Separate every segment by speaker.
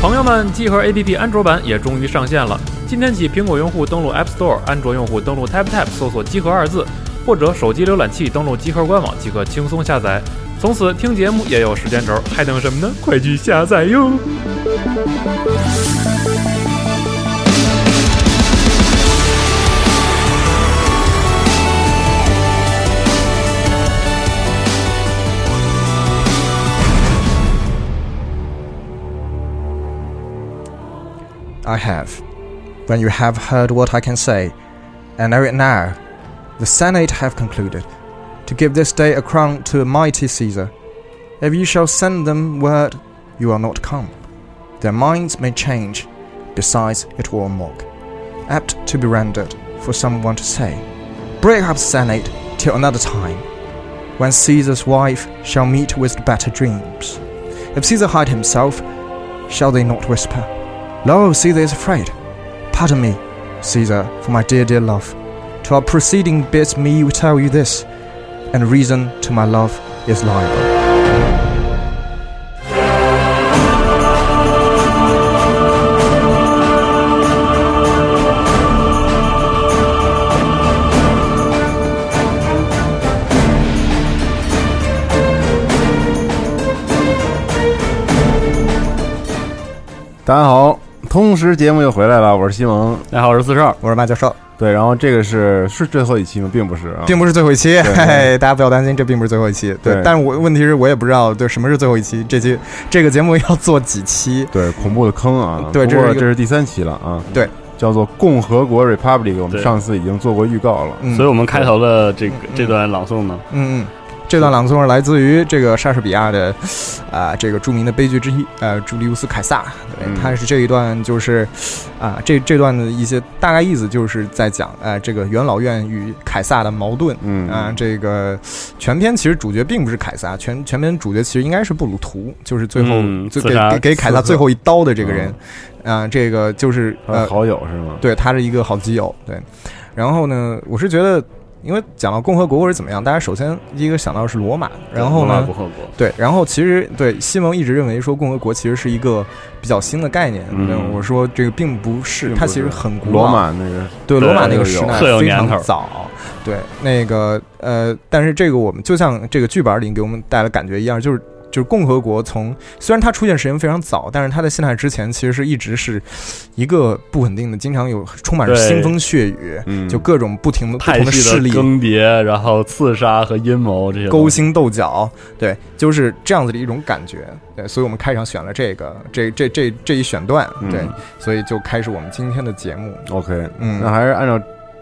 Speaker 1: 朋友们，集合 APP 安卓版也终于上线了。今天起，苹果用户登录 App Store，安卓用户登录 TapTap 搜索“集合”二字，或者手机浏览器登录集合官网即可轻松下载。从此听节目也有时间轴，还等什么呢？快去下载哟！
Speaker 2: I have. When you have heard what I can say, and know it now, the Senate have concluded to give this day a crown to a mighty Caesar. If you shall send them word you are not come, their minds may change. Besides, it were a mock, apt to be rendered for someone to say, Break up Senate till another time, when Caesar's wife shall meet with better dreams. If Caesar hide himself, shall they not whisper? Lo, Caesar is afraid. Pardon me, Caesar, for my dear, dear love. To our proceeding bids me tell you this, and reason to my love is liable.
Speaker 3: 大家好，通识节目又回来了，我是西蒙。
Speaker 1: 大家好，我是四十二。
Speaker 2: 我是马教授，
Speaker 3: 对，然后这个是是最后一期吗？并不是啊，
Speaker 2: 并不是最后一期，
Speaker 3: 对
Speaker 2: 嘿嘿， 大家不要担心，这并不是最后一期。对，
Speaker 3: 对
Speaker 2: 但是我问题是我也不知道，对什么是最后一期？这期这个节目要做几期？
Speaker 3: 对恐怖的坑啊。
Speaker 2: 对
Speaker 3: 不
Speaker 2: 这是
Speaker 3: 过
Speaker 2: 一个
Speaker 3: 这是第三期了啊。
Speaker 2: 对，
Speaker 3: 叫做《共和国 Republic》，我们
Speaker 4: 对
Speaker 3: 上次已经做过预告了。
Speaker 2: 嗯
Speaker 4: 所以我们开头的这个
Speaker 2: 嗯
Speaker 4: 这段朗诵呢，
Speaker 2: 嗯嗯，这段朗诵是来自于这个莎士比亚的啊、这个著名的悲剧之一，呃，朱利乌斯凯撒。对，
Speaker 3: 嗯
Speaker 2: 他是这一段就是啊、这这段的一些大概意思就是在讲呃，这个元老院与凯撒的矛盾。
Speaker 3: 嗯
Speaker 2: 啊、这个全篇其实主角并不是凯撒，全全篇主角其实应该是布鲁图，就是最后、
Speaker 4: 嗯
Speaker 2: 最
Speaker 4: 刺
Speaker 2: 给
Speaker 4: 杀
Speaker 2: 给给凯撒
Speaker 3: 刺客嗯
Speaker 2: 最后一刀的这个人，啊、这个就是
Speaker 3: 他
Speaker 2: 呃
Speaker 3: 的，好友是吗？
Speaker 2: 对，他是一个好基友。对，然后呢，我是觉得，因为讲到共和国或者怎么样，大家首先第一个想到是罗马，然后
Speaker 4: 罗马
Speaker 2: 呢
Speaker 4: 共，和国，
Speaker 2: 对，然后其实对西蒙一直认为说共和国其实是一个比较新的概念，
Speaker 3: 嗯
Speaker 2: 但我说这个并不是，
Speaker 3: 并
Speaker 2: 它
Speaker 3: 不
Speaker 2: 其实
Speaker 3: 是
Speaker 2: 很古老，
Speaker 3: 罗马那个
Speaker 2: 对罗马那
Speaker 3: 对
Speaker 2: 个
Speaker 3: 有
Speaker 2: 时代
Speaker 4: 特有
Speaker 2: 非
Speaker 4: 年
Speaker 2: 常
Speaker 4: 头
Speaker 2: 早。对，那个呃，但是这个我们就像这个剧本里给我们带来的感觉一样，就是。就是共和国从虽然它出现时间非常早，但是它在现代之前其实是一直是一个不稳定的，经常有充满着
Speaker 4: 对
Speaker 2: 腥风血雨，
Speaker 3: 嗯，
Speaker 2: 就各种不停的不
Speaker 4: 派
Speaker 2: 同的势
Speaker 4: 系
Speaker 2: 力
Speaker 4: 的更迭，然后刺杀和阴谋这些
Speaker 2: 勾
Speaker 4: 东西。
Speaker 2: 心斗角，对，就是这样子的一种感觉。对，所以我们开场选了这个这这这这一选段，
Speaker 3: 嗯
Speaker 2: 对，所以就开始我们今天的节目。
Speaker 3: OK。
Speaker 2: 嗯
Speaker 3: 那还是按照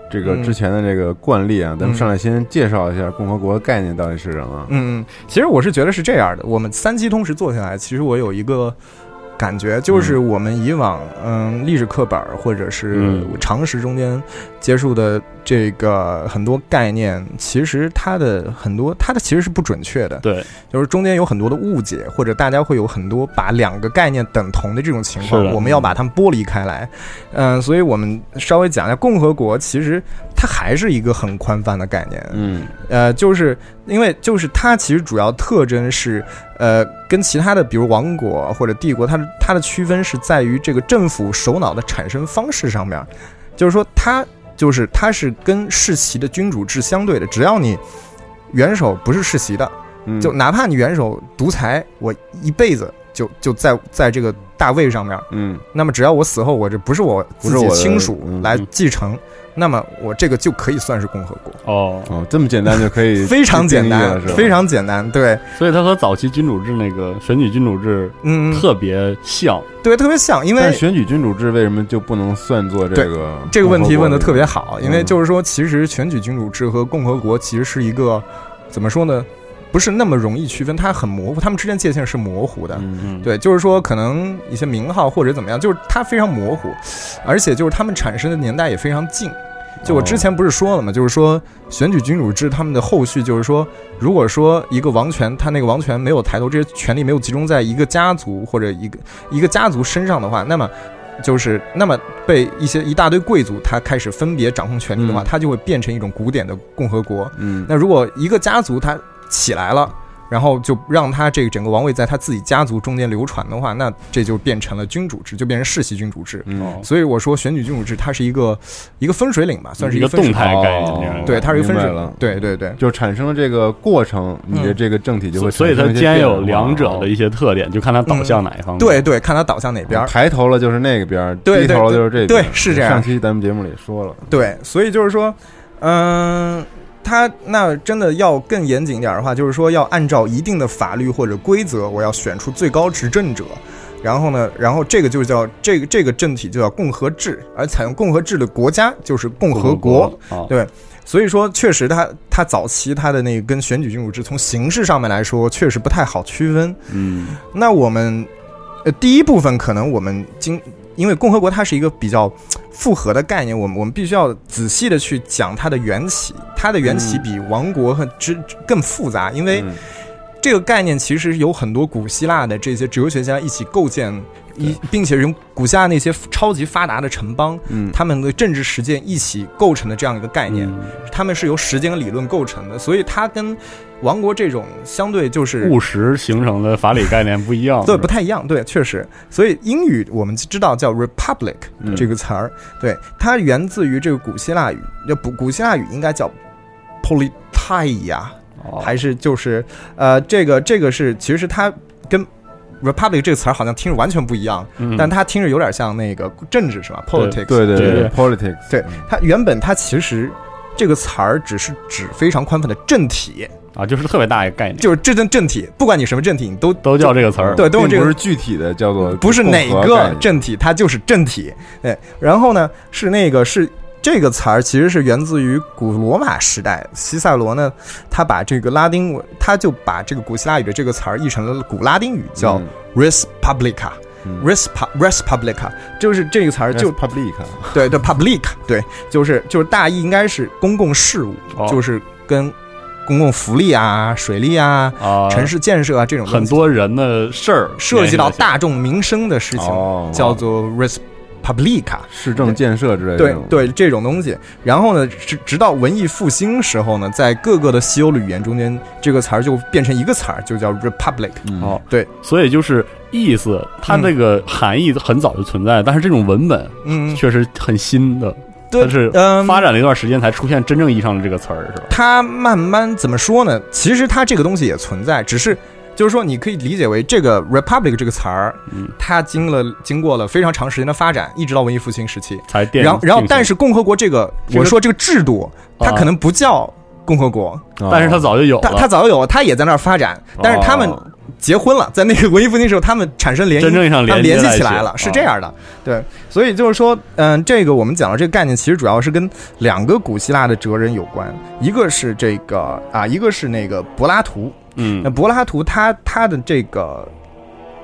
Speaker 3: 这个
Speaker 2: 嗯
Speaker 3: 之前的这个惯例啊，咱
Speaker 2: 嗯
Speaker 3: 们上来先介绍一下共和国的概念到底是什么。
Speaker 2: 嗯，嗯，其实我是觉得是这样的，我们三期同时做下来，其实我有一个感觉，就是我们以往嗯历史课本儿或者是
Speaker 3: 嗯
Speaker 2: 常识中间接触的这个很多概念，其实它的很多它的其实是不准确的，
Speaker 4: 对，
Speaker 2: 就是中间有很多的误解，或者大家会有很多把两个概念等同的这种情况
Speaker 4: 是，的
Speaker 2: 我们要把它们剥离开来。嗯、所以我们稍微讲一下共和国，其实它还是一个很宽泛的概念。
Speaker 3: 嗯
Speaker 2: 呃，就是因为就是它其实主要特征是，呃，跟其他的比如王国或者帝国，它的它的区分是在于这个政府首脑的产生方式上面，就是说它就是它是跟世袭的君主制相对的，只要你元首不是世袭的，
Speaker 3: 嗯，
Speaker 2: 就哪怕你元首独裁，我一辈子就就在在这个大位上面，
Speaker 3: 嗯
Speaker 2: 那么只要我死后我这不是我
Speaker 3: 不
Speaker 2: 自
Speaker 3: 是
Speaker 2: 己
Speaker 3: 我的
Speaker 2: 亲属
Speaker 3: 嗯
Speaker 2: 来
Speaker 3: 嗯
Speaker 2: 继承，那么我这个就可以算是共和国。
Speaker 4: 哦，
Speaker 3: 哦，这么简单就可 以
Speaker 2: 非常简
Speaker 3: 定义
Speaker 2: 单
Speaker 3: 了是，吧
Speaker 2: 非常简单，对，
Speaker 4: 所以它和早期君主制那个选举君主制
Speaker 2: 嗯，
Speaker 4: 特别像，
Speaker 2: 对，特别像，因
Speaker 3: 但
Speaker 2: 为
Speaker 3: 是选举君主制为什么就不能算作这个
Speaker 2: 这个问题
Speaker 3: 共和国
Speaker 2: 问的
Speaker 3: 里
Speaker 2: 特别好，因为
Speaker 3: 嗯
Speaker 2: 就是说，其实选举君主制和共和国其实是一个怎么说呢，不是那么容易区分，它很模糊，它们之间界限是模糊的。
Speaker 3: 嗯
Speaker 4: 嗯，
Speaker 2: 对，就是说，可能一些名号或者怎么样，就是它非常模糊，而且就是他们产生的年代也非常近。就我之前不是说了嘛，就是说选举君主制他们的后续就是说，如果说一个王权，他那个王权没有抬头，这些权力没有集中在一个家族或者一个一个家族身上的话，那么就是那么被一些一大堆贵族他开始分别掌控权力的话，
Speaker 3: 嗯
Speaker 2: 他就会变成一种古典的共和国。
Speaker 3: 嗯
Speaker 2: 那如果一个家族他起来了，然后就让他这个整个王位在他自己家族中间流传的话，那这就变成了君主制，就变成世袭君主制。
Speaker 4: 哦
Speaker 3: 嗯，
Speaker 2: 所以我说选举君主制，它是一个一个分水岭吧，算是
Speaker 4: 一
Speaker 2: 个
Speaker 4: 个
Speaker 2: 分水
Speaker 4: 动
Speaker 2: 岭
Speaker 4: 态概
Speaker 3: 哦
Speaker 4: 念，
Speaker 2: 对，它是一个分水
Speaker 3: 明白
Speaker 2: 岭
Speaker 3: 了，
Speaker 2: 对对对，
Speaker 3: 就产生了这个过程，你的
Speaker 2: 嗯
Speaker 3: 这个政体就
Speaker 4: 所
Speaker 3: 会
Speaker 4: 以所以它
Speaker 3: 产生一些
Speaker 4: 既然有
Speaker 3: 变化
Speaker 4: 两者的一些特点，就看它导向哪一方
Speaker 2: 嗯
Speaker 4: 面。
Speaker 2: 对对，看他倒向哪边
Speaker 3: 哦
Speaker 2: 儿。
Speaker 3: 抬头了就是那个边儿，
Speaker 2: 对
Speaker 3: 低
Speaker 2: 对
Speaker 3: 头了就是这边儿，
Speaker 2: 对是这样
Speaker 3: 上期咱们节目里说了，
Speaker 2: 对，所以就是说，嗯、他那真的要更严谨点儿的话，就是说要按照一定的法律或者规则，我要选出最高执政者。然后呢，然后这个就叫这个这个政体就叫共和制，而采用共和制的国家就是共
Speaker 4: 共
Speaker 2: 和国。
Speaker 4: 啊，
Speaker 2: 所以说，确实他他早期他的那个跟选举君主制从形式上面来说，确实不太好区分。
Speaker 4: 嗯，
Speaker 2: 那我们呃第一部分可能我们今因为共和国它是一个比较复合的概念，我们我们必须要仔细的去讲它的缘起。它的缘起比王国和之更复杂，因为
Speaker 3: 嗯
Speaker 2: 这个概念其实有很多古希腊的这些哲学家一起构建，一并且用古希腊那些超级发达的城邦，
Speaker 3: 嗯，
Speaker 2: 他们的政治实践一起构成的这样一个概念，
Speaker 4: 嗯
Speaker 2: 他们是由时间和理论构成的，所以它跟王国这种相对就是，
Speaker 4: 务实形成的法理概念不一样
Speaker 3: 哦
Speaker 2: 对，不太一样，对，确实。所以英语我们知道叫 republic
Speaker 3: 嗯
Speaker 2: 这个词儿，对，它源自于这个古希腊语，要古古希腊语应该叫 politeia，
Speaker 4: 哦
Speaker 2: 还是就是呃，这个这个是其实它跟 republic 这个词儿好像听着完全不一样，
Speaker 4: 嗯
Speaker 2: 但它听着有点像那个政治是吧？politics，
Speaker 3: 对对
Speaker 4: 对
Speaker 3: 对
Speaker 4: 对
Speaker 3: ，politics，嗯
Speaker 2: 对它原本它其实。这个词儿只是指非常宽泛的政体，
Speaker 4: 啊，就是特别大一个概念，
Speaker 2: 就是这政政体，不管你什么政体，你都
Speaker 4: 都叫这个词儿。
Speaker 2: 对都有这
Speaker 3: 并
Speaker 2: 个
Speaker 3: 不是具体的叫做
Speaker 2: 不是哪
Speaker 3: 共和概
Speaker 2: 个
Speaker 3: 念
Speaker 2: 政体，它就是政体。对，然后呢，是那个是这个词儿，其实是源自于古罗马时代。西塞罗呢，他把这个拉丁文，他就把这个古希腊语的这个词儿译成了古拉丁语，叫
Speaker 3: 嗯
Speaker 2: res publica、
Speaker 3: 嗯
Speaker 2: res pa res publica，就是这个词儿就
Speaker 3: public，啊
Speaker 2: 对对 public，对，就是就是大意应该是公共事务，
Speaker 4: 哦
Speaker 2: 就是跟公共福利啊、水利啊、
Speaker 4: 啊，
Speaker 2: 城市建设啊这种东
Speaker 4: 很
Speaker 2: 西
Speaker 4: 多人的事儿
Speaker 2: 涉及到
Speaker 4: 联系在一起
Speaker 2: 大众民生的事情。
Speaker 3: 哦，
Speaker 2: 叫做 res publica，
Speaker 4: 哦
Speaker 3: 市政建设之类的
Speaker 4: 哎
Speaker 3: 这
Speaker 2: 对
Speaker 3: 种，
Speaker 2: 对这种东西。然后呢，直直到文艺复兴时候呢，在各个的西欧的语言中间，这个词儿就变成一个词儿，就叫 republic。
Speaker 3: 嗯
Speaker 4: 哦，
Speaker 2: 对，
Speaker 4: 所以就是意思，它这个含义很早就存在，但是这种文本
Speaker 2: 嗯，
Speaker 4: 确实很新的，
Speaker 2: 对
Speaker 4: 它是
Speaker 2: 嗯，
Speaker 4: 发展了一段时间才出现真正意义上的这个词儿，是吧？
Speaker 2: 它慢慢怎么说呢？其实它这个东西也存在，只是。就是说，你可以理解为这个 “republic” 这个词儿，
Speaker 4: 嗯，
Speaker 2: 它经了经过了非常长时间的发展，一直到文艺复兴时期。
Speaker 4: 才奠定
Speaker 2: 然后，然后，但
Speaker 4: 是
Speaker 2: 是共和国这个，
Speaker 4: 这个啊
Speaker 2: 我说这个制度，它可能不叫共和国，
Speaker 3: 哦，
Speaker 4: 但是它早就有
Speaker 2: 他他
Speaker 4: 了，
Speaker 2: 早有，他也在那儿发展，但是他们
Speaker 3: 哦
Speaker 2: 结婚了，在那个文艺复兴时候，他们产生联
Speaker 4: 真
Speaker 2: 姻，
Speaker 4: 正意义上
Speaker 2: 他们联系
Speaker 4: 在一
Speaker 2: 起
Speaker 4: 起啊
Speaker 2: 来了，是这。样的。对，所以就是说，嗯，这个我们讲的这个概念，其实主要是跟两个古希腊的哲人有关，一个是这个啊，一个是那个柏拉图。
Speaker 4: 嗯
Speaker 2: 那，柏拉图他他的这个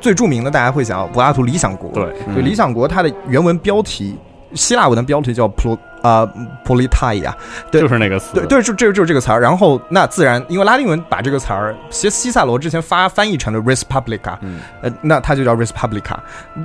Speaker 2: 最著名的，大家会想到柏拉图《理想国》。
Speaker 4: 对，
Speaker 3: 嗯
Speaker 2: 对，《理想国》它的原文标题，希腊文的标题叫 “pro” 啊 p o l i t a i a 对
Speaker 4: 就是那个词。
Speaker 2: 对，对，就这就是这个词儿。然后那自然，因为拉丁文把这个词儿西西塞罗之前发翻译成了 res publica，
Speaker 3: 嗯
Speaker 2: 呃，那它就叫 res publica。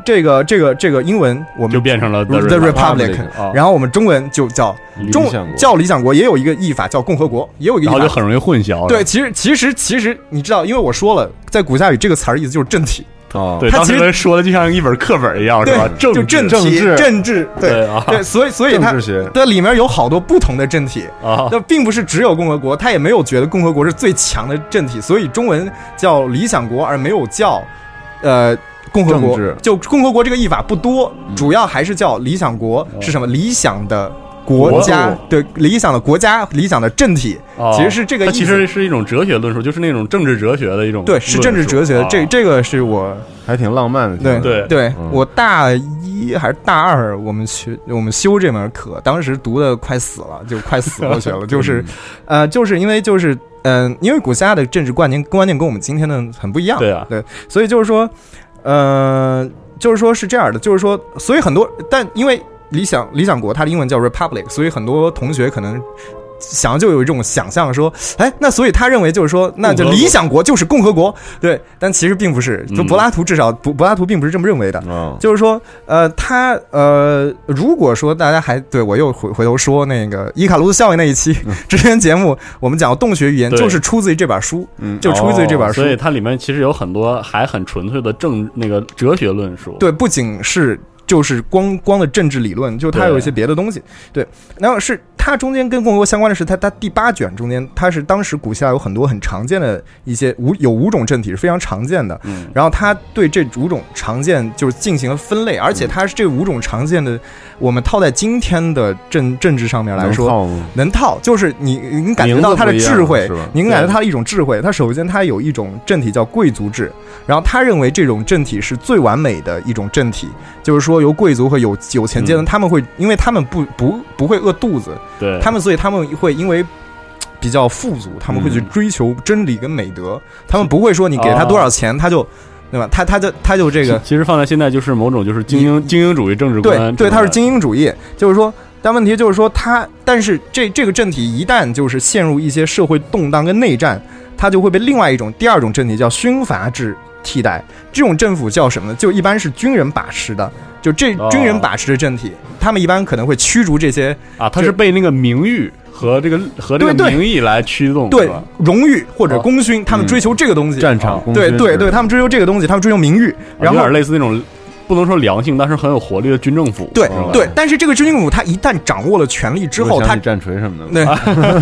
Speaker 2: 这个这个这个英文我
Speaker 4: 就
Speaker 2: 们，
Speaker 4: 变成了
Speaker 2: 嗯 The
Speaker 4: Republic
Speaker 2: Republic
Speaker 4: 啊，
Speaker 2: 然后我们中文就叫
Speaker 4: 理
Speaker 2: 中
Speaker 3: 想国
Speaker 2: 叫理想国，也有一个译法叫共和国，也有一个
Speaker 4: 然后就
Speaker 2: 译法。
Speaker 4: 很容易混淆。
Speaker 2: 对，其实其实其实你知道，因为我说了，在古希腊语这个词儿意思就是政体，
Speaker 3: 哦，
Speaker 4: 对，
Speaker 2: 它
Speaker 4: 当
Speaker 2: 其实
Speaker 4: 时说的就像一本课本一样，是吧？政
Speaker 2: 就
Speaker 4: 治
Speaker 2: 政
Speaker 3: 政
Speaker 2: 体
Speaker 3: 治
Speaker 2: 政治，对
Speaker 4: 啊
Speaker 2: 对，所以所以
Speaker 3: 政
Speaker 2: 它
Speaker 3: 治学，
Speaker 2: 它里面有好多不同的政体，
Speaker 4: 啊，
Speaker 2: 那并不是只有共和国，他也没有觉得共和国是最强的政体，所以中文叫理想国，而没有叫呃共和
Speaker 3: 政
Speaker 2: 国
Speaker 3: 治。
Speaker 2: 就共和国这个译法不多，主要还是叫理想国
Speaker 4: 哦
Speaker 2: 是什么？理想的国家
Speaker 4: 国，
Speaker 2: 对，理想的国家，理想的政体，
Speaker 4: 哦
Speaker 2: 其实是这个
Speaker 4: 它
Speaker 2: 意
Speaker 4: 其
Speaker 2: 思
Speaker 4: 实。是一种哲学论述，就是那种政治哲学的一种论述，
Speaker 2: 对，是政治哲学
Speaker 4: 啊，
Speaker 2: 这这个是我
Speaker 3: 还挺浪漫的，
Speaker 2: 对
Speaker 3: 听着
Speaker 4: 对
Speaker 2: 对
Speaker 3: 嗯
Speaker 2: 我大一还是大二，我们学我们修这门课，当时读的快死了，就快死过去了。就是，呃，就是因为就是嗯、因为古希腊的政治观念观念跟我们今天的很不一样，
Speaker 4: 对啊，
Speaker 2: 所以就是说，呃，就是说是这样的，就是说，所以很多但因为理想理想国它的英文叫 republic，所以很多同学可能。想就有一种想象说，哎，那所以他认为就是说，那就
Speaker 4: 共和国
Speaker 2: 理想国就是共和国，对，但其实并不是，就
Speaker 4: 嗯
Speaker 2: 柏拉图至少柏柏拉图并不是这么认为的。
Speaker 3: 嗯，
Speaker 2: 就是说，呃，他呃，如果说大家还对我又回回头说那个伊卡洛斯效应那一期之前节目，我们讲洞穴语言
Speaker 4: 嗯对
Speaker 2: 就是出自于这本书，
Speaker 3: 嗯
Speaker 2: 就出自于这本书
Speaker 4: 所。以它里面其实有很多还很纯粹的政那个哲学论述。
Speaker 2: 对，不仅是就是光光的政治理论，就它
Speaker 4: 对
Speaker 2: 有一些别的东西。对，然后是它中间跟共和国相关的是它它第八卷中间，它是当时古希腊有很多很常见的一些五有五种政体是非常常见的，
Speaker 4: 嗯，
Speaker 2: 然后它对这五种常见就是进行了分类，而且它是这五种常见的，我们套在今天的政政治
Speaker 3: 哦
Speaker 2: 上面来说，能套，就是你你感觉到他的智慧
Speaker 3: 名字不一样是吧，
Speaker 2: 你能感觉到他的一种智慧。他首先他有一种政体叫贵族制，然后他认为这种政体是最完美的一种政体，就是说由贵族和有有钱阶层，
Speaker 4: 嗯
Speaker 2: 他们会因为他们不不不会饿肚子，
Speaker 4: 对，
Speaker 2: 他们所以他们会因为。比较富足，他们会去
Speaker 4: 嗯
Speaker 2: 追求真理跟美德，他们不会说你给他多少钱，他就，对吧？他他就他就这个
Speaker 4: 其其实放在现在就是某种就是精英精英主义政治观
Speaker 2: 对
Speaker 4: 之类的，
Speaker 2: 对，它是精英主义，就是说，但问题就是说它，但是这这个政体一旦就是陷入一些社会动荡跟内战，它就会被另外一种第二种政体叫军阀制替代。这种政府叫什么呢？就一般是军人把持的，就这
Speaker 4: 哦
Speaker 2: 军人把持的政体，他们一般可能会驱逐这些
Speaker 4: 啊，它是被那个名誉和这个和这个
Speaker 2: 对对
Speaker 4: 名义来驱动，是
Speaker 2: 对
Speaker 4: 吧啊
Speaker 2: 荣誉或者
Speaker 4: 哦
Speaker 2: 功勋，他们
Speaker 3: 嗯
Speaker 2: 追求这个东西。
Speaker 3: 战场
Speaker 4: 哦
Speaker 2: 啊
Speaker 3: 功
Speaker 2: 对
Speaker 3: 勋
Speaker 2: 对
Speaker 3: 是
Speaker 2: 对，他们追求这个东西，他们追求名誉，
Speaker 4: 啊
Speaker 2: 然
Speaker 4: 有
Speaker 2: 后
Speaker 4: 点类似那种不能说良性，但是很有活力的军政府，
Speaker 2: 对
Speaker 4: 是吧
Speaker 2: 对，但是这个军政府他一旦掌握了权力之后，
Speaker 3: 我想
Speaker 2: 他
Speaker 3: 起战锤什么
Speaker 4: 啊
Speaker 3: 的，
Speaker 2: 对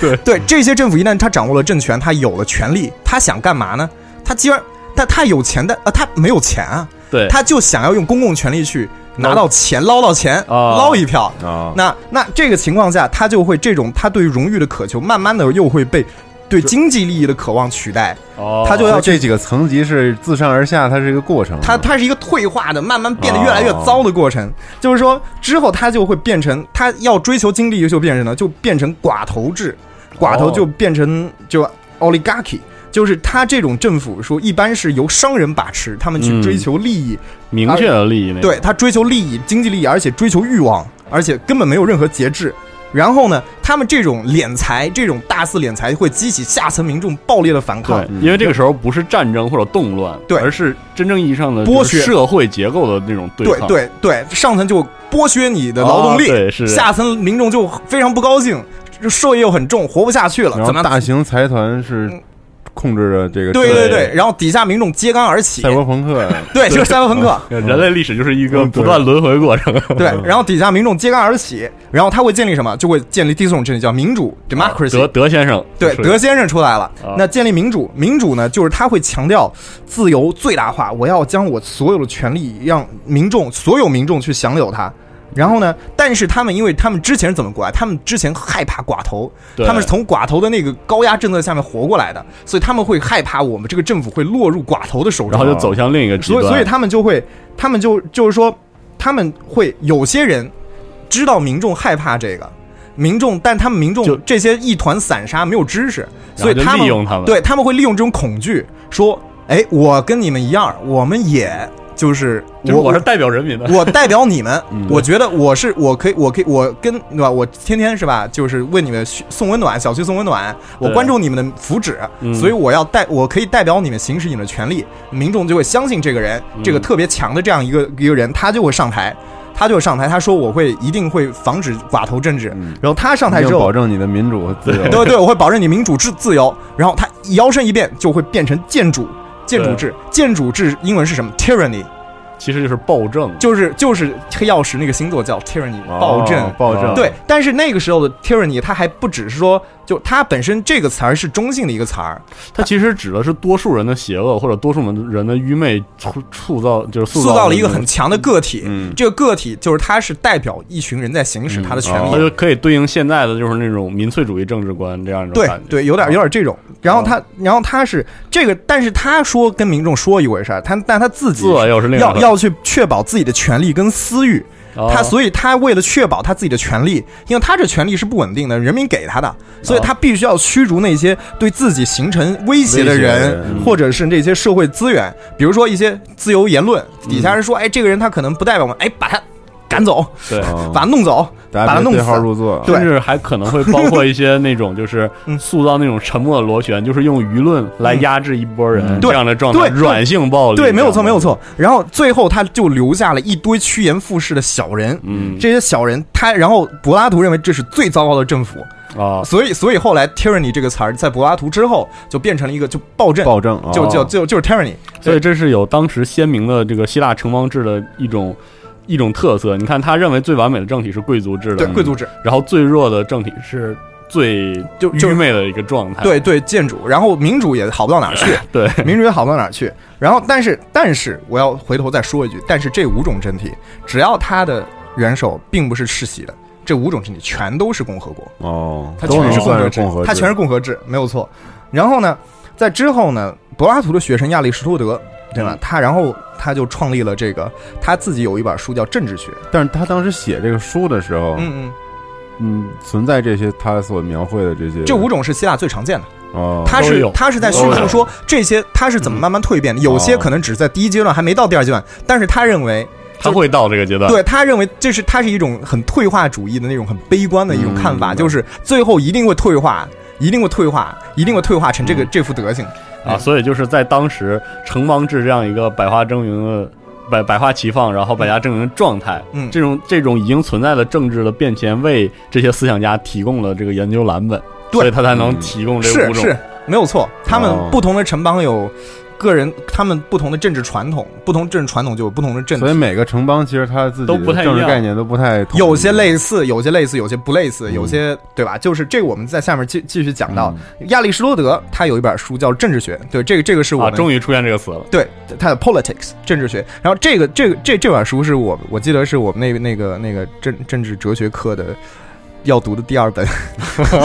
Speaker 2: 对对，这些政府一旦他掌握了政权，他有了权力，他想干嘛呢？他既然他他有钱的啊、他没有钱啊，
Speaker 4: 对，
Speaker 2: 他就想要用公共权力去拿
Speaker 4: 捞
Speaker 2: 到钱，捞到钱，
Speaker 4: 哦
Speaker 2: 捞一票。
Speaker 3: 啊，
Speaker 2: 那那这个情况下，他就会这种他对荣誉的渴求，慢慢的又会被对经济利益的渴望取代。
Speaker 4: 哦
Speaker 2: 他就
Speaker 3: 所
Speaker 2: 要
Speaker 3: 以这几个层级是自上而下，它是一个过程。啊
Speaker 2: 它它是一个退化的，慢慢变得越来越
Speaker 4: 哦
Speaker 2: 糟的过程。就是说，之后它就会变成，它要追求经历就变成了，就变成寡头制，寡头
Speaker 4: 哦
Speaker 2: 就变成就 oligarchy。就是它这种政府说，一般是由商人把持，他们去
Speaker 4: 嗯
Speaker 2: 追求利益，
Speaker 4: 明确的利益那种
Speaker 2: 对他追求利益、经济利益，而且追求欲望，而且根本没有任何节制。然后呢，他们这种敛财，这种大肆敛财，会激起下层民众暴烈的反抗
Speaker 4: 对。，
Speaker 3: 嗯
Speaker 4: 因为这个时候不是战争或者动乱，
Speaker 2: 对
Speaker 4: 而是真正意义上的
Speaker 2: 剥
Speaker 4: 就是
Speaker 2: 削
Speaker 4: 社会结构的那种
Speaker 2: 对
Speaker 4: 抗。
Speaker 2: 对对，上层就剥削你的劳动力，
Speaker 4: 哦对是
Speaker 2: 下层民众就非常不高兴，这社会又很重，活不下去了，
Speaker 3: 然
Speaker 2: 怎么样
Speaker 3: 后大型财团是
Speaker 2: 嗯
Speaker 3: 控制着这个
Speaker 2: 对对
Speaker 4: 对
Speaker 2: 对，然后底下民众揭竿而起
Speaker 3: 赛，博朋克，啊
Speaker 2: 对，就是赛博 朋克，
Speaker 4: 呃人类历史就是一个
Speaker 3: 嗯对
Speaker 4: 不断轮回过程。
Speaker 3: 嗯
Speaker 2: 对，然后底下民众揭竿而起，然后他会建立什么？就会建立第四种阵营，叫民主 （democracy）。
Speaker 4: 德德先生，
Speaker 2: 对，
Speaker 4: 就是
Speaker 2: 德先生出来了
Speaker 4: 啊。
Speaker 2: 那建立民主，民主呢，就是他会强调自由最大化，我要将我所有的权利让民众，所有民众去享有它。然后呢，但是他们因为他们之前是怎么过来？他们之前害怕寡头，
Speaker 4: 对
Speaker 2: 他们是从寡头的那个高压政策下面活过来的，所以他们会害怕我们这个政府会落入寡头的手
Speaker 4: 然后
Speaker 2: 中。
Speaker 4: 就走向另一个极
Speaker 2: 所
Speaker 4: 端。
Speaker 2: 以，所以他们就会，他们就就是说，他们会有些人知道民众害怕这个，民众，但他们民
Speaker 4: 就
Speaker 2: 众这些一团散沙，没有知识，所以
Speaker 4: 然后
Speaker 2: 他
Speaker 4: 就
Speaker 2: 们
Speaker 4: 利用他们
Speaker 2: 对他们会利用这种恐惧，说，哎，我跟你们一样，我们也就是
Speaker 4: 就是我是嗯代表人 民的，
Speaker 2: 我代表你 们，我觉得我是我可以，我可以，我跟对吧？我天天是吧，就是为你们嘘送温暖，小区送温暖，我
Speaker 4: 对
Speaker 2: 关注你们的福祉，
Speaker 4: 嗯
Speaker 2: 所以我要代，我可以代表你们行使你们的权利，民众就会相信这个人，
Speaker 3: 嗯
Speaker 2: 这个特别强的这样一个一个人，他就会上台。他就会上台，他说我会一定会防止寡头政治，
Speaker 3: 嗯
Speaker 2: 然后他上台
Speaker 3: 要
Speaker 2: 之后
Speaker 3: 保，证你的民主和自由。
Speaker 2: 对对，我会保证你民主自自由。然后他摇身一变就会变成建主，建主
Speaker 4: 对
Speaker 2: 制，建主制英文是什么？tyranny，
Speaker 4: 其实就是暴政。
Speaker 2: 就是就是黑曜石那个星座叫 tyranny，
Speaker 3: 哦
Speaker 2: 暴政。
Speaker 3: 暴政，
Speaker 2: 对，但是那个时候的 tyranny，它还不只是说，就它本身这个词儿是中性的一个词儿，
Speaker 4: 它其实指的是多数人的邪恶或者多数人的愚昧塑塑造，就是塑
Speaker 2: 塑造了一个很强的个体。
Speaker 3: 嗯
Speaker 2: 这个个体就是它是代表一群人在行
Speaker 4: 嗯
Speaker 2: 使他的权利。
Speaker 4: 哦它就可以对应现在的就是那种民粹主义政治观这样一种
Speaker 2: 对
Speaker 4: 感觉。啊哦
Speaker 2: 对，有点有点这种。然后他，然后他是这个，但是他说跟民众说一回事儿，他但他自己
Speaker 4: 自我又是另一
Speaker 2: 要
Speaker 4: 回事
Speaker 2: 要去确保自己的权利跟私欲。
Speaker 4: 哦
Speaker 2: 他所以他为了确保他自己的权利，因为他这权利是不稳定的，人民给
Speaker 3: 哦
Speaker 2: 他的，所以他必须要驱逐那些对自己形成威胁的
Speaker 3: 威胁的
Speaker 2: 人
Speaker 3: 人嗯，
Speaker 2: 或者是那些社会资源，比如说一些自由言论，底下人说，哎，这个人他可能不代表我们，哎，把他。赶走，
Speaker 4: 对，
Speaker 3: 嗯
Speaker 2: 把他弄走。
Speaker 3: 大
Speaker 2: 把
Speaker 3: 家
Speaker 2: 它弄
Speaker 3: 别
Speaker 2: 死
Speaker 3: 对号入座。啊
Speaker 2: 对
Speaker 4: 甚至还可能会包括一些那种就是
Speaker 2: 嗯
Speaker 4: 塑造那种沉默的螺旋，就是用舆论来压制一波人
Speaker 3: 嗯
Speaker 4: 这样的状态，
Speaker 2: 对对
Speaker 4: 软性暴力，
Speaker 2: 对，没有错，
Speaker 4: 这
Speaker 2: 没有
Speaker 4: 样的，
Speaker 2: 错。然后最后他就留下了一堆趋炎附势的小人。
Speaker 4: 嗯，
Speaker 2: 这些小人，他然后柏拉图认为这是最糟糕的政府，
Speaker 4: 啊，
Speaker 2: 所以所以后来 tyranny 这个词儿在柏拉图之后就变成了一个就暴政，
Speaker 3: 暴政啊，
Speaker 2: 就就
Speaker 4: 哦
Speaker 2: 就就是 tyranny。
Speaker 4: 所以这是有当时鲜明的这个希腊城邦制的一种一种特色。你看，他认为最完美的政体是贵族制的，
Speaker 3: 嗯
Speaker 2: 对
Speaker 4: 嗯
Speaker 2: 贵族制，
Speaker 4: 然后最弱的政体是最
Speaker 2: 就就
Speaker 4: 愚昧的一个状态。
Speaker 2: 对对建主，然后民主也好不到哪儿 去，
Speaker 4: 对，
Speaker 2: 民主也好不到哪儿去。然后，但是但是我要回头再说一句，但是这五种政体，只要他的元首并不是世袭的，这五种政体全都是共和国，
Speaker 3: 哦，
Speaker 2: 它
Speaker 3: 都
Speaker 2: 全
Speaker 3: 能
Speaker 2: 是
Speaker 3: 算
Speaker 2: 和
Speaker 3: 是
Speaker 2: 制
Speaker 3: 共和，制，
Speaker 2: 它全是共和制，没有错。然后呢，在之后呢，柏拉图的学生亚里士多德，对
Speaker 3: 嗯
Speaker 2: 吧？他然后他就创立了这个，他自己有一本书叫《政治学》，
Speaker 3: 但是他当时写这个书的时候，
Speaker 2: 嗯
Speaker 3: 嗯，存在这些他所描绘的这些
Speaker 2: 嗯，这五种是希腊最常见的。
Speaker 3: 哦，
Speaker 2: 他
Speaker 4: 都
Speaker 2: 是
Speaker 4: 有
Speaker 2: 他是在叙
Speaker 4: 都
Speaker 2: 述
Speaker 4: 有
Speaker 2: 说这些他是怎么慢慢蜕变的，有些可能只是在第一阶段还没到第二阶段，但是他认为，
Speaker 4: 他会到这个阶段。
Speaker 2: 对他认为这是他是一种很退化主义的那种很悲观的一种看法，
Speaker 3: 嗯
Speaker 2: 就是最后一定会退化，一定会退化，一定会退化成这个这副德行。
Speaker 4: 啊，所以就是在当时城邦制这样一个百花争鸣的百百花齐放，然后百家争鸣的状态，
Speaker 2: 嗯
Speaker 4: 这种这种已经存在的政治的变迁，为这些思想家提供了这个研究蓝本，
Speaker 2: 对
Speaker 4: 所以他才能提供这
Speaker 2: 是
Speaker 4: 五种。
Speaker 2: 是没有错，他们
Speaker 3: 哦
Speaker 2: 不同的城邦有个人，他们不同的政治传统，不同政治传统就有不同的政
Speaker 3: 所以
Speaker 2: 体。
Speaker 3: 每个城邦其实他自己
Speaker 4: 都不太
Speaker 3: 的
Speaker 4: 一
Speaker 3: 政治
Speaker 4: 样
Speaker 3: 概念都不太统一，
Speaker 2: 有些类似，有些类似，有些不类似，
Speaker 3: 嗯
Speaker 2: 有些对吧？就是这个，我们在下面继继续讲到。
Speaker 3: 嗯
Speaker 2: 亚里士多德他有一本书叫《政治学》，对，这个这个是我
Speaker 4: 啊，
Speaker 2: 们、
Speaker 4: 终于出现这个 词了。
Speaker 2: 对他的 Politics 政治学。然后这个这个这这本书是我我记得是我们那那个那个政政治哲学课的要读的第二本。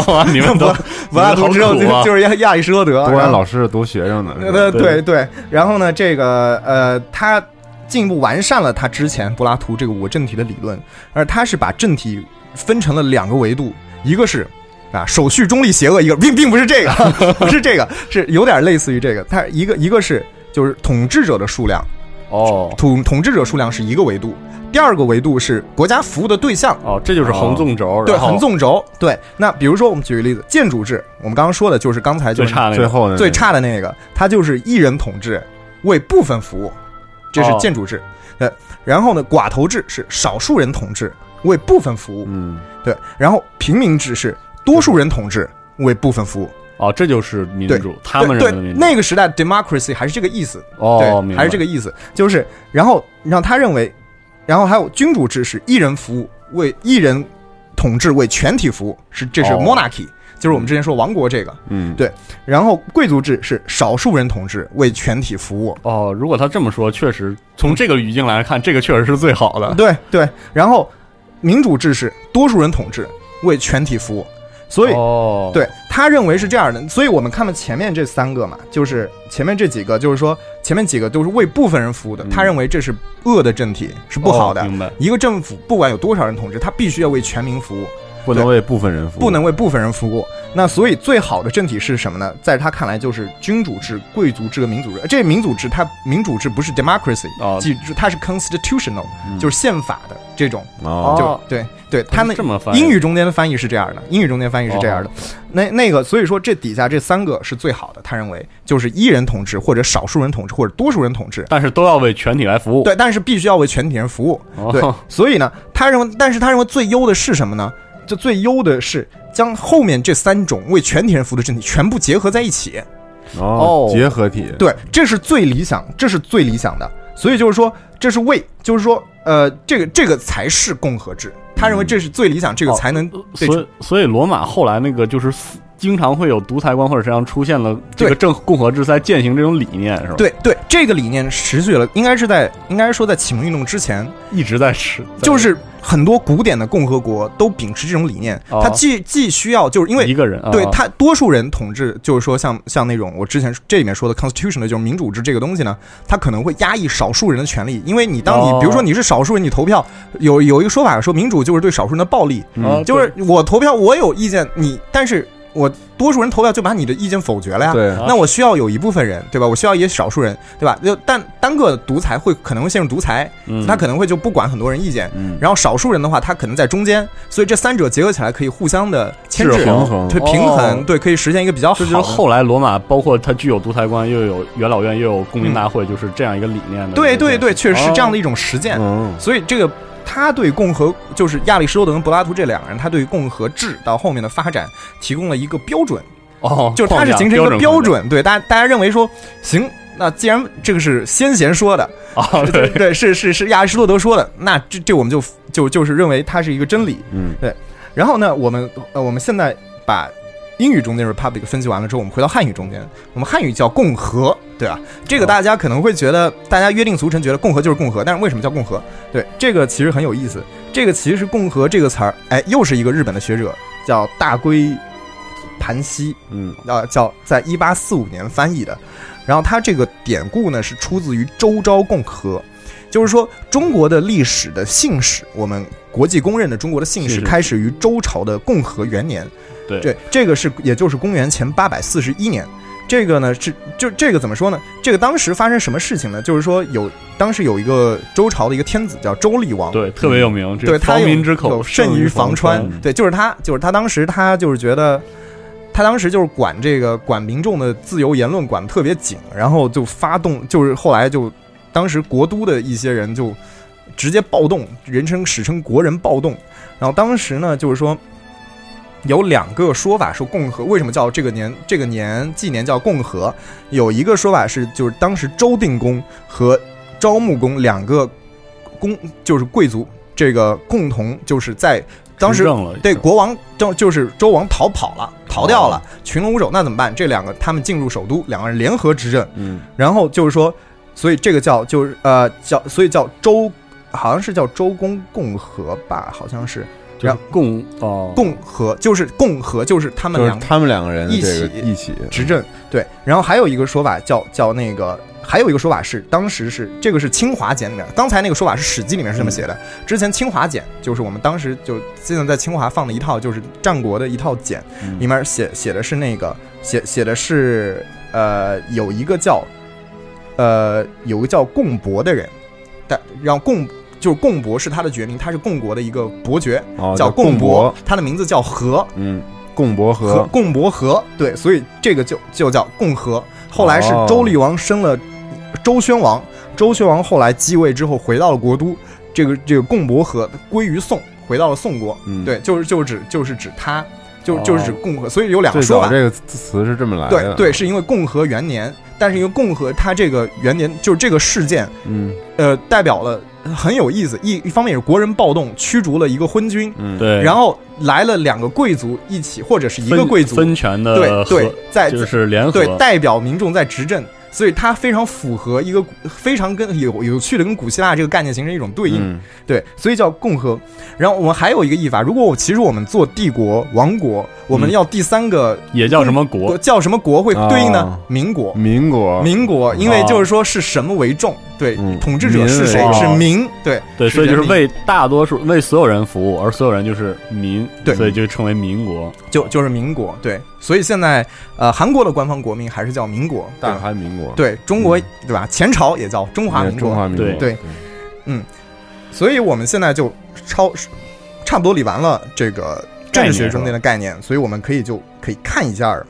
Speaker 4: 哇你们都
Speaker 2: 柏柏 拉图之后
Speaker 4: 你们好苦
Speaker 2: 就就
Speaker 4: 啊
Speaker 2: 是亚亚里士多德，
Speaker 3: 读完
Speaker 2: 然后
Speaker 3: 老师是读学生的，是吧
Speaker 2: 呃对
Speaker 4: 对
Speaker 2: 对，然后呢这个呃他进一步完善了他之前柏拉图这个五个政体的理论，而他是把政体分成了两个维度，一个是。啊，手续中立邪恶一个， 并并不是这个， 不是这个，是有点类似于这个。它一个一个是就是统治者的数量，
Speaker 4: 哦
Speaker 2: 统统治者数量是一个维度，第二个维度是国家服务的对象，
Speaker 4: 哦，这就是横纵轴，
Speaker 2: 对
Speaker 4: 然后
Speaker 2: 横纵轴。对，那比如说我们举个例子，建筑制，我们刚刚说的就是刚才就
Speaker 4: 最
Speaker 2: 是
Speaker 4: 差那
Speaker 3: 最
Speaker 4: 个。
Speaker 3: 后呢，
Speaker 2: 最差的那个，它就是一人统治，为部分服务，这是
Speaker 4: 哦
Speaker 2: 建筑制。呃，然后呢，寡头制是少数人统治，为部分服务。
Speaker 3: 嗯，
Speaker 2: 对，然后平民制是多数人统治，为部分服务。
Speaker 4: 哦，这就是民主，他
Speaker 2: 对
Speaker 4: 们
Speaker 2: 对
Speaker 4: 认为的民主。
Speaker 2: 那个时代 democracy 还是这个意思，
Speaker 4: 哦，
Speaker 2: 对，
Speaker 4: 明
Speaker 2: 还
Speaker 4: 白
Speaker 2: 是这个意思，就是然后让他认为，然后还有君主制是一人服务，为一人统治，为全体服务，是这是
Speaker 4: 哦
Speaker 2: monarchy，、就是我们之前说王国这个，
Speaker 3: 嗯，
Speaker 2: 对然后贵族制是少数人统治，为全体服务，
Speaker 4: 哦，如果他这么说，确实从这个语境来看，这个确实是最好的。
Speaker 2: 对对，然后民主制是多数人统治，为全体服务，所以
Speaker 4: 哦，
Speaker 2: 对他认为是这样的，所以我们看到前面这三个嘛，就是前面这几个，就是说前面几个都是为部分人服务的，
Speaker 3: 嗯
Speaker 2: 他认为这是恶的政体，是不好的。
Speaker 4: 哦明白？
Speaker 2: 一个政府不管有多少人统治，它必须要为全民服务，
Speaker 3: 不能为部分人服务，
Speaker 2: 不能为部分人服务。那所以最好的政体是什么呢？在他看来就是君主制、贵族制和民主制。这民主制它民主制不是 democracy，
Speaker 4: 哦
Speaker 2: 记住它是 constitutional，
Speaker 3: 嗯
Speaker 2: 就是宪法的这种。
Speaker 3: 哦，
Speaker 2: 就
Speaker 4: 哦
Speaker 2: 对对，他那
Speaker 4: 这么翻译哦
Speaker 2: 英语中间的翻译是这样的，英语中间翻译是这样的。那那个，所以说这底下这三个是最好的，他认为就是一人统治或者少数人统治或者多数人统治。
Speaker 4: 但是都要为全体来服务。
Speaker 2: 对，但是必须要为全体人服务。
Speaker 4: 哦
Speaker 2: 对，所以呢，他认为，但是他认为最优的是什么呢？这最优的是将后面这三种为全体人服务的政体全部结合在一起。
Speaker 3: 哦
Speaker 4: 哦，
Speaker 3: 结合体，
Speaker 2: 对，这是最理想，这是最理想的。所以就是说，这是为，就是说，呃，这个这个才是共和制。他认为这是最理想，这个
Speaker 4: 嗯哦
Speaker 2: 才能对
Speaker 4: 所以所以罗马后来那个就是死经常会有独裁官或者身上出现了这个政共和制在践行这种理念是吧？，
Speaker 2: 对对，这个理念持续了，应该是在应该说在启蒙运动之前，
Speaker 4: 一直在吃，在
Speaker 2: 就是很多古典的共和国都秉持这种理念。
Speaker 4: 哦
Speaker 2: 它既既需要就是因为
Speaker 4: 一个人啊
Speaker 2: 对它多数人统治，就是说像像那种我之前这里面说的 constitution 的，就是民主制这个东西呢，它可能会压抑少数人的权利，因为你当你
Speaker 4: 哦
Speaker 2: 比如说你是少数人，你投票
Speaker 3: 嗯哦
Speaker 2: 有有一个说法说民主就是对少数人的暴力，
Speaker 4: 啊
Speaker 2: 就是我投票我有意见，你但是我多数人投票就把你的意见否决了呀。
Speaker 3: 对
Speaker 4: 啊
Speaker 2: 那我需要有一部分人，对吧？我需要也少数人，对吧？就但单个独裁会可能会陷入独裁，
Speaker 4: 嗯，
Speaker 2: 他可能会就不管很多人意见。
Speaker 3: 嗯，
Speaker 2: 然后少数人的话，他可能在中间，所以这三者结合起来可以互相的牵制
Speaker 4: 制
Speaker 3: 平衡
Speaker 2: 对平衡，
Speaker 4: 哦
Speaker 2: 对，可以实现一个比较好
Speaker 4: 这
Speaker 2: 的。
Speaker 4: 就是后来罗马，包括它具有独裁观，又有元老院，又有公民大会，就是这样一个理念的。
Speaker 2: 嗯对对对，确实是这样的
Speaker 4: 一
Speaker 2: 一种实践。
Speaker 3: 嗯，
Speaker 2: 所以这个他对共和，就是亚里士多德跟柏拉图这两个人，他对共和制到后面的发展提供了一个标准，
Speaker 4: 哦，
Speaker 2: 就是它是形成一个标
Speaker 4: 标
Speaker 2: 准，对大家大家认为说行，那既然这个是先贤说 的，
Speaker 4: 啊，哦
Speaker 2: 对
Speaker 4: 对，
Speaker 2: 对是是是亚里士多德说的，那这这我们就就就是认为它是一个真理。
Speaker 3: 嗯，
Speaker 2: 然后呢，我们呃我们现在把英语中间 republic 分析完了之后，我们回到汉语中间，我们汉语叫共和，对吧？这个大家可能会觉得，大家约定俗成觉得共和就是共和，但是为什么叫共和？对，这个其实很有意思。这个其实“共和”这个词儿，哎，又是一个日本的学者叫大龟盘溪，
Speaker 3: 嗯，
Speaker 2: 呃，叫在一八四五年翻译的。然后它这个典故呢是出自于周昭共和，就是说中国的历史的姓氏，我们国际公认的中国的姓氏
Speaker 4: 是是
Speaker 2: 开始于周朝的共和元年。
Speaker 4: 对
Speaker 2: 对，这个是也就是公元前八百四十一年。这个呢是就这个怎么说呢？这个当时发生什么事情呢？就是说有当时有一个周朝的一个天子叫周厉王，
Speaker 4: 对，特别有名，这
Speaker 2: 对他
Speaker 4: 防
Speaker 2: 有
Speaker 4: 民之
Speaker 2: 有
Speaker 4: 口，
Speaker 2: 甚于
Speaker 4: 防
Speaker 2: 防川。对，就是他，就是他当时他就是觉得，他当时就是管这个管民众的自由言论管得特别紧，然后就发动，就是后来就当时国都的一些人就直接暴动，人称史称国人暴动。然后当时呢，就是说。有两个说法说共和为什么叫这个年这个年纪年叫共和？有一个说法是就是当时周定公和昭穆公两个公就是贵族这个共同就是在当时
Speaker 4: 执政了，
Speaker 2: 对，国王正就是周王逃跑了，逃掉
Speaker 4: 哦
Speaker 2: 了，群龙无首，那怎么办？这两个他们进入首都，两个人联合执政，
Speaker 3: 嗯，
Speaker 2: 然后就是说，所以这个叫就是呃叫，所以叫周，好像是叫周公共和吧，好像是
Speaker 4: 就是共哦
Speaker 2: 共和，就是共和，就是他们
Speaker 3: 就是
Speaker 2: 两个
Speaker 3: 他们两个人
Speaker 2: 一
Speaker 3: 这个
Speaker 2: 起
Speaker 3: 一起，
Speaker 2: 执政对。然后还有一个说法叫叫那个。还有一个说法是，当时是这个是《清华简》里面，刚才那个说法是《史记》里面是这么写的。
Speaker 3: 嗯
Speaker 2: 之前《清华简》就是我们当时就现在在清华放的一套，就是战国的一套简，
Speaker 3: 嗯
Speaker 2: 里面写写的是那个写写的是呃有一个叫呃有一个叫共伯的人，但让共就是共伯是他的爵名，他是共国的一个伯爵，
Speaker 3: 哦
Speaker 2: 叫共
Speaker 3: 共
Speaker 2: 伯，，他的名字叫和
Speaker 3: 嗯，共伯
Speaker 2: 和
Speaker 3: 和，
Speaker 2: 共伯和，对，所以这个就就叫共和。后来是
Speaker 3: 哦
Speaker 2: 周厉王生了周宣王，周宣王后来继位之后回到了国都，这个这个共伯和归于宋，回到了宋国，
Speaker 3: 嗯，
Speaker 2: 对，就是就是指就是指他。就就是指
Speaker 4: 哦
Speaker 2: 共和，所以有两个
Speaker 3: 最
Speaker 2: 说
Speaker 3: 早
Speaker 2: 法。
Speaker 3: 这个词是这么来
Speaker 2: 对
Speaker 3: 的，
Speaker 2: 对，，是因为共和元年，但是因为共和它这个元年就是这个事件，
Speaker 3: 嗯
Speaker 2: 呃，代表了很有意思。一一方面也是国人暴动，驱逐了一个昏君，
Speaker 3: 嗯，，
Speaker 4: 对，
Speaker 2: 然后来了两个贵族一起，或者是一个
Speaker 4: 分
Speaker 2: 贵族，
Speaker 4: 分权的
Speaker 2: 对对
Speaker 4: 合，
Speaker 2: 在
Speaker 4: 呃就是联合
Speaker 2: 对代表民众在执政，所以它非常符合一个非常跟有有趣的跟古希腊这个概念形成一种对应。
Speaker 3: 嗯，
Speaker 2: 对，所以叫共和。然后我们还有一个译法，如果我其实我们做帝国、王国，我们
Speaker 4: 嗯
Speaker 2: 要第三个
Speaker 4: 也叫什么国
Speaker 2: 国叫什么国会对应呢
Speaker 3: 哦？
Speaker 2: 民国。
Speaker 3: 民国，
Speaker 2: 民国，因为就是说是什么为重，对，
Speaker 3: 嗯
Speaker 2: 统治者是谁
Speaker 4: 民为
Speaker 2: 是
Speaker 4: 重
Speaker 2: 民，对
Speaker 4: 对，
Speaker 2: 是
Speaker 4: 所以就
Speaker 2: 人
Speaker 4: 是
Speaker 2: 民
Speaker 4: 为大多数为所有人服务，而所有人就是民，
Speaker 2: 对
Speaker 4: 所以就称为民国。
Speaker 2: 就就是民国，对，所以现在呃韩国的官方国名还是叫民国，对
Speaker 3: 大
Speaker 2: 吧
Speaker 3: 韩民国，
Speaker 2: 对中国
Speaker 3: 嗯
Speaker 2: 对吧？前朝也叫中
Speaker 3: 中
Speaker 2: 华民
Speaker 3: 中
Speaker 2: 国，
Speaker 3: 华民国，
Speaker 4: 对
Speaker 2: 对，所以我们现在就超差不多理完了这个政治学中间的概念，所以我们可以就可以看一下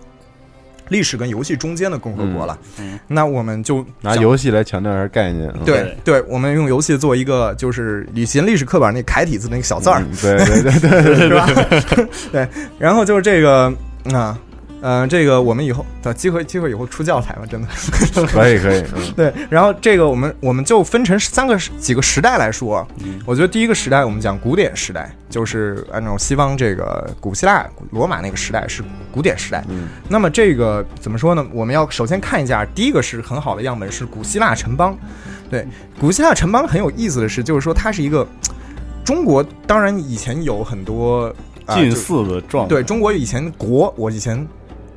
Speaker 2: 历史跟游戏中间的共和国了。
Speaker 4: 嗯嗯
Speaker 2: 那我们就
Speaker 3: 拿
Speaker 2: 讲
Speaker 3: 游戏来强调一下概念，嗯
Speaker 2: 对对，我们用游戏做一个就是以前历史课本那楷体字的那个小字儿，
Speaker 3: 嗯对对对对，
Speaker 2: 是吧？对，然后就是这个嗯啊，呃，这个我们以后对，机会机会以后出教材嘛，真的
Speaker 3: 可以可以，嗯
Speaker 2: 对。然后这个我们我们就分成三个时几个时代来说。啊
Speaker 4: 嗯，
Speaker 2: 我觉得第一个时代我们讲古典时代，就是按照西方这个古希腊、古罗马那个时代是古典时代。
Speaker 3: 嗯
Speaker 2: 那么这个怎么说呢？我们要首先看一下，第一个是很好的样本是古希腊城邦。对，
Speaker 4: 嗯
Speaker 2: 古希腊城邦很有意思的是，就是说它是一个中国，当然以前有很多、呃、
Speaker 4: 近
Speaker 2: 就
Speaker 4: 似的状态，
Speaker 2: 对中国以前国，我以前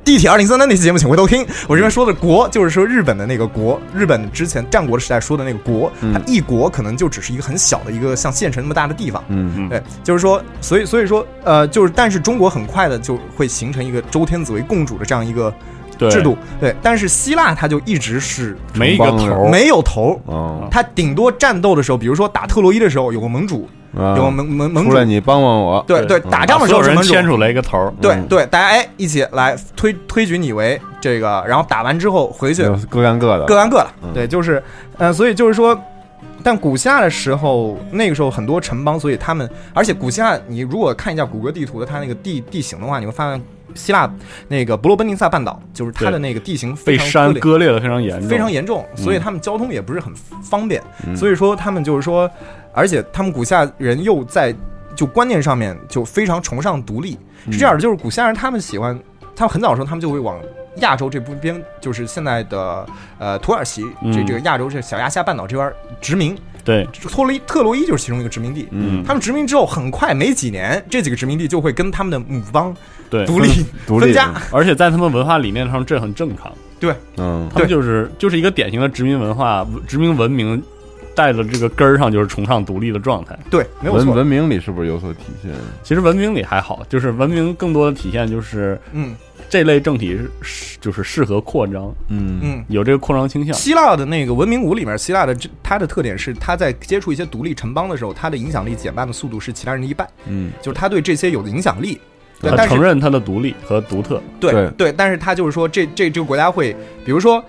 Speaker 2: 地铁二零三三那期节目，请回头听。我这边说的国，就是说日本的那个国，日本之前战国时代说的那个国，
Speaker 3: 嗯
Speaker 2: 它一国可能就只是一个很小的一个像县城那么大的地方。
Speaker 3: 嗯
Speaker 2: 对，就是说，所以所以说，呃，就是但是中国很快的就会形成一个周天子为共主的这样一个
Speaker 4: 对
Speaker 2: 制度。对，但是希腊它就一直是
Speaker 4: 没一个头儿，
Speaker 2: 没有头。啊
Speaker 3: 哦
Speaker 2: 它顶多战斗的时候，比如说打特洛伊的时候有个盟主，
Speaker 3: 啊
Speaker 2: 有盟盟盟
Speaker 3: 出
Speaker 2: 主
Speaker 3: 来，你帮帮我，
Speaker 2: 对对，
Speaker 4: 嗯对啊
Speaker 2: 打仗的时
Speaker 4: 所
Speaker 2: 候
Speaker 4: 有
Speaker 2: 是
Speaker 4: 人
Speaker 2: 盟主，
Speaker 4: 牵出来一个头儿，
Speaker 2: 对
Speaker 3: 嗯
Speaker 2: 对，大家哎一起来推推举你为这个，然后打完之后回去
Speaker 3: 就各干各的，
Speaker 2: 各干各了。
Speaker 3: 嗯
Speaker 2: 对，就是，呃，所以就是说，但古希腊的时候，那个时候很多城邦，所以他们，而且古希腊，你如果看一下谷歌地图的它那个地地形的话，你会发现希腊那个伯罗奔尼撒半岛，就是它的那个地形非
Speaker 4: 被
Speaker 2: 常
Speaker 4: 山
Speaker 2: 割裂
Speaker 4: 割裂的非常严重，
Speaker 2: 非常严重，所以
Speaker 3: 嗯
Speaker 2: 他们交通也不是很方便，
Speaker 3: 嗯
Speaker 2: 所以说他们就是说，而且他们古希腊人又在就观念上面就非常崇尚独立，
Speaker 4: 嗯
Speaker 2: 是这样的，就是古希腊人他们喜欢，他们很早的时候他们就会往亚洲这部边，就是现在的呃土耳其这
Speaker 4: 嗯
Speaker 2: 这个亚洲这小亚细亚半岛这边殖民，
Speaker 4: 对，
Speaker 2: 特洛伊特洛伊就是其中一个殖民地。
Speaker 3: 嗯，
Speaker 2: 他们殖民之后，很快没几年，这几个殖民地就会跟他们的母邦
Speaker 4: 对，
Speaker 2: 独立
Speaker 3: 独
Speaker 2: 分
Speaker 3: 立，
Speaker 2: 家。
Speaker 4: 而且在他们文化理念上这很正常，
Speaker 3: 嗯
Speaker 4: 他们
Speaker 2: 对
Speaker 4: 就是就是一个典型的殖民文化、殖民文明带的这个根儿上就是崇尚独立的状态。
Speaker 2: 对，没有
Speaker 3: 文
Speaker 2: 错。
Speaker 3: 文明里是不是有所体现？
Speaker 4: 其实文明里还好，就是文明更多的体现就是
Speaker 2: 嗯
Speaker 4: 这类政体是就是适合扩张，
Speaker 3: 嗯
Speaker 2: 嗯，
Speaker 4: 有这个扩张倾向。
Speaker 2: 希腊的那个文明五里面，希腊的这它的特点是，它在接触一些独立城邦的时候，它的影响力减半的速度是其他人的一半，
Speaker 3: 嗯，
Speaker 2: 就是它对这些有影响力。对，
Speaker 4: 他
Speaker 2: 但是
Speaker 4: 承认他的独立和独特，
Speaker 2: 对
Speaker 3: 对
Speaker 2: 但是他就是说这这这个国家会，比如说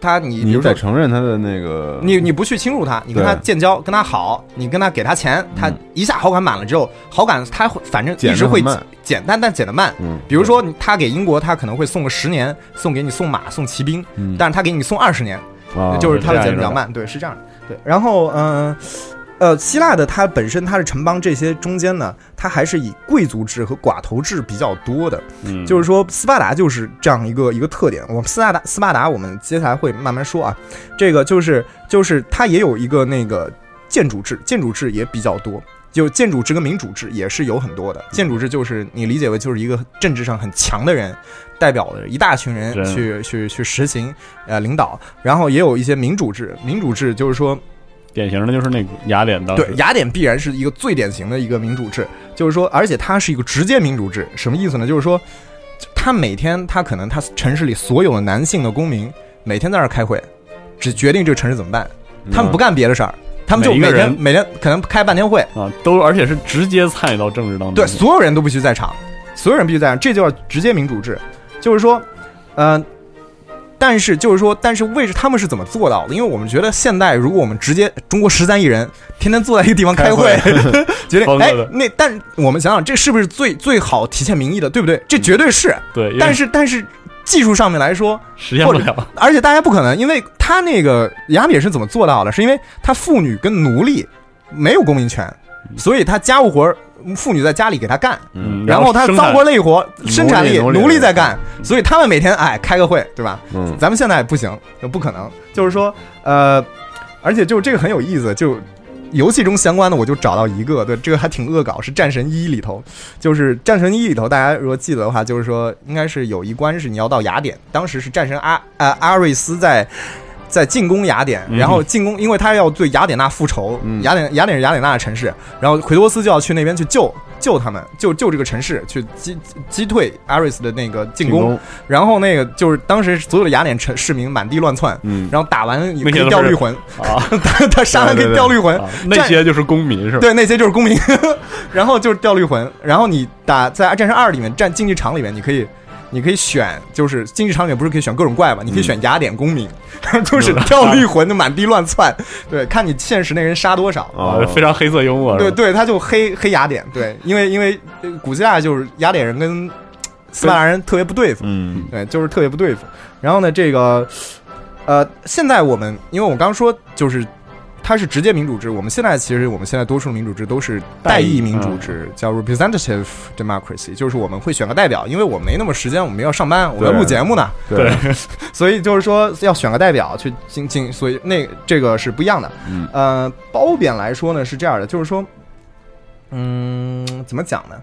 Speaker 2: 他你比
Speaker 3: 你
Speaker 2: 如说
Speaker 3: 得承认他的那个，
Speaker 2: 你你不去侵入他，你跟他
Speaker 3: 对
Speaker 2: 建交，跟他好，你跟他给他钱，他
Speaker 3: 嗯
Speaker 2: 一下好感满了之后，好感他会反正
Speaker 3: 减
Speaker 2: 一
Speaker 3: 得
Speaker 2: 直会
Speaker 3: 很慢
Speaker 2: 减，但但减得慢。
Speaker 3: 嗯，
Speaker 2: 比如说你他给英国，他可能会送个十年，送给你送马送骑兵，
Speaker 3: 嗯，
Speaker 2: 但是他给你送二十年，
Speaker 3: 啊
Speaker 2: 就是它的
Speaker 4: 是这样
Speaker 2: 节奏比较慢，对，是这样的。对，然后嗯。呃，希腊的它本身它的城邦这些中间呢，它还是以贵族制和寡头制比较多的。
Speaker 4: 嗯，
Speaker 2: 就是说，斯巴达就是这样一个一个特点。我们斯巴达斯巴达，我们接下来会慢慢说啊。这个就是就是它也有一个那个建筑制，建筑制也比较多。就建筑制跟民主制也是有很多的。建筑制就是你理解为就是一个政治上很强的人，代表了一大群人
Speaker 4: 对
Speaker 2: 去去去实行呃领导。然后也有一些民主制，民主制就是说
Speaker 4: 典型的啊就是那个雅典当时
Speaker 2: 对，雅典必然是一个最典型的一个民主制，就是说，而且它是一个直接民主制，什么意思呢？就是说，他每天他可能他城市里所有的男性的公民每天在那儿开会，只决定这个城市怎么办，
Speaker 3: 嗯
Speaker 2: 他们不干别的事儿，他们就
Speaker 4: 每一个
Speaker 2: 每天
Speaker 4: 人
Speaker 2: 每天可能开半天会，
Speaker 4: 啊，都而且是直接参与到政治当中，
Speaker 2: 对，所有人都必须在场，所有人必须在场，这就叫直接民主制，就是说，呃。但是就是说，但是为什他们是怎么做到的？因为我们觉得现代，如果我们直接中国十三亿人天天坐在一个地方开会， 决
Speaker 4: 疯
Speaker 2: 定哎
Speaker 4: 了的，
Speaker 2: 那但我们想想，这是不是最最好体现民意的，对不对？这绝对是，
Speaker 4: 对，因为
Speaker 2: 但是但是技术上面来说，
Speaker 4: 实现不了，
Speaker 2: 而且大家不可能，因为他那个雅典是怎么做到的？是因为他妇女跟奴隶没有公民权，所以他家务活儿妇女在家里给他干，
Speaker 4: 嗯，
Speaker 2: 然后他
Speaker 4: 生
Speaker 2: 脏
Speaker 4: 产
Speaker 2: 活累活
Speaker 4: 奴
Speaker 2: 生产
Speaker 4: 隶
Speaker 2: 力
Speaker 4: 奴隶
Speaker 2: 奴隶
Speaker 4: 在
Speaker 2: 在干，所以他们每天哎开个会，对吧？
Speaker 3: 嗯
Speaker 2: 咱们现在不行，不可能。就是说，呃，而且就这个很有意思，就游戏中相关的，我就找到一个，对，这个还挺恶搞，是《战神一》里头，就是《战神一》里头，大家如果记得的话，就是说应该是有一关是你要到雅典，当时是战神阿呃阿瑞斯在。在进攻雅典，
Speaker 4: 嗯
Speaker 2: 然后进攻，因为他要对雅典娜复仇，
Speaker 3: 嗯
Speaker 2: 雅典雅典是雅典娜的城市，然后奎托斯就要去那边去救救他们，救救这个城市，去击击退阿瑞斯的那个进攻。，然后那个就是当时所有的雅典城市民满地乱窜，
Speaker 3: 嗯，
Speaker 2: 然后打完也
Speaker 4: 那
Speaker 2: 可
Speaker 4: 些
Speaker 2: 以
Speaker 4: 都
Speaker 2: 掉
Speaker 4: 是
Speaker 2: 绿 魂，
Speaker 4: 啊，
Speaker 2: 他他杀完可以掉绿魂，
Speaker 4: 啊那些就是公民是吧？
Speaker 2: 对那些就是公民， 然后就是掉绿魂，然后你打在《战神二》里面战竞技场里面，你可以。你可以选，就是竞技场里面不是可以选各种
Speaker 4: 嗯
Speaker 2: 怪嘛？你可以选雅典公民， 就是掉绿魂就满地乱窜，对，看你现实那人杀多少。
Speaker 4: 啊
Speaker 3: 哦，，
Speaker 4: 非常黑色幽默，
Speaker 2: 对
Speaker 4: 是吧
Speaker 2: 对，他就黑黑雅典，对，因为因为呃古希腊就是雅典人跟斯巴达人特别不对付，
Speaker 3: 嗯
Speaker 2: 对，就是特别不对付。然后呢，这个呃，现在我们因为我刚说就是它是直接民主制，我们现在其实我们现在多数民主制都是代议嗯民主制，叫 representative democracy，就是我们会选个代表，因为我没那么时间，我们要上班，我们要录节目呢，
Speaker 3: 对，
Speaker 2: 所以就是说要选个代表去进进，所以那这个是不一样的。
Speaker 3: 嗯
Speaker 2: 呃，褒贬来说呢是这样的，就是说，嗯，怎么讲呢？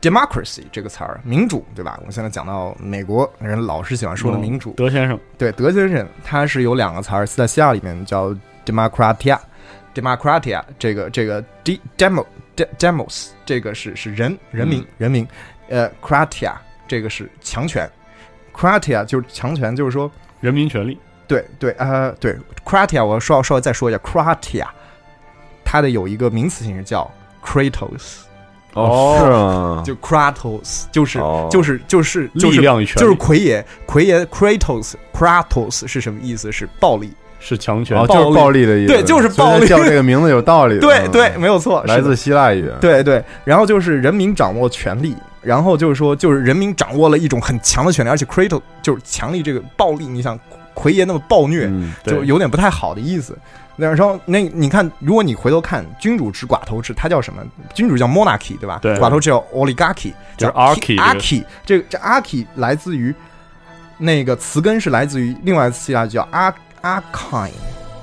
Speaker 2: democracy 这个词儿，民主，对吧？我们现在讲到美国人老是喜欢
Speaker 4: 嗯
Speaker 2: 说的民主，
Speaker 4: 德先生，
Speaker 2: 对，德先生他是有两个词儿，斯在西亚里面叫 democratia。democratia 这个这个 d demo de, demos 这个是是人人民、人民，呃 cratia 这个是强权，cratia 就是强权，就是说
Speaker 4: 人民权利，
Speaker 2: 对对呃对 cratia 我稍稍微再说一下 cratia，它的有一个名词形式叫 kratos，
Speaker 3: 哦是吗？
Speaker 2: 就 kratos 哦就是、
Speaker 3: 啊哦
Speaker 2: 就是就是就
Speaker 4: 力
Speaker 2: 是
Speaker 4: 量与权
Speaker 2: 就是
Speaker 4: 利
Speaker 2: 奎爷奎爷 kratos kratos 是什么意思？是暴力，
Speaker 4: 是强权
Speaker 3: 哦，，就是暴力的意思，
Speaker 2: 对就是暴力
Speaker 3: 所以叫这个名字有道理的。
Speaker 2: 对
Speaker 3: 嗯
Speaker 2: 对，，没有错，
Speaker 3: 来
Speaker 2: 是的
Speaker 3: 自希腊语。
Speaker 2: 对对，然后就是人民掌握权力，然后就是说，就是人民掌握了一种很强的权力，而且 Kratos 就是强力这个暴力，你想奎爷那么暴虐，
Speaker 3: 嗯，
Speaker 4: 对
Speaker 2: 就有点不太好的意思。那然后那你看，如果你回头看君主制、寡头制，它叫什么？君主叫 monarchy，对吧？
Speaker 4: 对
Speaker 2: 寡头制叫 oligarchy，
Speaker 4: 就是 archy 这个
Speaker 2: archy。这个这 archy 来自于那个词根是来自于另外一个希腊语叫 ar archine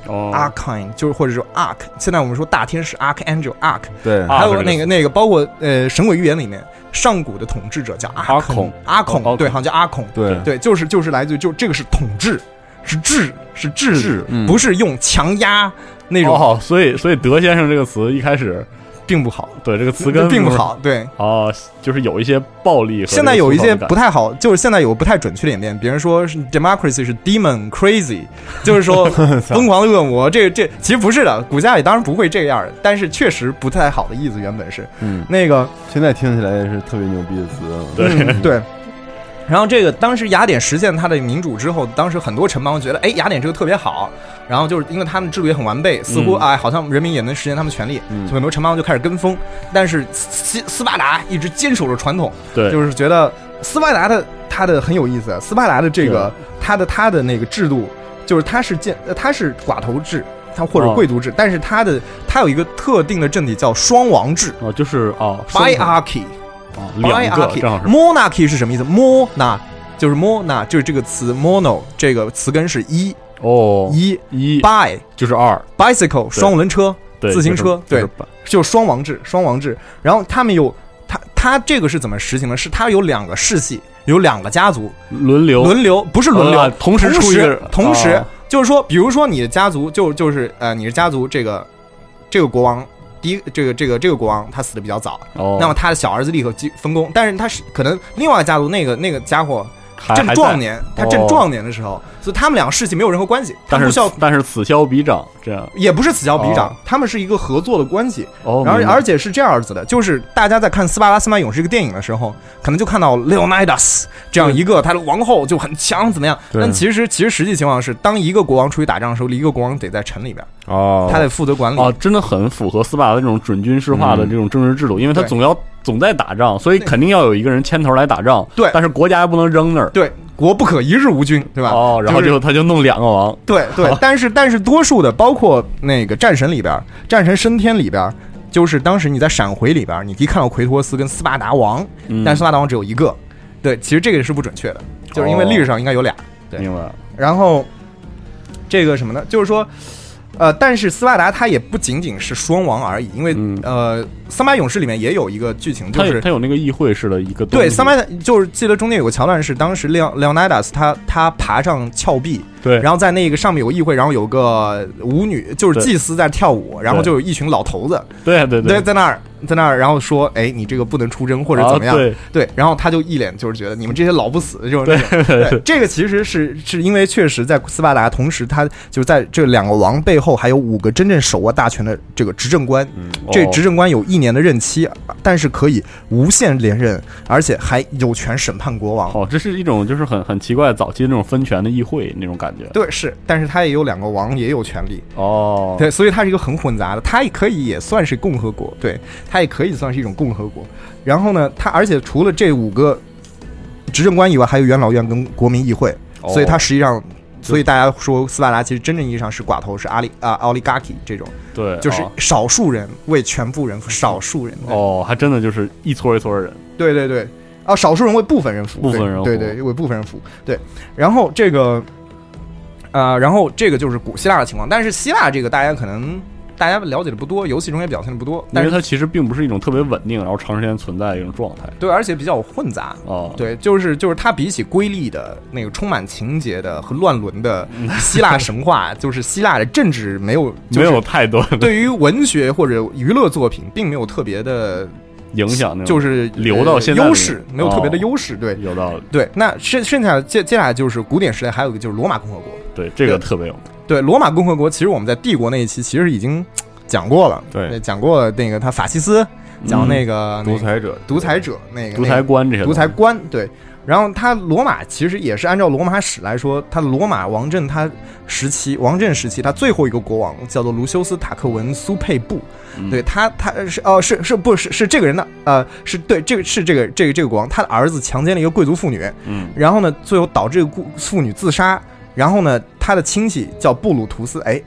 Speaker 4: 哦，
Speaker 2: archine，就是或者说 arc。现在我们说大天使 archangel arc。
Speaker 3: 对，
Speaker 4: 啊
Speaker 2: 还
Speaker 4: 这
Speaker 2: 有
Speaker 4: 个
Speaker 2: 那
Speaker 4: 词
Speaker 2: 个那个，包括呃《神鬼寓言》里面上古的统治者叫阿
Speaker 4: 阿
Speaker 2: 孔
Speaker 4: 孔，
Speaker 2: 阿
Speaker 4: 哦
Speaker 2: 孔
Speaker 4: 阿
Speaker 2: 对，
Speaker 4: 孔
Speaker 2: 好像叫阿孔，
Speaker 3: 对
Speaker 2: 对，就是就是来自于就这个是统治，是治是治
Speaker 4: 治
Speaker 3: 嗯
Speaker 2: 不是用强压那种，
Speaker 4: 哦，所以所以德先生这个词一开始
Speaker 2: 并不好，
Speaker 4: 对这个词根
Speaker 2: 并不
Speaker 4: 是
Speaker 2: 好，对。
Speaker 4: 哦，就是有一些暴力和这个
Speaker 2: 现在有一些
Speaker 4: 粗暴
Speaker 2: 不太好，就是现在有不太准确的演变，比如说是 democracy 是 demon crazy，就是 说疯狂的恶魔，这这其实不是的，股价也当然不会这样，但是确实不太好的意思，原本是
Speaker 3: 嗯，
Speaker 2: 那个
Speaker 3: 现在听起来是特别牛逼的词。啊
Speaker 4: 对
Speaker 2: 嗯、对。 然后这个当时雅典实现它的民主之后，当时很多城邦觉得，哎，雅典这个特别好，然后就是因为他们制度也很完备，似乎、
Speaker 4: 嗯
Speaker 2: 哎好像人民也能实现他们权利，
Speaker 3: 嗯
Speaker 2: 就很多城邦就开始跟风。但是斯斯斯巴达一直坚守着传统，
Speaker 4: 对，
Speaker 2: 就是觉得斯巴达的它的很有意思，斯巴达的这个它的它的那个制度，就是它是建呃它是寡头制，它或者
Speaker 4: 哦
Speaker 2: 贵族制，但是它的它有一个特定的政体叫双王制
Speaker 4: 哦，就是哦，
Speaker 2: （biarchy）。
Speaker 4: 哦两个
Speaker 2: Biarchy
Speaker 4: 正好是
Speaker 2: monarchy 是什么意思？mona 就是 mona，就是这个词 mono 这个词根是一
Speaker 4: 哦
Speaker 2: 一
Speaker 4: 一
Speaker 2: by
Speaker 4: 就是二，
Speaker 2: bicycle 双轮车，
Speaker 4: 对，
Speaker 2: 自行
Speaker 4: 就是
Speaker 2: 车
Speaker 4: 就是
Speaker 2: 对就是双王制，双王制。然后他们有他他这个是怎么实行的？是他有两个世系，有两个家族
Speaker 4: 轮流
Speaker 2: 轮流，不是轮
Speaker 4: 啊
Speaker 2: 流，
Speaker 4: 同时
Speaker 2: 同
Speaker 4: 出一个
Speaker 2: 时
Speaker 4: 人
Speaker 2: 同时
Speaker 4: 哦
Speaker 2: 就是说，比如说你的家族就就是呃你的家族这个这个国王。第一，这个这个这个国王他死的比较早，
Speaker 4: 哦，
Speaker 2: 那么他的小儿子立刻继分工，但是他是可能另外一个家族那个那个家伙
Speaker 4: 还
Speaker 2: 正
Speaker 4: 还
Speaker 2: 壮
Speaker 4: 在，哦
Speaker 2: 年，他正壮年的时候，所以他们两个事情没有任何关系，他
Speaker 4: 但
Speaker 2: 们不
Speaker 4: 是哦
Speaker 2: 需要，
Speaker 4: 但是此消彼长这样
Speaker 2: 也不是此消彼长
Speaker 4: 哦，
Speaker 2: 他们是一个合作的关系。
Speaker 4: 哦，
Speaker 2: 然后
Speaker 4: 明白
Speaker 2: 而且是这样子的，就是大家在看《斯巴达三百勇士》这个电影的时候，可能就看到 Leonidas 这样一个他的王后就很强怎么样，
Speaker 3: 对
Speaker 2: 但其实其实实际情况是，当一个国王出去打仗的时候，一个国王得在城里边，
Speaker 3: 哦，
Speaker 2: 他得负责管理。
Speaker 4: 哦，真的很符合斯巴达的这种准军事化的
Speaker 3: 嗯
Speaker 4: 这种政治制度，因为他
Speaker 2: 对
Speaker 4: 总要总在打仗，所以
Speaker 2: 对
Speaker 4: 肯定要有一个人牵头来打仗。
Speaker 2: 对
Speaker 4: 但是国家又不能扔那儿。
Speaker 2: 对，国不可一日无君，对吧？
Speaker 4: 哦，然后
Speaker 2: 就是
Speaker 4: 就他就弄两个王，
Speaker 2: 对对，但是但是多数的，包括那个战神里边儿，战神升天里边儿，就是当时你在闪回里边儿，你可以看到奎托斯跟斯巴达王，
Speaker 4: 嗯
Speaker 2: 但斯巴达王只有一个。对，其实这个是不准确的，就是因为
Speaker 4: 哦
Speaker 2: 历史上应该有俩。对
Speaker 4: 明白了
Speaker 2: 然后这个什么呢？就是说，呃，但是斯巴达它也不仅仅是双王而已，因为、
Speaker 4: 嗯
Speaker 2: 呃，三八勇士里面也有一个剧情，就
Speaker 4: 他有
Speaker 2: 是
Speaker 4: 他有那个议会式的一个东
Speaker 2: 对
Speaker 4: 西
Speaker 2: 三八就是记得中间有个桥段是当时 Leon Leonidas 他他爬上峭壁，
Speaker 4: 对，
Speaker 2: 然后在那个上面有个议会，然后有个舞女，就是
Speaker 4: 对
Speaker 2: 祭司在跳舞，然后就有一群老头子
Speaker 4: 对对
Speaker 2: 在在那儿在那儿，然后说：“哎，你这个不能出征或者怎么样
Speaker 4: 啊？”对
Speaker 2: 对，然后他就一脸就是觉得你们这些老不死的这种这 种。对，这个其实是是因为确实在斯巴达，同时他就在这两个王背后还有五个真正手握大权的这个执政官，
Speaker 3: 嗯
Speaker 2: 这
Speaker 4: 哦
Speaker 2: 执政官有一年的任期，但是可以无限连任，而且还有权审判国王。
Speaker 4: 哦，这是一种就是很很奇怪早期那种分权的议会那种感觉。
Speaker 2: 对，是，但是他也有两个王，也有权利。
Speaker 4: 哦，
Speaker 2: 对，所以它是一个很混杂的，它也可以也算是共和国，对，它也可以算是一种共和国。然后呢，它而且除了这五个执政官以外，还有元老院跟国民议会，
Speaker 4: 哦
Speaker 2: 所以它实际上，所以大家说斯巴达其实真正意义上是寡头，是阿里啊奥利嘎 i 这种，
Speaker 4: 对
Speaker 2: 就是
Speaker 4: 哦
Speaker 2: 少数人为全部人服，少数人，
Speaker 4: 哦，还真的就是一撮一撮人。
Speaker 2: 对对对，啊，少数人为部分人服务，
Speaker 4: 部分人
Speaker 2: 对
Speaker 4: 服务
Speaker 2: 对对，为部分人服务，对。然后啊这个，呃，然后这个就是古希腊的情况，但是希腊这个大家可能大家了解的不多，游戏中也表现的不多，
Speaker 4: 因
Speaker 2: 但
Speaker 4: 为
Speaker 2: 是
Speaker 4: 它其实并不是一种特别稳定，然后长时间存在的一种状态
Speaker 2: 对，而且比较混杂。
Speaker 4: 啊。
Speaker 2: 对，就是就是它比起瑰丽的那个充满情节的和乱伦的
Speaker 4: 嗯
Speaker 2: 希腊神 话，就是希腊的政治没有、就是、
Speaker 4: 没有太多的
Speaker 2: 对于文学或者娱乐作品并没有特别的
Speaker 4: 影响，那种
Speaker 2: 就是呃
Speaker 4: 留到现在
Speaker 2: 优
Speaker 4: 里
Speaker 2: 势，没有特别的
Speaker 4: 哦
Speaker 2: 优势。对
Speaker 4: 有道理，
Speaker 2: 对，那剩剩下接接下来就是古典时代，还有一个就是罗马共和国。
Speaker 4: 对这个
Speaker 2: 对
Speaker 4: 特别有，
Speaker 2: 对，罗马共和国其实我们在帝国那一期其实已经嘖讲过了，
Speaker 3: 对嗯
Speaker 2: 讲过那个他法西斯，讲那个、那
Speaker 3: 独
Speaker 2: 个
Speaker 3: 裁者，
Speaker 2: 独裁者那个
Speaker 4: 独裁官这
Speaker 2: 那
Speaker 4: 些
Speaker 2: 个独
Speaker 4: 东西
Speaker 2: 裁官对。然后他罗马其实也是按照罗马史来说，他罗马王政他时期，王政时期他最后一个国王叫做卢修斯塔克文苏佩布，
Speaker 4: 嗯
Speaker 2: 对他他是哦、是是不是是这个人的呃是对这个是这个这个这个国王他的儿子强奸了一个贵族妇女，
Speaker 4: 嗯
Speaker 2: 然后呢，最后导致故妇女自杀。然后呢，他的亲戚叫布鲁图斯，哎，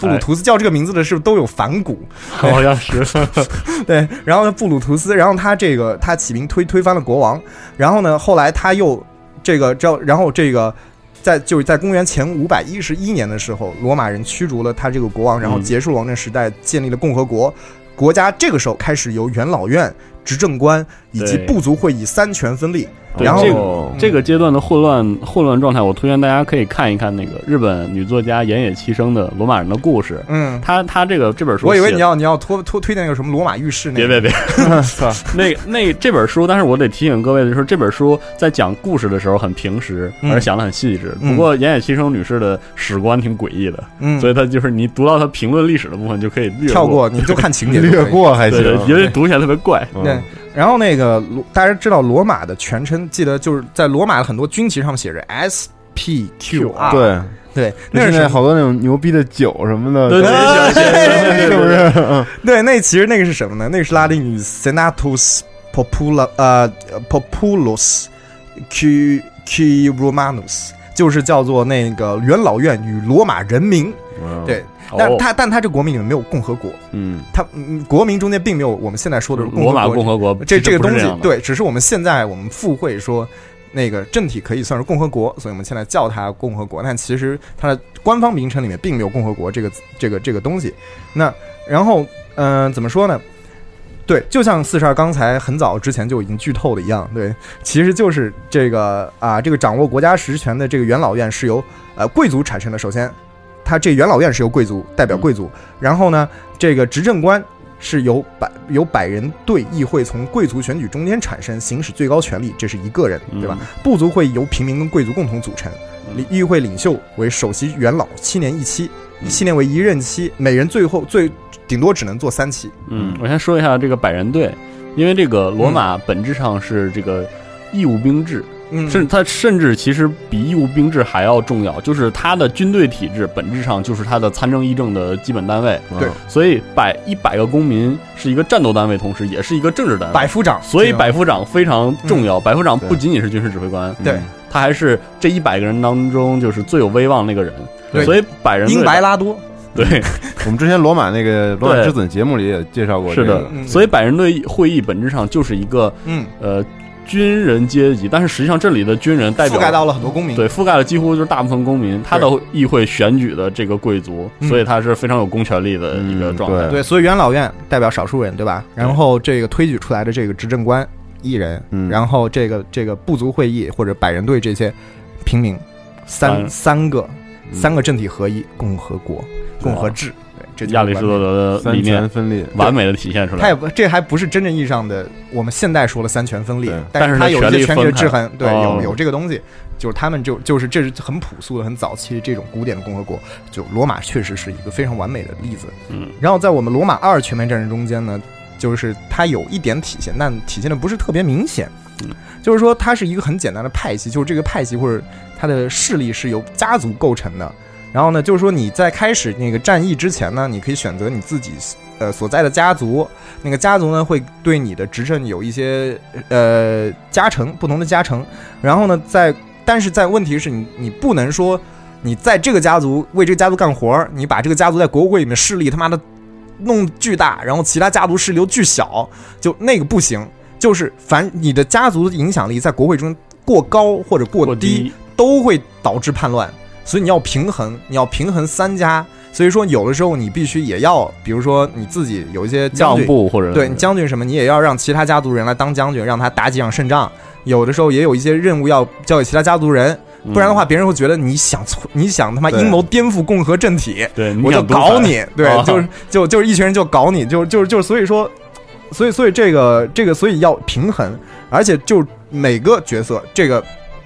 Speaker 2: 布鲁图斯叫这个名字的是不是都有反骨？
Speaker 4: 好 像是哎
Speaker 2: 对，然后呢，布鲁图斯，然后他这个他起兵推推翻了国王，然后呢，后来他又这个这，然后这个在就是在公元前五百一十一年的时候，罗马人驱逐了他这个国王，然后
Speaker 4: 嗯
Speaker 2: 结束了王政时代，建立了共和国。国家这个时候开始由元老院、执政官以及
Speaker 4: 对
Speaker 2: 部族会议三权分立，
Speaker 4: 对
Speaker 2: 然后
Speaker 4: 这
Speaker 3: 后
Speaker 4: 这个阶段的混乱混乱状态，我推荐大家可以看一看那个日本女作家岩野七生的《罗马人的故事》，
Speaker 2: 嗯，
Speaker 4: 她她这个这本书，
Speaker 2: 我以为你。要你要推推推荐那个什么罗马浴室那
Speaker 4: 别
Speaker 2: 个，
Speaker 4: 别别！
Speaker 3: 操
Speaker 4: 那那这本书，但是我得提醒各位的就是，这本书在讲故事的时候很平实，
Speaker 2: 嗯
Speaker 4: 而且想的很细致。
Speaker 2: 嗯
Speaker 4: 不过岩野七生女士的史观挺诡异的，
Speaker 2: 嗯，
Speaker 4: 所以她就是你读到她评论历史的部分就可以略
Speaker 2: 跳过啊你就看情节就可以
Speaker 3: 嗯 略。过还行啊
Speaker 4: 对，对，因为读起来特 别怪。
Speaker 3: 嗯
Speaker 2: 对，然后那个罗大家知道罗马的全称，记得就是在罗马的很多军旗上面写着 S P Q R，
Speaker 3: 对，
Speaker 2: 对，那
Speaker 3: 那
Speaker 2: 是
Speaker 3: 现在
Speaker 2: 什么
Speaker 3: 好多那种牛逼的酒什么的，
Speaker 4: 对对
Speaker 2: 哎
Speaker 4: 对对
Speaker 3: 是
Speaker 4: 对
Speaker 3: 不
Speaker 4: 对，
Speaker 3: 是？嗯
Speaker 2: 对，那其实那个是什么呢？那个是拉丁语 Senatus Popula 呃 Populus Q Q Romanus，就是叫做那个元老院与罗马人民。
Speaker 3: 嗯
Speaker 2: 对，但
Speaker 4: 哦，
Speaker 2: 他但他这国民里面没有共和国，
Speaker 4: 嗯，
Speaker 2: 他嗯国民中间并没有我们现在说的共和
Speaker 4: 罗马
Speaker 2: 国
Speaker 4: 共和国
Speaker 2: 这这个
Speaker 4: 不是
Speaker 2: 东西
Speaker 4: 样的，
Speaker 2: 对，只是我们现在我们附会说，那个政体可以算是共和国，所以我们现在叫它共和国，但其实它的官方名称里面并没有共和国这个这个这个东西。那然后，嗯、怎么说呢？对，就像四十二刚才很早之前就已经剧透的一样，对，其实就是这个啊，这个掌握国家实权的这个元老院是由呃贵族产生的。首先，他这元老院是由贵族代表贵族，
Speaker 4: 嗯
Speaker 2: 然后呢，这个执政官是由百由百人队议会从贵族选举中间产生，行使最高权力，这是一个人，
Speaker 4: 嗯
Speaker 2: 对吧？？部族会由平民跟贵族共同组成，
Speaker 4: 嗯
Speaker 2: 议会领袖为首席元老，七年一期，
Speaker 4: 嗯
Speaker 2: 七年为一任期，每人最后最顶多只能做三期。
Speaker 4: 嗯，我先说一下这个百人队，因为这个罗马本质上是这个义务兵制，
Speaker 2: 嗯
Speaker 4: 甚至它甚至其实比义务兵制还要重要，就是它的军队体制本质上就是它的参政议政的基本单位，
Speaker 3: 嗯
Speaker 2: 对
Speaker 4: 所以百一百个公民是一个战斗单位，同时也是一个政治单
Speaker 2: 百
Speaker 4: 位。
Speaker 2: 夫长，
Speaker 4: 所以
Speaker 2: 这个嗯
Speaker 4: 百夫长非常重要，百夫长
Speaker 3: 对
Speaker 4: 不仅仅是军事指挥官，
Speaker 2: 对
Speaker 4: 他还是这一百个人当中就是最有威望那个人。
Speaker 2: 对
Speaker 4: 所以百人队
Speaker 2: 英白拉嗯多，
Speaker 4: 对
Speaker 3: 我们之前罗马那个罗马之子节目里也介绍过这
Speaker 4: 是
Speaker 3: 个，
Speaker 4: 的
Speaker 2: 嗯，
Speaker 4: 所以百人队会议本质上就是一个
Speaker 2: 嗯，
Speaker 4: 呃军人阶级，但是实际上这里的军人代
Speaker 2: 覆盖
Speaker 4: 表
Speaker 2: 到了很多公民。
Speaker 4: 对覆盖了几乎就是大部分公民，他的议会选举的这个贵族，
Speaker 2: 嗯
Speaker 4: 所以他是非常有公权力的一个状态。
Speaker 3: 嗯
Speaker 2: 对，所以元老院代表少数人，对吧？
Speaker 4: 对
Speaker 2: 然后这个推举出来的这个执政官一人，
Speaker 3: 嗯
Speaker 2: 然后这个这个部族会议或者百人队这些平民，三
Speaker 4: 嗯啊
Speaker 2: 三个
Speaker 3: 嗯
Speaker 2: 三个政体合一，共和国、共和制，对，这就是
Speaker 4: 亚里士多德的
Speaker 3: 三
Speaker 4: 理念
Speaker 3: 权分立，
Speaker 4: 完美的体现
Speaker 2: 完
Speaker 4: 出
Speaker 2: 美。他
Speaker 4: 来
Speaker 2: 也。不，这还不是真正意义上的我们现代说了三权分立
Speaker 3: 对，
Speaker 2: 但
Speaker 4: 但是
Speaker 2: 他有一些
Speaker 4: 权
Speaker 2: 权
Speaker 4: 力
Speaker 2: 力的
Speaker 4: 分
Speaker 2: 制
Speaker 4: 开
Speaker 2: 衡，对，
Speaker 4: 哦
Speaker 2: 有有这个东西，就是他们就就是这是很朴素的、很早期的这种古典的共和国，就罗马确实是一个非常完美的例子。
Speaker 4: 嗯，
Speaker 2: 然后在我们罗马二全面战争中间呢，就是它有一点体现，但体现的不是特别明显。
Speaker 4: 嗯
Speaker 2: 就是说它是一个很简单的派系，就是这个派系或者它的势力是由家族构成的。然后呢，就是说你在开始那个战役之前呢，你可以选择你自己呃所在的家族，那个家族呢会对你的执政有一些呃加成，不同的加成。然后呢，在但是在问题是你你不能说你在这个家族为这个家族干活儿，你把这个家族在国会里面势力他妈的弄巨大，然后其他家族势力又巨小，就那个不行。就是凡你的家族的影响力在国会中过高或者过
Speaker 4: 过
Speaker 2: 低，都会导致叛乱，所以你要平衡，你要平衡三家，所以说，有的时候你必须也要，比如说你自己有一些将
Speaker 4: 让
Speaker 2: 军，
Speaker 4: 步或者
Speaker 2: 对你将军什么，你也要让其他家族人来当将军，让他打几场胜仗。有的时候也有一些任务要交给其他家族人，
Speaker 4: 嗯
Speaker 2: 不然的话，别人会觉得你想错，你想他妈
Speaker 3: 对
Speaker 2: 阴谋颠覆共和政体，
Speaker 4: 对，
Speaker 2: 我就
Speaker 4: 想独裁
Speaker 2: 搞，你，对，
Speaker 4: 啊
Speaker 2: 就是就就是一群人就搞你，就就就所以说，所以所以这个这个所以要平衡，而且就每个角色这个。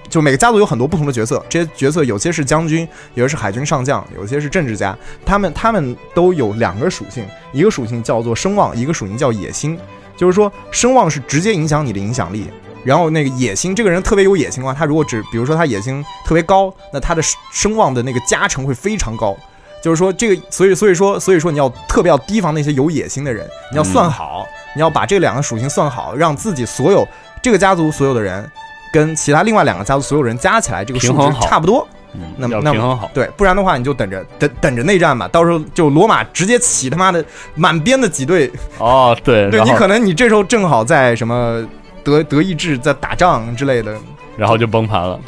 Speaker 2: 就每个家族有很多不同的角色，这些角色有些是将军，有些是海军上将，有些是政治家，他们他们都有两个属性，一个属性叫做声望，一个属性叫野心。就是说，声望是直接影响你的影响力，然后那个野心，这个人特别有野心的话，他如果只比如说他野心特别高，那他的声声望的那个加成会非常高。就是说，这个，所以，所以说，所以说，你要特别要提防那些有野心的人，你要算
Speaker 4: 嗯
Speaker 2: 好，你要把这两个属性算好，让自己所有这个家族所有的人跟其他另外两个家族所有人加起来，这个数
Speaker 4: 平衡
Speaker 2: 值
Speaker 4: 好
Speaker 2: 差不多。
Speaker 4: 嗯
Speaker 2: 那么
Speaker 4: 要
Speaker 2: 那么
Speaker 4: 平衡好，
Speaker 2: 对，不然的话你就等着等等着内战吧，到时候就罗马直接起他妈的满编的几队
Speaker 4: 哦，对，
Speaker 2: 对
Speaker 4: 然
Speaker 2: 你
Speaker 4: 后
Speaker 2: 可能你这时候正好在什么德德意志在打仗之类的，
Speaker 4: 然后就崩盘了。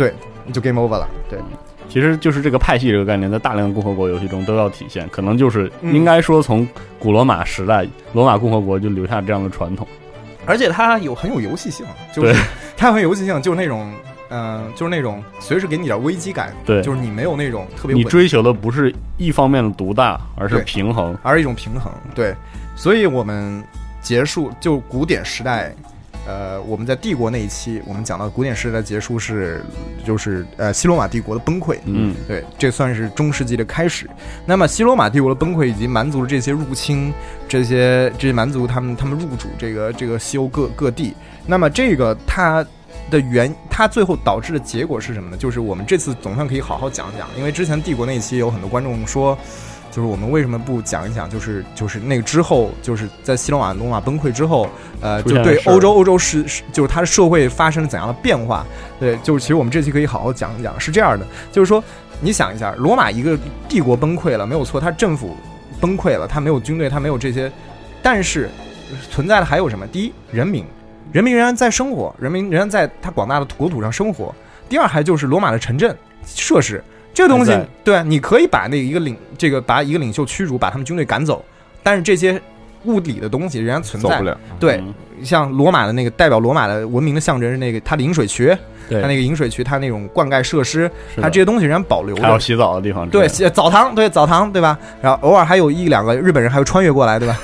Speaker 2: 你就 game over 了。对，
Speaker 4: 其实就是这个派系这个概念，在大量的共和国游戏中都要体现，可能就是
Speaker 2: 嗯
Speaker 4: 应该说从古罗马时代，罗马共和国就留下这样的传统。
Speaker 2: 而且它有很有游戏性，就是
Speaker 4: 对
Speaker 2: 它很有游戏性，就是那种。嗯、就是那种随时给你点危机感，
Speaker 4: 对
Speaker 2: 就是你没有那种特别
Speaker 4: 你
Speaker 2: 稳
Speaker 4: 追求的不是一方面的独大，而是
Speaker 2: 对
Speaker 4: 平衡。
Speaker 2: 而一种平衡。对，所以我们结束就古典时代，呃，我们在帝国那一期，我们讲到古典时代的结束是就是呃西罗马帝国的崩溃，
Speaker 4: 嗯，
Speaker 2: 对，这算是中世纪的开始。那么西罗马帝国的崩溃以及蛮族的这些入侵，这些这些蛮族他们他们入主这个这个西欧各各地，那么这个它。的原，它最后导致的结果是什么呢？就是我们这次总算可以好好讲一讲，因为之前帝国那一期有很多观众说，就是我们为什么不讲一讲？就是就是那个之后，就是在西罗马罗马崩溃之后，呃，
Speaker 4: 出
Speaker 2: 就
Speaker 4: 现
Speaker 2: 对
Speaker 4: 的事儿
Speaker 2: 欧洲欧洲是是就是它的社会发生了怎样的变化？对，就是其实我们这期可以好好讲一讲。是这样的，就是说你想一下，罗马一个帝国崩溃了，没有错，它政府崩溃了，它没有军队，它没有这些，但是存在的还有什么？第一，人民，人民仍然在生活，人民仍然在它广大的国土上生活。第二，还就是罗马的城镇设施，这个东西
Speaker 4: 还在，
Speaker 2: 对啊，你可以把那一个领这个把一个领袖驱逐，把他们军队赶走，但是这些物理的东西仍然存
Speaker 3: 走
Speaker 2: 在
Speaker 3: 不。了。
Speaker 2: 对，
Speaker 4: 嗯
Speaker 2: 像罗马的那个代表罗马的文明的象征是那个它的饮水渠，
Speaker 4: 对
Speaker 2: 它那个饮水渠，它那种灌溉设施，
Speaker 4: 是的
Speaker 2: 它这些东西仍然保留
Speaker 4: 还有
Speaker 2: 着。
Speaker 4: 洗澡的地方之类
Speaker 2: 对，
Speaker 4: 的，
Speaker 2: 洗澡堂，对澡堂，对吧？然后偶尔还有一两个日本人还有穿越过来，对吧？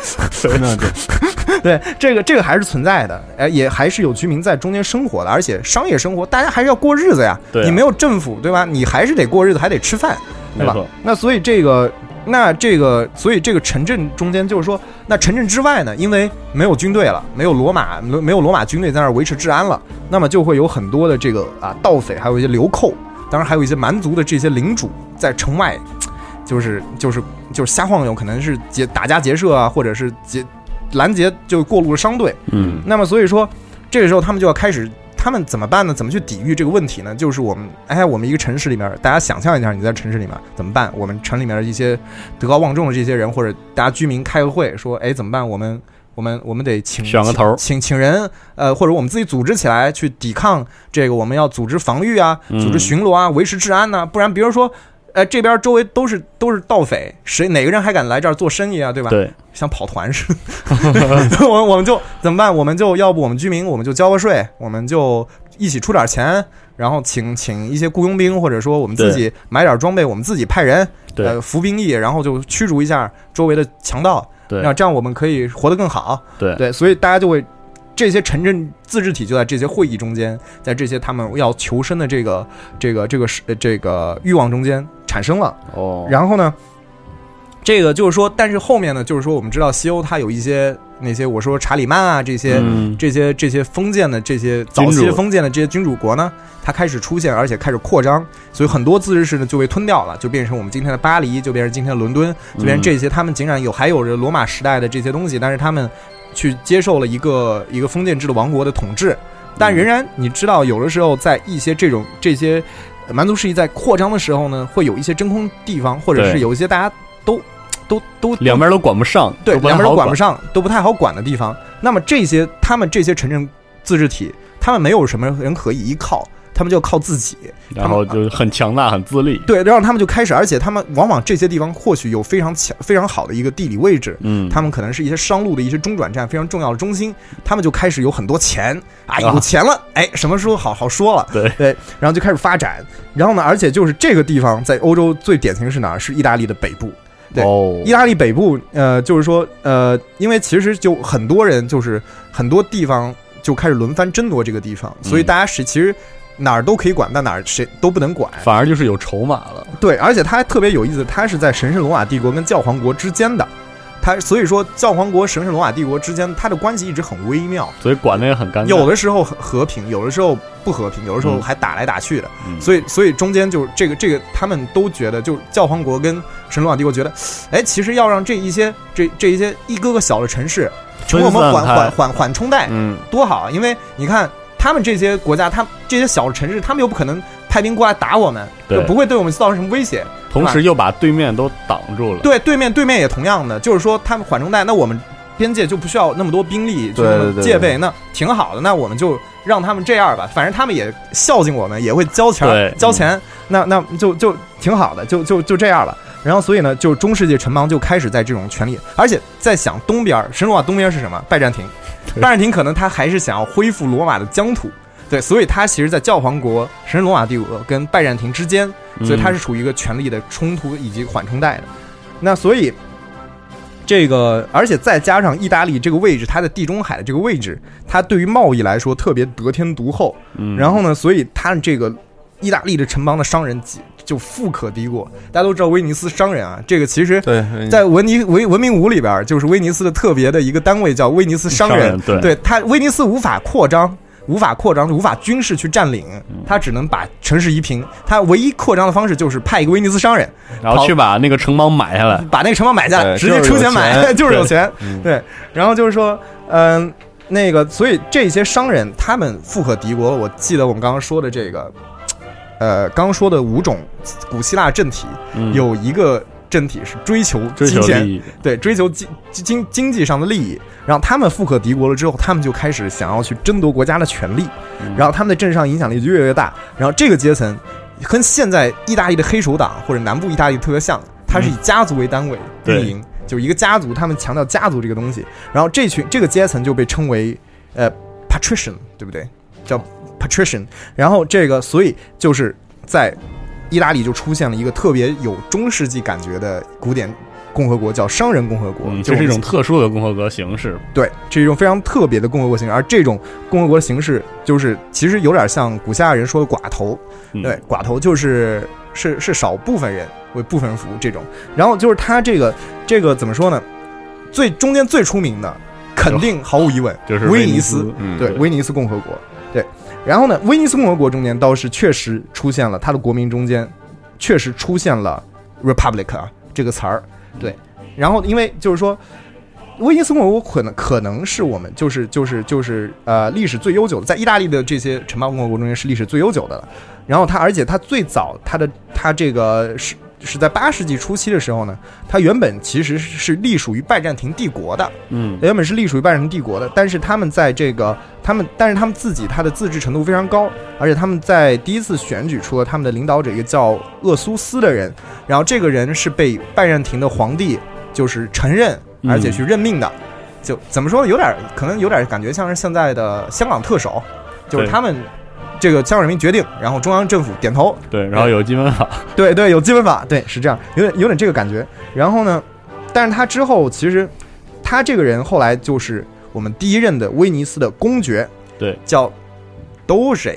Speaker 3: 那对，
Speaker 2: 对，这个这个还是存在的，哎，也还是有居民在中间生活的，而且商业生活大家还是要过日子呀。
Speaker 4: 对啊
Speaker 2: 你没有政府，对吧？你还是得过日子，还得吃饭，对吧
Speaker 4: 没错？
Speaker 2: 那所以这个，那这个，所以这个城镇中间就是说，那城镇之外呢，因为没有军队了，没有罗马，没有没有罗马军队在那儿维持治安了，那么就会有很多的这个啊盗匪，还有一些流寇，当然还有一些蛮族的这些领主在城外，就是就是就是瞎晃悠，可能是劫打家劫舍啊，或者是劫拦截就过路的商队。
Speaker 4: 嗯，
Speaker 2: 那么所以说，这个时候他们就要开始，他们怎么办呢？怎么去抵御这个问题呢？就是我们，哎，我们一个城市里面，大家想象一下，你在城市里面怎么办？我们城里面的一些德高望重的这些人，或者大家居民开个会，说，哎，怎么办？我们我们我们得请
Speaker 4: 选个头儿
Speaker 2: 请请人，呃，或者我们自己组织起来去抵抗这个，我们要组织防御啊，
Speaker 4: 嗯
Speaker 2: 组织巡逻啊，维持治安呐、不然别人说。哎，这边周围都是都是盗匪，谁哪个人还敢来这儿做生意啊？对吧？
Speaker 4: 对，
Speaker 2: 像跑团似的。 我我们就怎么办？我们就要不我们居民我们就交个税，我们就一起出点钱，然后请请一些雇佣兵，或者说我们自己买点装备，我们自己派人
Speaker 4: 对
Speaker 2: 呃服兵役，然后就驱逐一下周围的强盗。
Speaker 4: 对
Speaker 2: 那这样我们可以活得更好。
Speaker 4: 对
Speaker 2: 对，所以大家就会。这些城镇自治体就在这些会议中间，在这些他们要求生的这个、这个、这个、是呃这个欲望中间产生了。
Speaker 4: 哦，
Speaker 2: 然后呢，这个就是说，但是后面呢，就是说我们知道西欧它有一些那些我说查理曼啊这些、
Speaker 4: 嗯
Speaker 2: 这些这些封建的这些早期的封建的这些君主国呢，它开始出现，而且开始扩张，所以很多自治市呢就被吞掉了，就变成我们今天的巴黎，就变成今天的伦敦，就
Speaker 4: 嗯
Speaker 2: 变成这些他们竟然有还有着罗马时代的这些东西，但是他们去接受了一个一个封建制的王国的统治，
Speaker 4: 嗯
Speaker 2: 但仍然你知道，有的时候在一些这种这些呃蛮族世界在扩张的时候呢，会有一些真空地方，或者是
Speaker 4: 对
Speaker 2: 有一些大家都都都
Speaker 4: 两边都管不上，
Speaker 2: 对
Speaker 4: 都不太
Speaker 2: 两边
Speaker 4: 好
Speaker 2: 都
Speaker 4: 管
Speaker 2: 管不上，都不太好管的地方。那么这些他们这些城镇自治体，他们没有什么人可以依靠，他他们就靠自己，
Speaker 4: 然后就很强大、很自立。
Speaker 2: 对，让他们就开始，而且他们往往这些地方或许有非常强、非常好的一个地理位置，
Speaker 4: 嗯，
Speaker 2: 他们可能是一些商路的一些中转站，非常重要的中心，他们就开始有很多钱啊，
Speaker 4: 啊
Speaker 2: 有钱了，哎，什么时候好好说了，
Speaker 4: 对
Speaker 2: 对，然后就开始发展，然后呢，而且就是这个地方在欧洲最典型是哪儿？是意大利的北部。对
Speaker 4: 哦
Speaker 2: 意大利北部，呃，就是说，呃，因为其实就很多人就是很多地方就开始轮番争夺这个地方，所以
Speaker 4: 嗯
Speaker 2: 大家是其实哪儿都可以管，但哪儿谁都不能管。
Speaker 4: 反而就是有筹码了。
Speaker 2: 对，而且它还特别有意思，它是在神圣罗马帝国跟教皇国之间的，它所以说教皇国、神圣罗马帝国之间它的关系一直很微妙，
Speaker 4: 所以管的也很尴尬。
Speaker 2: 有的时候很和平，有的时候不和平，有的时候
Speaker 4: 嗯
Speaker 2: 还打来打去的，
Speaker 4: 嗯
Speaker 2: 所以所以中间就是这个这个他们都觉得，就是教皇国跟神圣罗马帝国觉得，哎，其实要让这一些这这一些一个个小的城市，
Speaker 4: 分
Speaker 2: 我
Speaker 4: 散
Speaker 2: 们缓
Speaker 4: 开
Speaker 2: 缓缓缓冲带，
Speaker 4: 嗯，
Speaker 2: 多好，因为你看他们这些国家，他们这些小城市，他们又不可能派兵过来打我们，
Speaker 4: 对
Speaker 2: 就不会对我们造成什么威胁。
Speaker 4: 同时又把对面都挡住了。
Speaker 2: 对，对面对面也同样的，就是说他们缓冲带，那我们边界就不需要那么多兵力，就
Speaker 3: 对
Speaker 2: 那么
Speaker 3: 对对
Speaker 2: 戒备，那挺好的。那我们就让他们这样吧，反正他们也孝敬我们，也会交钱儿
Speaker 4: 对
Speaker 2: 交钱，
Speaker 3: 嗯
Speaker 2: 那那就就挺好的，就就就这样了。然后所以呢，就中世纪城邦就开始在这种权力，而且在想东边儿，神罗马东边是什么？拜 占庭，拜占庭可能他还是想要恢复罗马的疆土。对，所以他其实，在教皇国、神圣罗马帝国跟拜占庭之间，所以
Speaker 4: 嗯
Speaker 2: 它是处于一个权力的冲突以及缓冲带的。那所以这个，而且再加上意大利这个位置，它的地中海的这个位置，它对于贸易来说特别得天独厚。
Speaker 4: 嗯，
Speaker 2: 然后呢，所以它这个意大利的城邦的商人几就富可敌国。大家都知道威尼斯商人啊，这个其实。
Speaker 3: 对，
Speaker 2: 在文尼文文明五里边儿，就是威尼斯的特别的一个单位叫威尼斯商
Speaker 4: 商
Speaker 2: 人
Speaker 4: 人，对
Speaker 2: 对他，威尼斯无法扩张，无法扩张，无法军事去占领，他只能把城市夷平。他唯一扩张的方式就是派一个威尼斯商人，
Speaker 4: 嗯然后去把那个城邦买下来。
Speaker 2: 把那个城邦买下来，
Speaker 3: 对
Speaker 2: 直接
Speaker 3: 就是
Speaker 2: 出
Speaker 3: 有
Speaker 2: 钱买，
Speaker 3: 钱
Speaker 2: 就是有钱。
Speaker 3: 嗯
Speaker 2: 对，然后就是说，嗯、那个，所以这些商人他们富可敌国。我记得我们刚刚说的这个，呃，刚刚说的五种古希腊政体，
Speaker 4: 嗯
Speaker 2: 有一个政体是追求
Speaker 4: 追
Speaker 2: 金
Speaker 4: 求
Speaker 2: 钱，
Speaker 4: 利益，
Speaker 2: 对，追求经经经济上的利益，然后他们富可敌国了之后，他们就开始想要去争夺国家的权利，然后他们的政治上影响力就越来越大，然后这个阶层跟现在意大利的黑手党或者南部意大利特别像，它是以家族为单位
Speaker 4: 对
Speaker 2: 运营，就是一个家族，他们强调家族这个东西，然后这群这个阶层就被称为呃 patrician，对不对？叫 patrician，然后这个所以就是在意大利就出现了一个特别有中世纪感觉的古典共和国，叫商人共和国，
Speaker 4: 嗯，
Speaker 2: 就
Speaker 4: 这是一
Speaker 2: 我们
Speaker 4: 种特殊的共和国形式。
Speaker 2: 对，这是一种非常特别的共和国形式，而这种共和国形式就是其实有点像古希腊人说的寡头，
Speaker 4: 嗯
Speaker 2: 对，，寡头就是是是少部分人为部分人服务这种，然后就是他这个这个怎么说呢？最中间最出名的，肯定毫无疑问
Speaker 4: 就是
Speaker 2: 威
Speaker 4: 尼
Speaker 2: 尼斯，
Speaker 3: 嗯
Speaker 2: 对，
Speaker 4: 对
Speaker 2: 威尼斯共和国，对。然后呢，威尼斯共和国中间倒是确实出现了它的国民中间确实出现了 republic 啊这个词儿，对。然后因为就是说，威尼斯共和国可能可能是我们就是就是就是呃历史最悠久的，在意大利的这些城邦共和国中间是历史最悠久的了。然后它而且它最早它的它这个是。是在八世纪初期的时候呢，它原本其实是是隶属于拜占庭帝国的，
Speaker 4: 嗯，
Speaker 2: 原本是隶属于拜占庭帝国的，但是他们在这个他们，但是他们自己他的自治程度非常高，而且他们在第一次选举出了他们的领导者一个叫厄苏斯的人，然后这个人是被拜占庭的皇帝就是承认，
Speaker 4: 嗯
Speaker 2: 而且去任命的，就怎么说呢，有点可能有点感觉像是现在的香港特首，就是
Speaker 4: 对
Speaker 2: 他们这个香港人民决定，然后中央政府点头，
Speaker 4: 对，然后有啊基本法，
Speaker 2: 对对，有基本法，对，是这样，有点有点这个感觉。然后呢，但是他之后其实他这个人后来就是我们第一任的威尼斯的公爵，
Speaker 4: 对，
Speaker 2: 叫 Doge，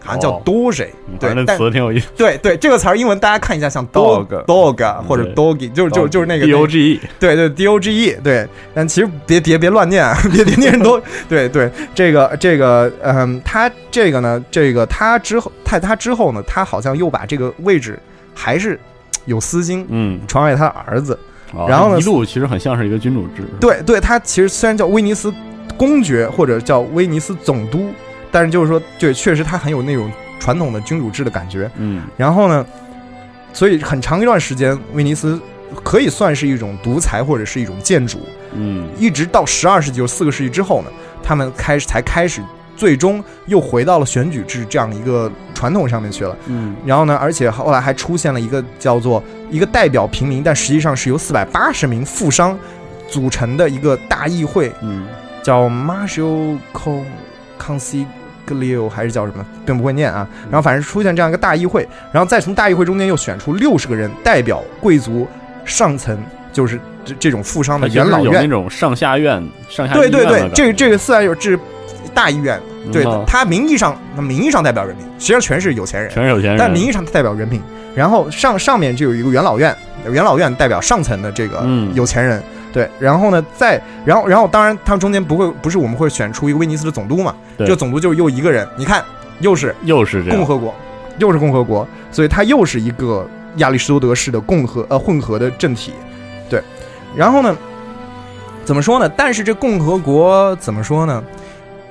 Speaker 2: 好像叫
Speaker 4: 哦
Speaker 2: Doge，、
Speaker 4: 嗯反
Speaker 2: 对，
Speaker 4: 正那
Speaker 2: 但
Speaker 4: 词挺有意思。
Speaker 2: 对对，这个词儿英文大家看一下，像 dog
Speaker 3: Dog
Speaker 2: dog 啊或者
Speaker 4: 嗯对
Speaker 2: doggy，就是就是就是那个
Speaker 4: D O G E，
Speaker 2: 对对，D O G E，对，但其实别别别乱念，啊， 别别念人都对对，这个这个，嗯，他这个呢，这个他之后，他他之后呢，他好像又把这个位置还是有私心
Speaker 4: 嗯，
Speaker 2: 传给他儿子，
Speaker 4: 哦
Speaker 2: 然后呢
Speaker 4: 一路其实很像是一个君主制。
Speaker 2: 对对，他其实虽然叫威尼斯公爵或者叫威尼斯总督，但是就是说，对，确实他很有那种传统的君主制的感觉，
Speaker 4: 嗯，
Speaker 2: 然后呢，所以很长一段时间，威尼斯可以算是一种独裁或者是一种建主。
Speaker 4: 嗯
Speaker 2: 一直到十二世纪，就是四个世纪之后呢，他们开始才开始最终又回到了选举制这样一个传统上面去了。
Speaker 4: 嗯
Speaker 2: 然后呢，而且后来还出现了一个叫做一个代表平民，但实际上是由四百八十名富商组成的一个大议会，
Speaker 4: 嗯，
Speaker 2: 叫 Marshall Con Consiglio 还是叫什么，并不会念啊。然后反正出现这样一个大议会，然后再从大议会中间又选出六十个人代表贵族上层，就是这这种富商
Speaker 4: 它
Speaker 2: 的
Speaker 4: 其实
Speaker 2: 元老
Speaker 4: 有那
Speaker 2: 院。
Speaker 4: 种上下院、上下
Speaker 2: 对
Speaker 4: 议
Speaker 2: 对
Speaker 4: 院的
Speaker 2: 对
Speaker 4: 感，
Speaker 2: 这个
Speaker 4: 觉
Speaker 2: 这个四百九是大议院，
Speaker 4: 嗯
Speaker 2: 对
Speaker 4: 啊，
Speaker 2: 他名义上那名义上代表人民，实际上全是有钱人。
Speaker 4: 全是有钱人，
Speaker 2: 但名义上它代表人品。然后上上面就有一个元老院，元老院代表上层的这个
Speaker 4: 嗯
Speaker 2: 有钱人，对。然后呢，再然后然后当然他们中间不会不是我们会选出一个威尼斯的总督嘛？
Speaker 4: 对
Speaker 2: 这个总督就是又一个人，你看又是
Speaker 4: 又是这
Speaker 2: 共
Speaker 4: 样，
Speaker 2: 和国，又是共和国，所以它又是一个亚里士多德式的共和呃混合的政体，对。然后呢，怎么说呢？但是这共和国怎么说呢？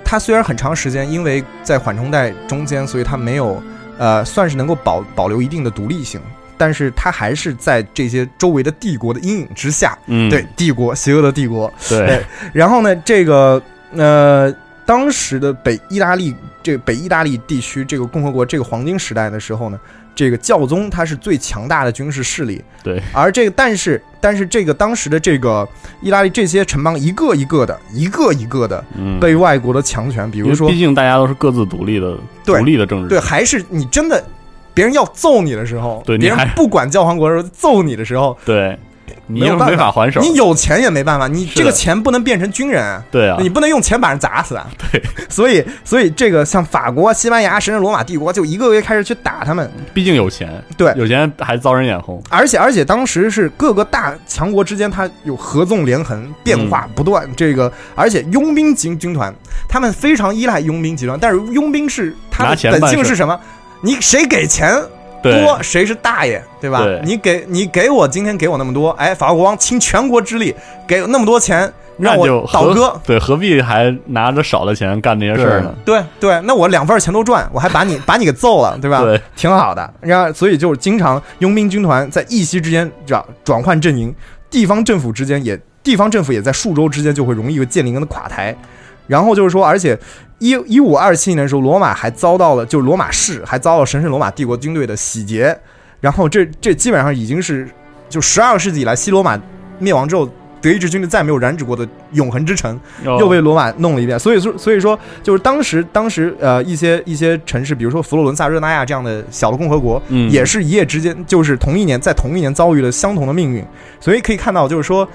Speaker 2: 它虽然很长时间因为在缓冲带中间，所以它没有呃算是能够保保留一定的独立性，但是它还是在这些周围的帝国的阴影之下，
Speaker 4: 嗯，
Speaker 2: 对哎帝国邪恶的帝国，
Speaker 4: 对，
Speaker 2: 然后呢，这个呃，当时的北意大利这个北意大利地区这个共和国这个黄金时代的时候呢，这个教宗他是最强大的军事势力。
Speaker 4: 对，
Speaker 2: 而这个但是但是这个当时的这个意大利这些城邦一个一个的一个一个的
Speaker 4: 嗯，
Speaker 2: 被外国的强权，比
Speaker 4: 比
Speaker 2: 如说
Speaker 4: 毕竟大家都是各自独立的、
Speaker 2: 对
Speaker 4: 独立的政治
Speaker 2: 对，还是你真的。别人要揍你的时候，
Speaker 4: 对你
Speaker 2: 别人
Speaker 4: 还
Speaker 2: 不管教皇国的时候揍你的时候，
Speaker 4: 对，你
Speaker 2: 没有
Speaker 4: 又
Speaker 2: 办
Speaker 4: 没法还手，
Speaker 2: 你有钱也没办法，你
Speaker 4: 是
Speaker 2: 这个
Speaker 4: 的
Speaker 2: 钱不能变成军人啊。
Speaker 4: 对啊
Speaker 2: 你，不能用钱把人砸死啊！对，所以所以这个像法国、西班牙，甚至罗马帝国，就一个个开始去打他们。
Speaker 4: 毕竟有钱，
Speaker 2: 对
Speaker 4: 有钱还遭人眼红，
Speaker 2: 而且而且当时是各个大强国之间，它有合纵连横，变化不
Speaker 4: 嗯
Speaker 2: 断。这个而且佣兵集军团，他们非常依赖佣兵集团，但是佣兵是他
Speaker 4: 拿
Speaker 2: 的
Speaker 4: 钱
Speaker 2: 本
Speaker 4: 办
Speaker 2: 性
Speaker 4: 事
Speaker 2: 是什么？你谁给钱
Speaker 4: 对，
Speaker 2: 多，谁是大爷，对吧？
Speaker 4: 对
Speaker 2: 你给你给我今天给我那么多，哎，法国王倾全国之力给我那么多钱，让
Speaker 4: 那就
Speaker 2: 我倒
Speaker 4: 何
Speaker 2: 戈，
Speaker 4: 对，何必还拿着少的钱干这些事儿呢？
Speaker 2: 对对，那我两份儿钱都赚，我还把你 把你给揍了，对吧？
Speaker 4: 对，
Speaker 2: 挺好的。然后，所以就是经常佣兵军团在一夕之间转转换阵营，地方政府之间也，地方政府也在数周之间就会容易建立一个垮台。然后就是说，而且一一五二七年的时候，罗马还遭到了，就是罗马市还遭到神圣罗马帝国军队的洗劫。然后这这基本上已经是就十二世纪以来西罗马灭亡之后，德意志军队再没有染指过的永恒之城。
Speaker 4: 又
Speaker 2: 又被罗马弄了一遍。所以说，所以说，就是当时当时呃一些一些城市，比如说佛罗伦萨、热那亚这样的小的共和国，
Speaker 4: 嗯
Speaker 2: 也是一夜之间，就是同一年在同一年遭遇了相同的命运。所以可以看到，就是说。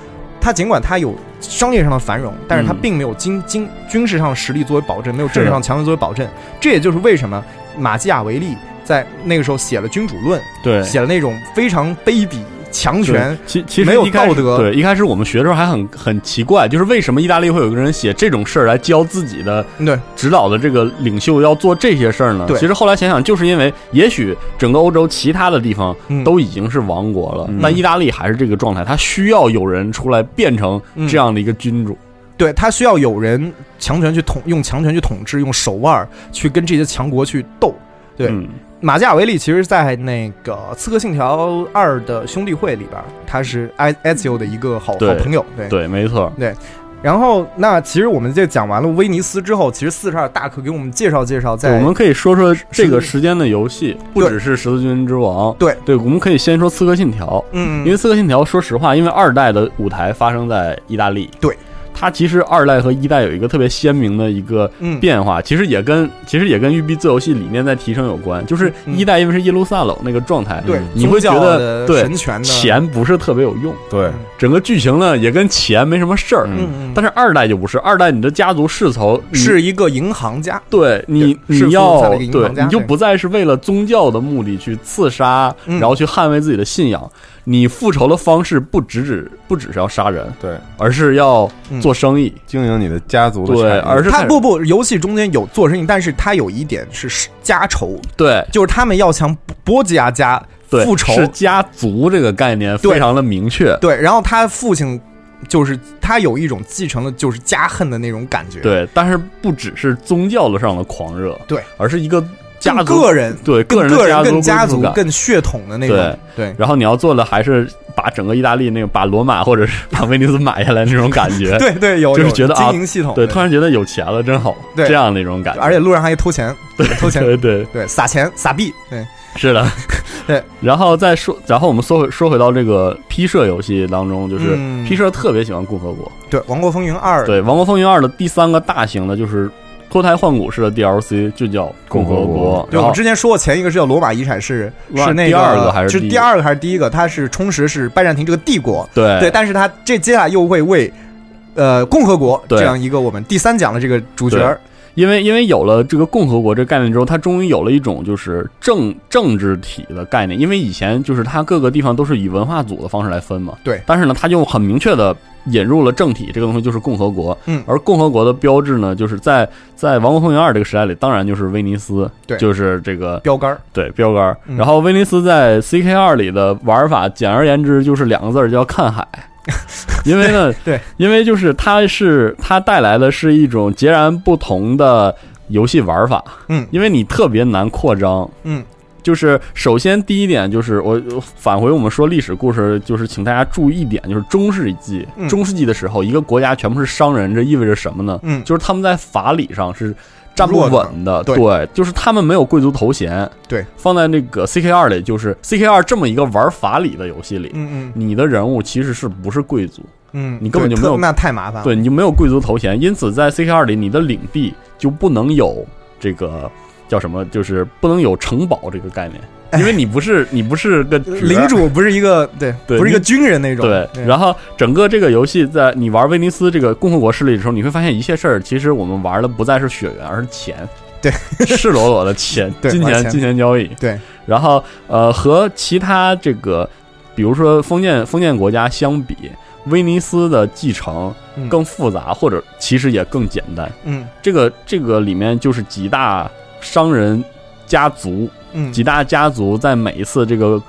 Speaker 2: 它尽管它有商业上的繁荣，但是它
Speaker 4: 嗯
Speaker 2: 并没有经经军事上的实力作为保证，没有政
Speaker 4: 是
Speaker 2: 治
Speaker 4: 的
Speaker 2: 上的强权作为保证。这也就是为什么马基雅维利在那个时候写了《君主论》，
Speaker 4: 对。
Speaker 2: 写了那种非常卑鄙、强权
Speaker 4: 对，其其实
Speaker 2: 没有
Speaker 4: 一开始
Speaker 2: 道德
Speaker 4: 对，一开始我们学的时候还很很奇怪，就是为什么意大利会有一个人写这种事儿来教自己的
Speaker 2: 对
Speaker 4: 指导的这个领袖要做这些事儿呢？
Speaker 2: 对
Speaker 4: 其实后来想想，就是因为也许整个欧洲其他的地方
Speaker 2: 嗯
Speaker 4: 都已经是亡国了，
Speaker 3: 嗯
Speaker 4: 但意大利还是这个状态，它需要有人出来变成
Speaker 2: 嗯
Speaker 4: 这样的一个君主。
Speaker 2: 对他需要有人强权去统，用强权去统治，用手腕儿去跟这些强国去斗。对
Speaker 4: 嗯
Speaker 2: 马基雅维利其实，在那个《刺客信条二》的兄弟会里边儿，他是埃埃兹欧的一个好好
Speaker 4: 对
Speaker 2: 朋友。对，
Speaker 4: 对，没错，
Speaker 2: 然后那其实我们这讲完了威尼斯之后，其实四十二大可给我们介绍介绍在，
Speaker 4: 我们可以说说这个
Speaker 2: 是
Speaker 4: 时间的游戏，不
Speaker 2: 对
Speaker 4: 只是《十字军之王》。
Speaker 2: 对，
Speaker 4: 对，我们可以先说《刺客信条》，
Speaker 2: 嗯，
Speaker 4: 因为《刺客信条》，说实话，因为二代的舞台发生在意大利。
Speaker 2: 对，
Speaker 4: 它其实二代和一代有一个特别鲜明的一个
Speaker 2: 嗯
Speaker 4: 变化，其实也跟其实也跟育碧做游戏理念在提升有关。就是
Speaker 2: 嗯
Speaker 4: 一代因为是耶路撒冷那个状态，
Speaker 2: 对，
Speaker 4: 嗯你会觉
Speaker 2: 宗教
Speaker 4: 得
Speaker 2: 的
Speaker 4: 对
Speaker 2: 神权的，
Speaker 4: 钱不是特别有用，
Speaker 3: 对，
Speaker 4: 整个剧情呢也跟钱没什么事儿。
Speaker 2: 嗯，嗯
Speaker 4: 但是二代就不是，二代你的家族世仇你
Speaker 2: 是一个银行家，
Speaker 4: 对你，
Speaker 2: 对是福
Speaker 4: 你要
Speaker 2: 赛的一个银
Speaker 4: 对，
Speaker 2: 行家
Speaker 4: 你就
Speaker 2: 对
Speaker 4: 不再是为了宗教的目的去刺杀，
Speaker 2: 嗯
Speaker 4: 然后去捍卫自己的信仰。你复仇的方式不只只不只是要杀人，
Speaker 3: 对，
Speaker 4: 而是要
Speaker 2: 嗯
Speaker 4: 做生意。
Speaker 3: 经营你的家族的
Speaker 4: 对，
Speaker 3: 产业
Speaker 4: 而是
Speaker 2: 他
Speaker 4: 开始
Speaker 2: 不不，游戏中间有做生意，但是他有一点是家仇，
Speaker 4: 对
Speaker 2: 就是他们要向波吉亚家
Speaker 4: 对
Speaker 2: 复仇，
Speaker 4: 是家族这个概念
Speaker 2: 对
Speaker 4: 非常的明确。
Speaker 2: 对，然后他父亲就是他有一种继承了就是家恨的那种感觉，，
Speaker 4: 对，但是不只是宗教的上的狂热，
Speaker 2: 对，
Speaker 4: 而是一个家
Speaker 2: 更
Speaker 4: 族
Speaker 2: 个人、
Speaker 4: 对
Speaker 2: 更
Speaker 4: 人的
Speaker 2: 个人、
Speaker 4: 族
Speaker 2: 更
Speaker 4: 家
Speaker 2: 家族、
Speaker 4: 感。
Speaker 2: 更血统的那种，对，，
Speaker 4: 然后你要做的还是把整个意大利那个把罗马或者是 把威尼斯买下来那种感觉
Speaker 2: 对对，有
Speaker 4: 哎就是
Speaker 2: 有
Speaker 4: 觉得啊
Speaker 2: 经营系统，
Speaker 4: 对，突然觉得有钱了，真好，
Speaker 2: 对
Speaker 4: 这样的一种感觉，
Speaker 2: 而且路上还偷钱，对，偷钱，
Speaker 4: 对对
Speaker 2: 对，撒钱撒币，对，
Speaker 4: 是的，
Speaker 2: 对。
Speaker 4: 然后再说，然后我们说回说回到这个 P 社游戏当中，就是
Speaker 2: 嗯
Speaker 4: P 社特别喜欢共和国。
Speaker 2: 对，《王国风云二》
Speaker 4: 对，《王国风云二》的第三个大型的就是脱胎换骨式的 DLC，就叫共和
Speaker 3: 共和国
Speaker 2: 对，
Speaker 4: 然
Speaker 2: 我
Speaker 4: 后
Speaker 2: 们之前说过，前一个是叫罗马遗产是
Speaker 4: 罗马
Speaker 2: 是那
Speaker 4: 第二个还是
Speaker 2: 是
Speaker 4: 第一
Speaker 2: 第二个还是第一个？它是充实是拜占庭这个帝国，
Speaker 4: 对
Speaker 2: 对，但是它这接下来又会为呃共和国
Speaker 4: 对
Speaker 2: 这样一个我们第三讲的这个主角，
Speaker 4: 因为因为有了这个共和国这个概念之后，它终于有了一种就是政政治体的概念。因为以前就是它各个地方都是以文化组的方式来分嘛，
Speaker 2: 对
Speaker 4: 但是呢，它就很明确的引入了政体这个东西，就是共和国。
Speaker 2: 嗯
Speaker 4: 而共和国的标志呢，就是在在《王国风云二》这个时代里，当然就是威尼斯，
Speaker 2: 对
Speaker 4: 就是这个
Speaker 2: 标杆儿
Speaker 4: 对标杆儿。
Speaker 2: 嗯
Speaker 4: 然后威尼斯在 C K 二里的玩法，简而言之就是两个字儿叫看 海。因为呢，
Speaker 2: 对对
Speaker 4: 因为就是它是它带来的是一种截然不同的游戏玩法，
Speaker 2: 嗯
Speaker 4: 因为你特别难扩张，
Speaker 2: 嗯，
Speaker 4: 就是首先第一点就是我我返回我们说历史故事，就是请大家注意一点，就是中世纪，
Speaker 2: 嗯
Speaker 4: 中世纪的时候，一个国家全部是商人，这意味着什么呢？
Speaker 2: 嗯
Speaker 4: 就是他们在法理上是站不稳的，
Speaker 2: 弱的对
Speaker 4: 就是他们没有贵族头衔，
Speaker 2: 对，
Speaker 4: 放在那个 C K 二里，就是 C K 二这么一个玩法理的游戏里，
Speaker 2: 嗯嗯
Speaker 4: 你的人物其实是不是贵族，
Speaker 2: 嗯，
Speaker 4: 你根本
Speaker 2: 对
Speaker 4: 就没有
Speaker 2: 特那太麻烦了，
Speaker 4: 对，你就没有贵族头衔，因此在 C K 二里，你的领地就不能有这个叫什么，就是不能有城堡这个概念，因为你不是你不是个角
Speaker 2: 领主不是一个对，
Speaker 4: 对
Speaker 2: 不是一个军人那种，
Speaker 4: 对，
Speaker 2: 对，
Speaker 4: 然后整个这个游戏在你玩威尼斯这个共和国势力的时候，你会发现一切事儿，其实我们玩的不再是血缘，而是钱，
Speaker 2: 对，
Speaker 4: 赤裸裸的钱，
Speaker 2: 对
Speaker 4: 金
Speaker 2: 玩
Speaker 4: 钱，
Speaker 2: 钱
Speaker 4: 金钱交易，
Speaker 2: 对。
Speaker 4: 然后呃，和其他这个，比如说封建封建国家相比，威尼斯的继承
Speaker 2: 嗯
Speaker 4: 更复杂，或者其实也更简单。
Speaker 2: 嗯
Speaker 4: 这个这个里面就是几大商人家族，
Speaker 2: 嗯
Speaker 4: 几大家族在每一次这个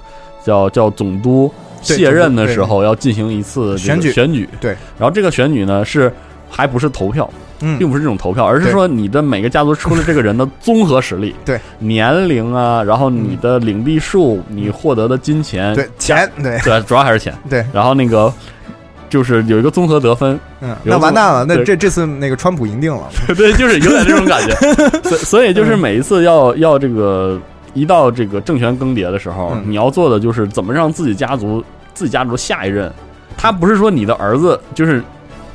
Speaker 4: 叫叫总督
Speaker 2: 对
Speaker 4: 卸任的时候，要进行一次这
Speaker 2: 选
Speaker 4: 个
Speaker 2: 举
Speaker 4: 选举
Speaker 2: 对，
Speaker 4: 然后这个选举呢是还不是投票，
Speaker 2: 嗯
Speaker 4: 并不是这种投票，而是
Speaker 2: 对
Speaker 4: 说你的每个家族出了这个人的综合实力，
Speaker 2: 对嗯
Speaker 4: 年龄啊，然后你的领地数，你获得的金钱，
Speaker 2: 对钱对
Speaker 4: 对，主要还是钱，
Speaker 2: 对，
Speaker 4: 然后那个就是有一个综合得分，
Speaker 2: 嗯，
Speaker 4: 有
Speaker 2: 那完蛋了，
Speaker 4: 种
Speaker 2: 那
Speaker 4: 对
Speaker 2: 这这次那个川普赢定了，
Speaker 4: 对，就是有点这 种感觉。所以所以
Speaker 2: 嗯
Speaker 4: 就是每一次要要这个一到这个政权更迭的时候，
Speaker 2: 嗯
Speaker 4: 你要做的就是怎么让自己家族自己家族下一任，他不是说你的儿子，就是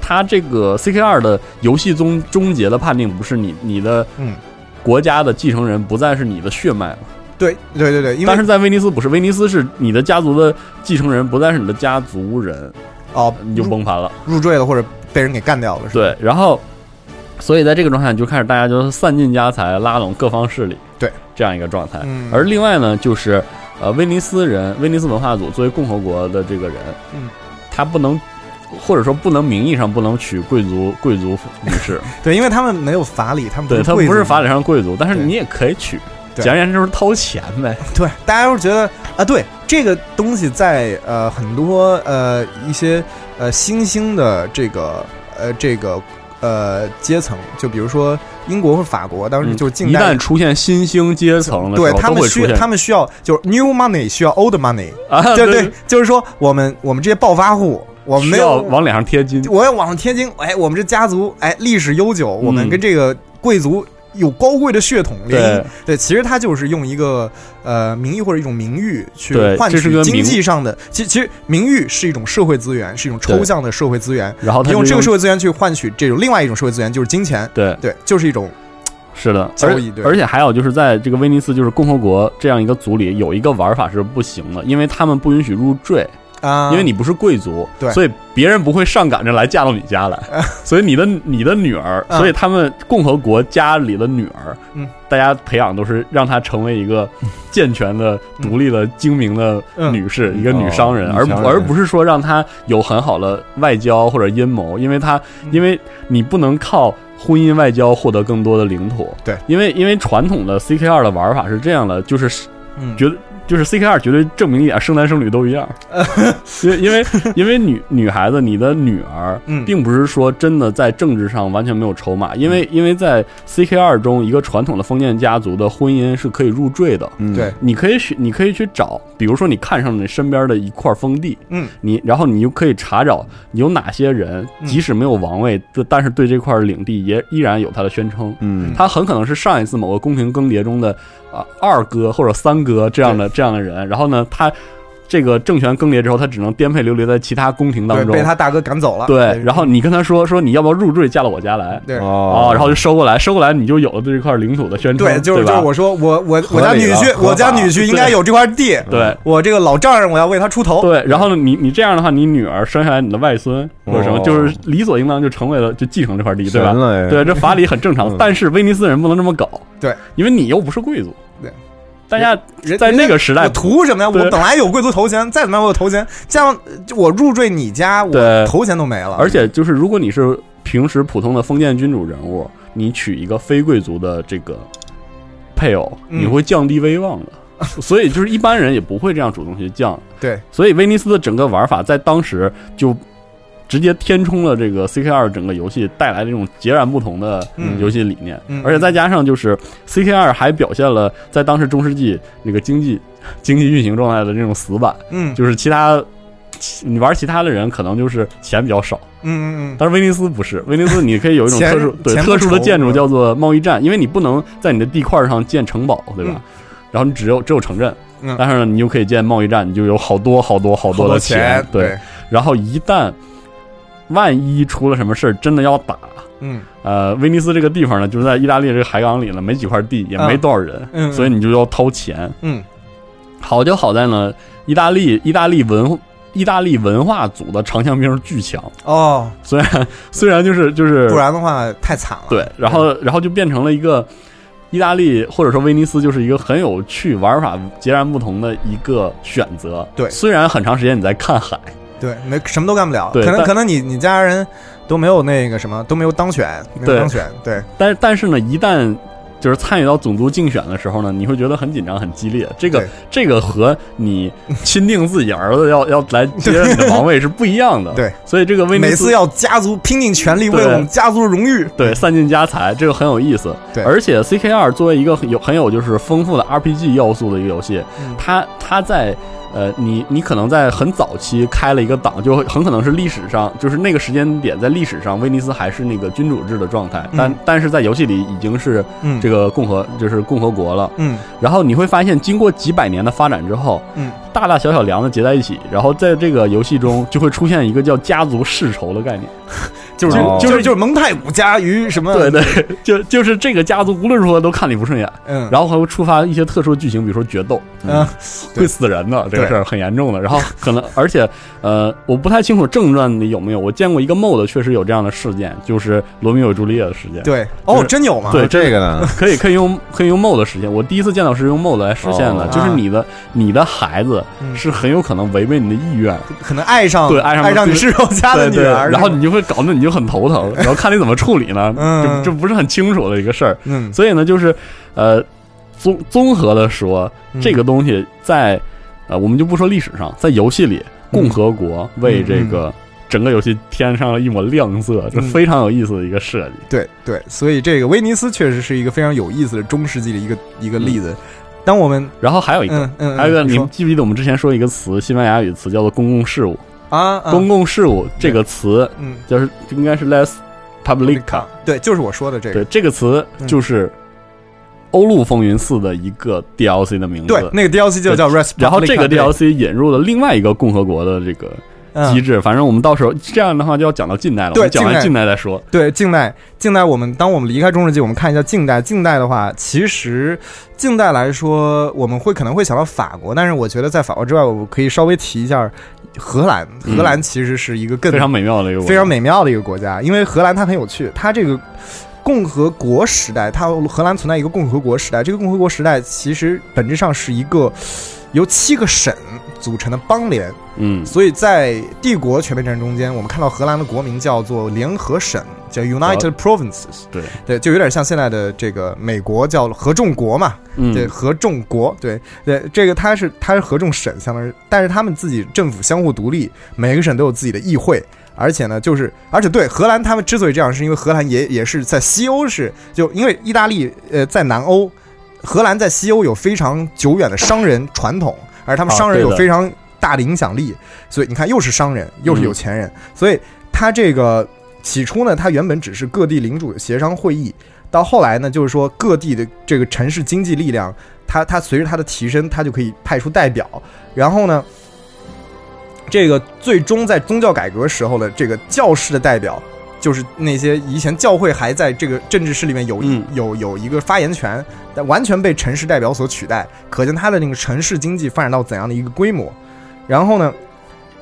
Speaker 4: 他这个 C K 二的游戏中终结的判定不是你你的
Speaker 2: 嗯。
Speaker 4: 国家的继承人不再是你的血脉了，
Speaker 2: 对对对对，因为
Speaker 4: 但是在威尼斯不是，威尼斯是你的家族的继承人不再是你的家族人，
Speaker 2: 哦，
Speaker 4: 你就崩盘了。
Speaker 2: 入赘了或者被人给干掉了，是吧？
Speaker 4: 对，然后，所以在这个状态，你就开始大家就是散尽家财，拉拢各方势力，
Speaker 2: 对
Speaker 4: 这样一个状态。
Speaker 2: 嗯
Speaker 4: 而另外呢，就是呃，威尼斯人，威尼斯文化组作为共和国的这个人，
Speaker 2: 嗯，
Speaker 4: 他不能，或者说不能名义上不能娶贵族贵族女 士，
Speaker 2: 对，因为他们没有法理，他们
Speaker 4: 对他
Speaker 2: 贵
Speaker 4: 不是
Speaker 2: 族
Speaker 4: 法理上贵族，但是
Speaker 2: 对
Speaker 4: 你也可以娶。
Speaker 2: 对
Speaker 4: 简而言之，就是掏钱呗。
Speaker 2: 对，大家都觉得啊，对这个东西在呃很多呃一些呃新兴的这个呃这个呃阶层，就比如说英国或法国，当时
Speaker 4: 嗯
Speaker 2: 就是近
Speaker 4: 一
Speaker 2: 代。
Speaker 4: 旦出现新兴阶层的时
Speaker 2: 对
Speaker 4: 候，
Speaker 2: 他
Speaker 4: 都
Speaker 2: 们
Speaker 4: 会出
Speaker 2: 需
Speaker 4: 现
Speaker 2: 他们需要就是 new money 需要 old money，
Speaker 4: 啊，
Speaker 2: 对对，就是说我们我们这些暴发户，我们
Speaker 4: 需
Speaker 2: 没
Speaker 4: 要
Speaker 2: 有
Speaker 4: 往脸上贴金。
Speaker 2: 我要往上天津，哎，我们这家族，哎，历史悠久，我
Speaker 4: 嗯
Speaker 2: 们跟这个贵族有高贵的血统联姻。对，其实他就是用一个呃名义或者一种名誉去
Speaker 4: 对
Speaker 2: 换
Speaker 4: 这是
Speaker 2: 取
Speaker 4: 个
Speaker 2: 经
Speaker 4: 名
Speaker 2: 济上的。其其实名誉是一种社会资源，是一种抽
Speaker 4: 对哦
Speaker 2: 象的社会资源。
Speaker 4: 然后他
Speaker 2: 你
Speaker 4: 就
Speaker 2: 用这个社会资源去换取这种另外一种社会资源，就是金钱。
Speaker 4: 对
Speaker 2: 对，就是一种
Speaker 4: 是的，
Speaker 2: 交
Speaker 4: 而
Speaker 2: 易对
Speaker 4: 而且还有就是在这个威尼斯，就是共和国这样一个组里，有一个玩法是不行的，因为他们不允许入赘，
Speaker 2: 啊，
Speaker 4: 因为你不是贵族，
Speaker 2: 对
Speaker 4: 所以别人不会上赶着来嫁到你家 来，所以你的你的女儿，
Speaker 2: 啊
Speaker 4: 所以他们共和国家里的女儿，
Speaker 2: 嗯，
Speaker 4: 大家培养都是让她成为一个健全的、
Speaker 2: 嗯
Speaker 4: 独立的、精明的女士，
Speaker 3: 嗯
Speaker 4: 一个女商人，
Speaker 3: 哦
Speaker 4: 而
Speaker 3: 女商人
Speaker 4: 而不是说让她有很好的外交或者阴谋，因为她
Speaker 2: 嗯
Speaker 4: 因为你不能靠婚姻外交获得更多的领土，
Speaker 2: 对，
Speaker 4: 因为因为传统的 C K 二的玩法是这样的，就是
Speaker 2: 嗯
Speaker 4: 觉得就是 C K 二绝对证明一点，生男生女都一样，因为因为因为女女孩子，你的女儿
Speaker 2: 嗯，
Speaker 4: 并不是说真的在政治上完全没有筹码，因为因为在 C K 二中，一个传统的封建家族的婚姻是可以入赘的，
Speaker 3: 嗯，
Speaker 2: 对，
Speaker 4: 你可以去你可以去找，比如说你看上了你身边的一块封地，
Speaker 2: 嗯，
Speaker 4: 你然后你就可以查找有哪些人，
Speaker 2: 嗯
Speaker 4: 即使没有王位，就但是对这块领地也依然有他的宣称，
Speaker 3: 嗯，
Speaker 4: 他很可能是上一次某个宫廷更迭中的啊、二哥或者三哥这样的这样的人。然后呢，他这个政权更迭之后，他只能颠沛流离在其他宫廷当
Speaker 2: 对，
Speaker 4: 中。
Speaker 2: 被他大哥赶走了。
Speaker 4: 对，然后你跟他说说你要不要入赘嫁到我家来
Speaker 2: 对
Speaker 3: 哦
Speaker 4: 哦，然后就收过来，收过来你就有了对这块领土的宣称，
Speaker 2: 对，就是就是
Speaker 4: 吧
Speaker 2: 我说我我我家
Speaker 3: 合理
Speaker 2: 女
Speaker 3: 了
Speaker 2: 婿，
Speaker 3: 合法
Speaker 2: 我家女婿应该有这块地，
Speaker 4: 对。
Speaker 2: 我这个老丈人我要为他出头。
Speaker 4: 对，然后呢，你你这样的话，你女儿生下来你的外孙或者什么，
Speaker 3: 哦
Speaker 4: 就是理所应当就成为了就继承这块地，对
Speaker 3: 神
Speaker 4: 吧？
Speaker 3: 了哎，
Speaker 4: 对，这法理很正常
Speaker 3: 嗯，
Speaker 4: 但是威尼斯人不能这么搞，
Speaker 2: 对，
Speaker 4: 因为你又不是贵族，
Speaker 2: 对，
Speaker 4: 大家
Speaker 2: 人
Speaker 4: 在那
Speaker 2: 人家
Speaker 4: 个时代
Speaker 2: 我图什么呀？我
Speaker 4: 对
Speaker 2: 本来有贵族头衔，再怎么样我有头衔，这样呃就我入赘你家，我
Speaker 4: 对
Speaker 2: 头衔都没了。
Speaker 4: 而且就是，如果你是平时普通的封建君主人物，你娶一个非贵族的这个配偶，
Speaker 2: 嗯
Speaker 4: 你会降低 威望的。所以就是一般人也不会这样主动去降。
Speaker 2: 对，
Speaker 4: 所以威尼斯的整个玩法在当时就直接填充了这个 C K 二整个游戏带来的这种截然不同的
Speaker 2: 嗯
Speaker 4: 游戏理念，
Speaker 2: 嗯
Speaker 4: 而且再加上就是 C K 二还表现了在当时中世纪那个经济经济运行状态的这种死板，
Speaker 2: 嗯
Speaker 4: 就是其他其你玩其他的人可能就是钱比较少。
Speaker 2: 嗯嗯嗯，
Speaker 4: 但是威尼斯不是，威尼斯你可以有一种
Speaker 2: 钱
Speaker 4: 特殊对
Speaker 2: 钱不
Speaker 4: 特殊
Speaker 2: 愁
Speaker 4: 的建筑
Speaker 2: 是吧
Speaker 4: 叫做贸易站，因为你不能在你的地块上建城堡，对吧？
Speaker 2: 嗯
Speaker 4: 然后你只有只有城镇
Speaker 2: 嗯，
Speaker 4: 但是呢，你就可以建贸易站，你就有好多好多好
Speaker 2: 好
Speaker 4: 多
Speaker 2: 多
Speaker 4: 的对，
Speaker 2: 对，
Speaker 4: 然后一旦万一出了什么事儿，真的要打。
Speaker 2: 嗯
Speaker 4: 呃，威尼斯这个地方呢，就是在意大利这个海港里了，没几块地，也没
Speaker 2: 嗯
Speaker 4: 多少人，
Speaker 2: 嗯
Speaker 4: 所以你就要掏钱。
Speaker 2: 嗯
Speaker 4: 好就好在呢，意大利意大利文意大利文化组的长枪兵巨强，
Speaker 2: 哦，
Speaker 4: 虽然虽然就是就是
Speaker 2: 不然的话太惨了。
Speaker 4: 对，然
Speaker 2: 嗯
Speaker 4: 后然后就变成了一个意大利或者说威尼斯，就是一个很有趣、玩法截然不同的一个选择。
Speaker 2: 对
Speaker 4: 虽然很长时间你在看海，
Speaker 2: 对，没什么都干不了。
Speaker 4: 对
Speaker 2: 可能
Speaker 4: 但
Speaker 2: 可能你你家人都没有那个什么，都没有当选，没有
Speaker 4: 对
Speaker 2: 当选，对，
Speaker 4: 但但是呢，一旦就是参与到种族竞选的时候呢，你会觉得很紧张、很激烈。这个
Speaker 2: 对
Speaker 4: 这个和你亲定自己儿子要要来接任你的王位是不一样的。
Speaker 2: 对，
Speaker 4: 所以这个威尼
Speaker 2: 每
Speaker 4: 斯
Speaker 2: 次要家族拼尽全力为
Speaker 4: 对
Speaker 2: 我们家族的荣誉。
Speaker 4: 对，散尽家财，这个很有意思。
Speaker 2: 对
Speaker 4: 而且 C K 二作为一个很有很有就是丰富的 R P G 要素的一个游戏，
Speaker 2: 嗯
Speaker 4: 它它在呃，你你可能在很早期开了一个档，就很可能是历史上就是那个时间点，在历史上威尼斯还是那个君主制的状态，但、
Speaker 2: 嗯
Speaker 4: 但是在游戏里已经是
Speaker 2: 嗯，
Speaker 4: 这
Speaker 2: 个，
Speaker 4: 个共和就是共和国了。
Speaker 2: 嗯
Speaker 4: 然后你会发现，经过几百年的发展之后，
Speaker 2: 嗯，
Speaker 4: 大大小小梁子结在一起，然后在这个游戏中就会出现一个叫家族世仇的概念。
Speaker 2: 就是
Speaker 3: 哦
Speaker 2: 就是就是蒙太古家与什么？
Speaker 4: 对，对， 就就是这个家族无论如何都看你不顺眼，
Speaker 2: 嗯，
Speaker 4: 然后还会触发一些特殊的剧情，比如说决斗，
Speaker 2: 嗯，对
Speaker 4: 会死人的这个
Speaker 2: 对
Speaker 4: 事儿很严重的。然后可能而且呃，我不太清楚正传里有没有，我见过一个 MOD 确实有这样的事件，就是罗密欧与朱丽叶的事件。
Speaker 2: 对，哦，
Speaker 4: 就是
Speaker 2: 真有吗？
Speaker 4: 对
Speaker 3: 哦这个 呢，
Speaker 4: 可以可以用可以用 MOD 实现，我第一次见到是用 MOD 来实现的，
Speaker 3: 哦
Speaker 4: 就是你的你的孩子
Speaker 2: 啊嗯
Speaker 4: 是很有可能违背你的意愿，
Speaker 2: 可能爱上
Speaker 4: 对爱上
Speaker 2: 爱上
Speaker 4: 自
Speaker 2: 你
Speaker 4: 己
Speaker 2: 室友家的
Speaker 4: 对
Speaker 2: 女
Speaker 4: 对，
Speaker 2: 儿，
Speaker 4: 然后你就会搞得你就很头疼，然后看你怎么处理呢，
Speaker 2: 嗯
Speaker 4: 这这不是很清楚的一个事儿。
Speaker 2: 嗯，
Speaker 4: 所以呢，就是呃，综综合的说，
Speaker 2: 嗯
Speaker 4: 这个东西在呃，我们就不说历史上，在游戏里，
Speaker 2: 嗯
Speaker 4: 共和国为这个整个游戏添上了一抹亮色，这
Speaker 2: 嗯
Speaker 4: 非常有意思的一个设计。
Speaker 2: 对对，所以这个威尼斯确实是一个非常有意思的中世纪的一个一个例子。当我们
Speaker 4: 然后还有一个。
Speaker 2: 嗯嗯，
Speaker 4: 还有一个，
Speaker 2: 嗯
Speaker 4: 你
Speaker 2: 说
Speaker 4: 记不记得我们之前说一个词，西班牙语词叫做“公共事务”。
Speaker 2: 啊，啊
Speaker 4: 公共事务这个词
Speaker 2: 嗯
Speaker 4: 就是应该是 “less publica”。
Speaker 2: 对，就是我说的这个
Speaker 4: 对，，这个词
Speaker 2: 嗯
Speaker 4: 就是《欧陆风云四》的一个 DLC 的名字。
Speaker 2: 对，那个 DLC 就叫 Rest，
Speaker 4: 然后这个 DLC 引入了另外一个共和国的这个机制，反正我们到时候这样的话就要讲到近代了，
Speaker 2: 嗯对
Speaker 4: 我们讲
Speaker 2: 近
Speaker 4: 完
Speaker 2: 代
Speaker 4: 近代再说。
Speaker 2: 对，近代，近代，我们当我们离开中世纪，我们看一下近代。近代的话，其实近代来说，我们会可能会想到法国，但是我觉得在法国之外，我可以稍微提一下荷兰。荷兰其实是一个更
Speaker 4: 嗯非常美妙的一个国家
Speaker 2: 非常美妙的一个国家，因为荷兰它很有趣，它这个共和国时代，它荷兰存在一个共和国时代，这个共和国时代其实本质上是一个。由七个省组成的邦联。
Speaker 4: 嗯
Speaker 2: 所以在帝国全面战争中间，我们看到荷兰的国名叫做联合省，叫 United Provinces。
Speaker 4: 对
Speaker 2: 对，就有点像现在的这个美国叫合众国嘛，
Speaker 4: 嗯
Speaker 2: 对，合众国，对对，这个它是它是合众省，相当于，但是他们自己政府相互独立，每个省都有自己的议会。而且呢，就是而且对荷兰，他们之所以这样，是因为荷兰也也是在西欧是，就因为意大利呃在南欧，荷兰在西欧有非常久远的商人传统，而他们
Speaker 4: 啊
Speaker 2: 商人
Speaker 4: 对
Speaker 2: 有
Speaker 4: 的
Speaker 2: 非常大的影响力，所以你看又是商人又是有钱人，所以他这个起初呢，它原本只是各地领主的协商会议，到后来呢，就是说各地的这个城市经济力量，它它随着它的提升，它就可以派出代表。然后呢，这个最终在宗教改革时候的这个教士的代表，就是那些以前教会还在这个政治势里面有、
Speaker 4: 嗯
Speaker 2: 有有一个发言权，但完全被城市代表所取代。可见它的那个城市经济发展到怎样的一个规模。然后呢，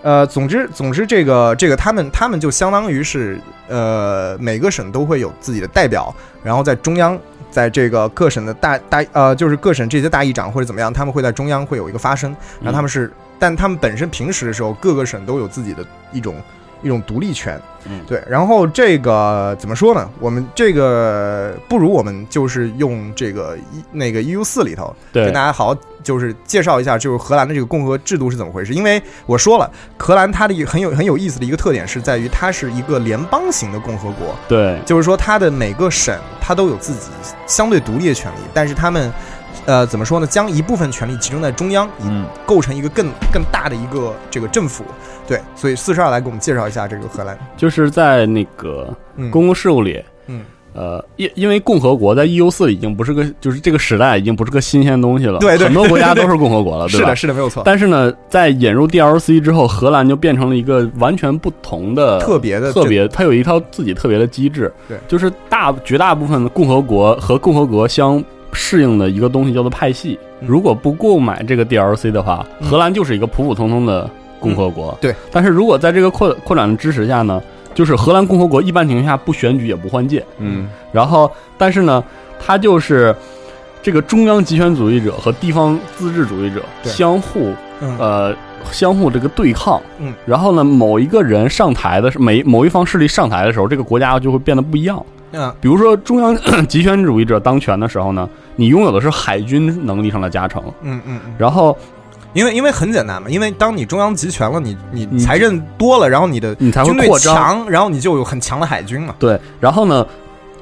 Speaker 2: 呃，总之，总之，这个这个，他们他们就相当于是，呃，每个省都会有自己的代表，然后在中央，在这个各省的大大呃，就是各省这些大议长或者怎么样，他们会在中央会有一个发声，然后他们是，但他们本身平时的时候，各个省都有自己的一种一种独立权，
Speaker 4: 嗯
Speaker 2: 对。然后这个怎么说呢？我们这个不如我们就是用这个一那个 EU 四里头，
Speaker 4: 对
Speaker 2: 跟大家好好就是介绍一下，就是荷兰的这个共和制度是怎么回事。因为我说了，荷兰它的一个很有很有意思的一个特点是在于它是一个联邦型的共和国，
Speaker 4: 对
Speaker 2: 就是说它的每个省它都有自己相对独立的权利，但是他们。呃，怎么说呢？将一部分权力集中在中央，以
Speaker 3: 嗯，
Speaker 2: 构成一个更更大的一个这个政府。对，所以四十二来给我们介绍一下这个荷兰。
Speaker 4: 就是在那个
Speaker 2: 嗯，
Speaker 4: 公共事务里，
Speaker 2: 嗯，
Speaker 4: 呃，因因为共和国在 EU 四已经不是个，就是这个时代已经不是个新鲜东西了，
Speaker 2: 对对
Speaker 4: 很多国家都是共和国了，
Speaker 2: 是
Speaker 4: 对吧
Speaker 2: 的，？是的，没有错。
Speaker 4: 但是呢，在引入 DLC 之后，荷兰就变成了一个完全不同的
Speaker 2: 特别的
Speaker 4: 呃特别，它有一套自己特别的机制，
Speaker 2: 对
Speaker 4: 就是大绝大部分的共和国和共和国相适应的一个东西叫做派系。
Speaker 2: 嗯
Speaker 4: 如果不购买这个 DLC 的话，
Speaker 2: 嗯
Speaker 4: 荷兰就是一个普普通通的共和国。
Speaker 2: 对，
Speaker 4: 但是如果在这个扩扩展的支持下呢，就是荷兰共和国一般情况下不选举也不换届，
Speaker 3: 嗯，
Speaker 4: 然后，但是呢，他就是这个中央集权主义者和地方自治主义者
Speaker 2: 对
Speaker 4: 相互
Speaker 2: 嗯
Speaker 4: 呃相互这个对抗。
Speaker 2: 嗯，
Speaker 4: 然后呢，某一个人上台的时每某一方势力上台的时候，这个国家就会变得不一样。
Speaker 2: 嗯
Speaker 4: 比如说，中央集权主义者当权的时候呢，你拥有的是海军能力上的加成，
Speaker 2: 嗯嗯嗯。
Speaker 4: 然后
Speaker 2: 因为因为很简单嘛，因为当你中央集权了，你你
Speaker 4: 嗯
Speaker 2: 财政多了，然后你的
Speaker 4: 你才会
Speaker 2: 军队
Speaker 4: 扩张。
Speaker 2: 强，然后你就有很强的海军嘛。
Speaker 4: 对，然后呢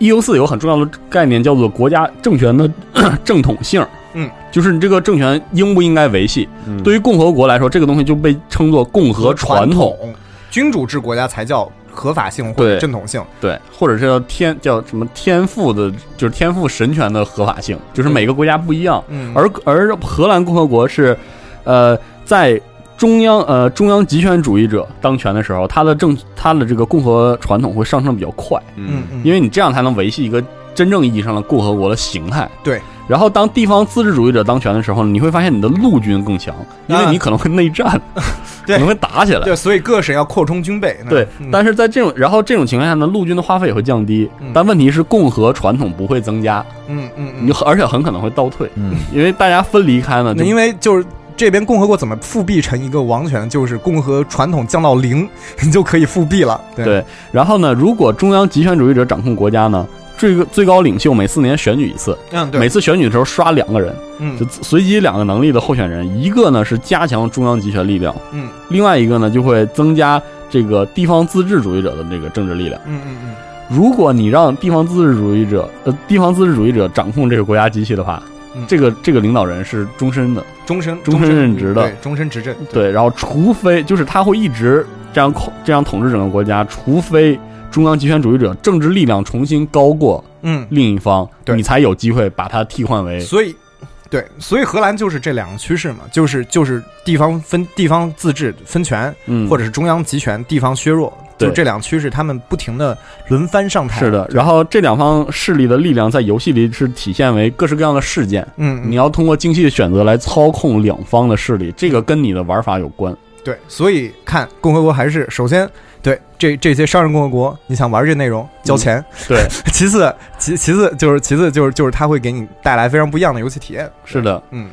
Speaker 4: ，EU 四有很重要的概念叫做国家政权的 正统性。
Speaker 2: 嗯，
Speaker 4: 就是你这个政权应不应该维系？
Speaker 3: 嗯
Speaker 4: 对于共和国来说，这个东西就被称作共和传统，
Speaker 2: 统，君主制国家才叫合法性或
Speaker 4: 对
Speaker 2: 者正统性。
Speaker 4: 对，或者是叫天叫什么天赋的，就是天赋神权的合法性，就是每个国家不一样。
Speaker 2: 嗯，
Speaker 4: 而而荷兰共和国是，呃，在中央呃中央集权主义者当权的时候，它的政它的这个共和传统会上升比较快，
Speaker 2: 嗯，嗯，
Speaker 4: 因为你这样才能维系一个真正意义上的共和国的形态。
Speaker 2: 对。
Speaker 4: 然后，当地方自治主义者当权的时候，你会发现你的陆军更强，因为
Speaker 2: 啊
Speaker 4: 你可能会内战，
Speaker 2: 对
Speaker 4: 可能会打起来。
Speaker 2: 对，所以各省要扩充军备。那
Speaker 4: 对，
Speaker 2: 嗯
Speaker 4: 但是在这种，然后这种情况下呢，陆军的花费也会降低
Speaker 2: 嗯，
Speaker 4: 但问题是共和传统不会增加，
Speaker 2: 嗯嗯
Speaker 4: 你
Speaker 2: 嗯，
Speaker 4: 而且很可能会倒退，
Speaker 3: 嗯，
Speaker 4: 因为大家分离开呢，
Speaker 2: 那
Speaker 4: 就
Speaker 2: 因为就是。这边共和国怎么复辟成一个王权？就是共和传统降到零， 你就可以复辟了。对
Speaker 4: 对然后呢，如果中央集权主义者掌控国家呢，最个最高领袖每四年选举一次，
Speaker 2: 嗯，
Speaker 4: 每
Speaker 2: 对，
Speaker 4: 次选举的时候刷两个人，
Speaker 2: 嗯
Speaker 4: 就随机两个能力的候选人，一个呢是加强中央集权力量，
Speaker 2: 嗯
Speaker 4: 另外一个呢就会增加这个地方自治主义者的这个政治力量。
Speaker 2: 嗯嗯嗯，
Speaker 4: 如果你让地方自治主义者，呃，地方自治主义者掌控这个国家机器的话，
Speaker 2: 嗯
Speaker 4: 这个这个领导人是终身的，
Speaker 2: 终身
Speaker 4: 终身任职的
Speaker 2: 对，终身执政。
Speaker 4: 对。然后，除非就是他会一直这样控这样统治整个国家，除非中央集权主义者政治力量重新高过
Speaker 2: 嗯，
Speaker 4: 另一方，
Speaker 2: 对
Speaker 4: 你才有机会把它替换为
Speaker 2: 所以，对，所以荷兰就是这两个趋势嘛，就是就是地方分地方自治分权，
Speaker 4: 嗯，
Speaker 2: 或者是中央集权地方削弱，
Speaker 4: 对
Speaker 2: 就这两个趋势，他们不停的轮番上台。
Speaker 4: 是的。然后这两方势力的力量在游戏里是体现为各式各样的事件。
Speaker 2: 嗯，嗯，
Speaker 4: 你要通过精细的选择来操控两方的势力，这个跟你的玩法有关。
Speaker 2: 对，所以看共和国还是首先对这这些商人共和国，你想玩这内容交钱，
Speaker 4: 嗯对，
Speaker 2: 其次其其次就是其次就是就是它会给你带来非常不一样的游戏体验。
Speaker 4: 是的，
Speaker 2: 嗯，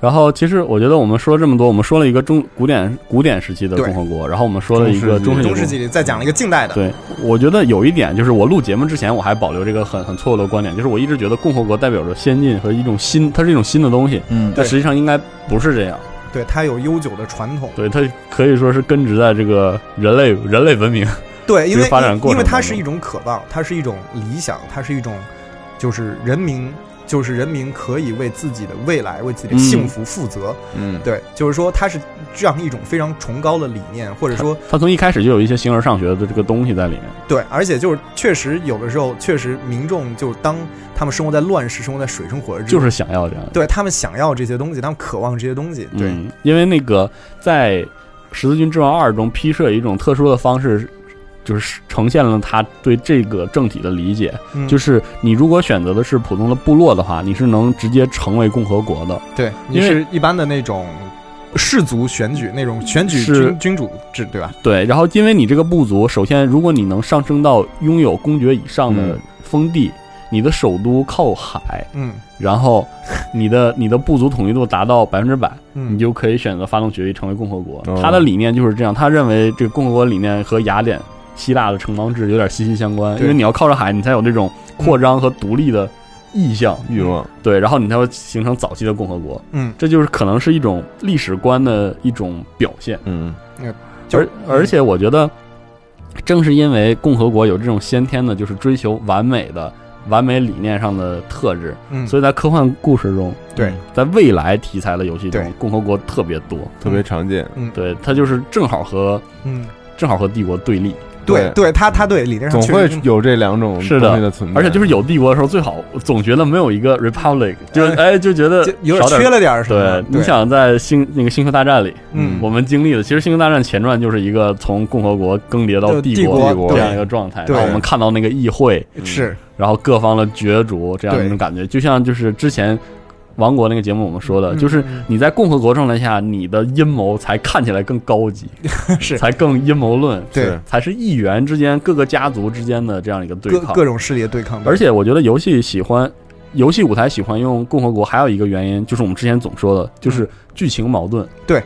Speaker 4: 然后，其实我觉得我们说了这么多，我们说了一个中古典古典时期的共和国，然后我们说了一个
Speaker 3: 中世纪
Speaker 4: 中世
Speaker 2: 中世
Speaker 4: 纪。
Speaker 2: 纪再讲了一个近代的，
Speaker 4: 对，我觉得有一点就是，我录节目之前我还保留这个很很错误的观点，就是我一直觉得共和国代表着先进和一种新，它是一种新的东西，
Speaker 3: 嗯，
Speaker 4: 但实际上应该不是这样。
Speaker 2: 对，它有悠久的传统。
Speaker 4: 对，它可以说是根植在这个人类人类文明。
Speaker 2: 对，因
Speaker 4: 这
Speaker 2: 为
Speaker 4: 个发展过程
Speaker 2: 因为它
Speaker 4: 当中
Speaker 2: 是一种渴望，它是一种理想，它是一种就是人民，就是人民可以为自己的未来、为自己的
Speaker 4: 嗯
Speaker 2: 幸福负责。
Speaker 3: 嗯，
Speaker 2: 对，就是说它是这样一种非常崇高的理念，或者说
Speaker 4: 它从一开始就有一些形而上学的这个东西在里面。
Speaker 2: 对，而且就是确实有的时候，确实民众就当他们生活在乱世、生活在水深火热之
Speaker 4: 就
Speaker 2: 中，
Speaker 4: 是想要这样。
Speaker 2: 对他们想要这些东西，他们渴望这些东西。对，
Speaker 4: 嗯，因为那个在《十字军之王二》中批设一种特殊的方式，就是呈现了他对这个政体的理解。
Speaker 2: 嗯
Speaker 4: 就是你如果选择的是普通的部落的话，你是能直接成为共和国的。
Speaker 2: 对，你
Speaker 4: 因为
Speaker 2: 是一般的那种氏族选举那种选举
Speaker 4: 是
Speaker 2: 君君主制，对吧？
Speaker 4: 对，然后因为你这个部族，首先如果你能上升到拥有公爵以上的
Speaker 3: 嗯
Speaker 4: 封地，你的首都靠海，
Speaker 2: 嗯
Speaker 4: 然后你的你的部族统一度达到百分之百。
Speaker 2: 嗯，
Speaker 4: 你就可以选择发动决议成为共和国
Speaker 3: 哦。
Speaker 4: 他的理念就是这样，他认为这个共和国理念和雅典、希腊的城邦制有点息息相关，
Speaker 2: 对嗯
Speaker 4: 因为你要靠着海，你才有这种扩张和独立的意向，
Speaker 3: 欲望，
Speaker 4: 对，然后你才会形成早期的共和国。
Speaker 2: 嗯。
Speaker 4: 这就是可能是一种历史观的一种表现，
Speaker 3: 嗯，
Speaker 2: 就
Speaker 4: 而而且我觉得，正是因为共和国有这种先天的，就是追求完美的。完美理念上的特质，
Speaker 2: 嗯，
Speaker 4: 所以在科幻故事中，
Speaker 2: 对，
Speaker 4: 在未来题材的游戏
Speaker 2: 对
Speaker 4: 中，共和国特别多。
Speaker 3: 特别常见，
Speaker 4: 对，它就是正好和
Speaker 2: 嗯，
Speaker 4: 正好和帝国对立，
Speaker 2: 对对，他他对
Speaker 4: 嗯
Speaker 2: 理论上
Speaker 3: 总
Speaker 2: 确
Speaker 3: 会
Speaker 2: 实
Speaker 3: 有这两种
Speaker 4: 是的
Speaker 3: 东西的存在，
Speaker 4: 而且就是有帝国的时候最好，总觉得没有一个 republic，就哎就觉得
Speaker 2: 就有
Speaker 4: 少
Speaker 2: 点
Speaker 4: 点
Speaker 2: 缺。了点儿什么。
Speaker 4: 对，你，想在星那个星球大战里，
Speaker 2: 嗯，
Speaker 4: 我们经历的其实星球大战前传就是一个从共和国更
Speaker 2: 就
Speaker 4: 迭到
Speaker 2: 帝
Speaker 4: 国
Speaker 3: 帝国
Speaker 4: 这
Speaker 2: 对
Speaker 4: 样一个状态，
Speaker 2: 对
Speaker 4: 然后我们看到那个议会，
Speaker 2: 是
Speaker 4: 然后各方的角逐这样
Speaker 2: 对
Speaker 4: 一种感觉，就像就是之前王国那个节目我们说的，
Speaker 2: 嗯
Speaker 4: 就是
Speaker 2: 嗯嗯
Speaker 4: 你在共和国状态下，你的阴谋才看起来更高级，
Speaker 2: 是
Speaker 4: 才更阴谋论，
Speaker 2: 对
Speaker 3: 是
Speaker 4: 才是议员之间各个家族之间的这样一个对
Speaker 2: 各
Speaker 4: 抗。
Speaker 2: 各种势力的对抗，
Speaker 4: 而且我觉得游戏喜欢，游戏舞台喜欢用共和国，还有一个原因就是我们之前总说的，就是剧情矛盾。
Speaker 2: 嗯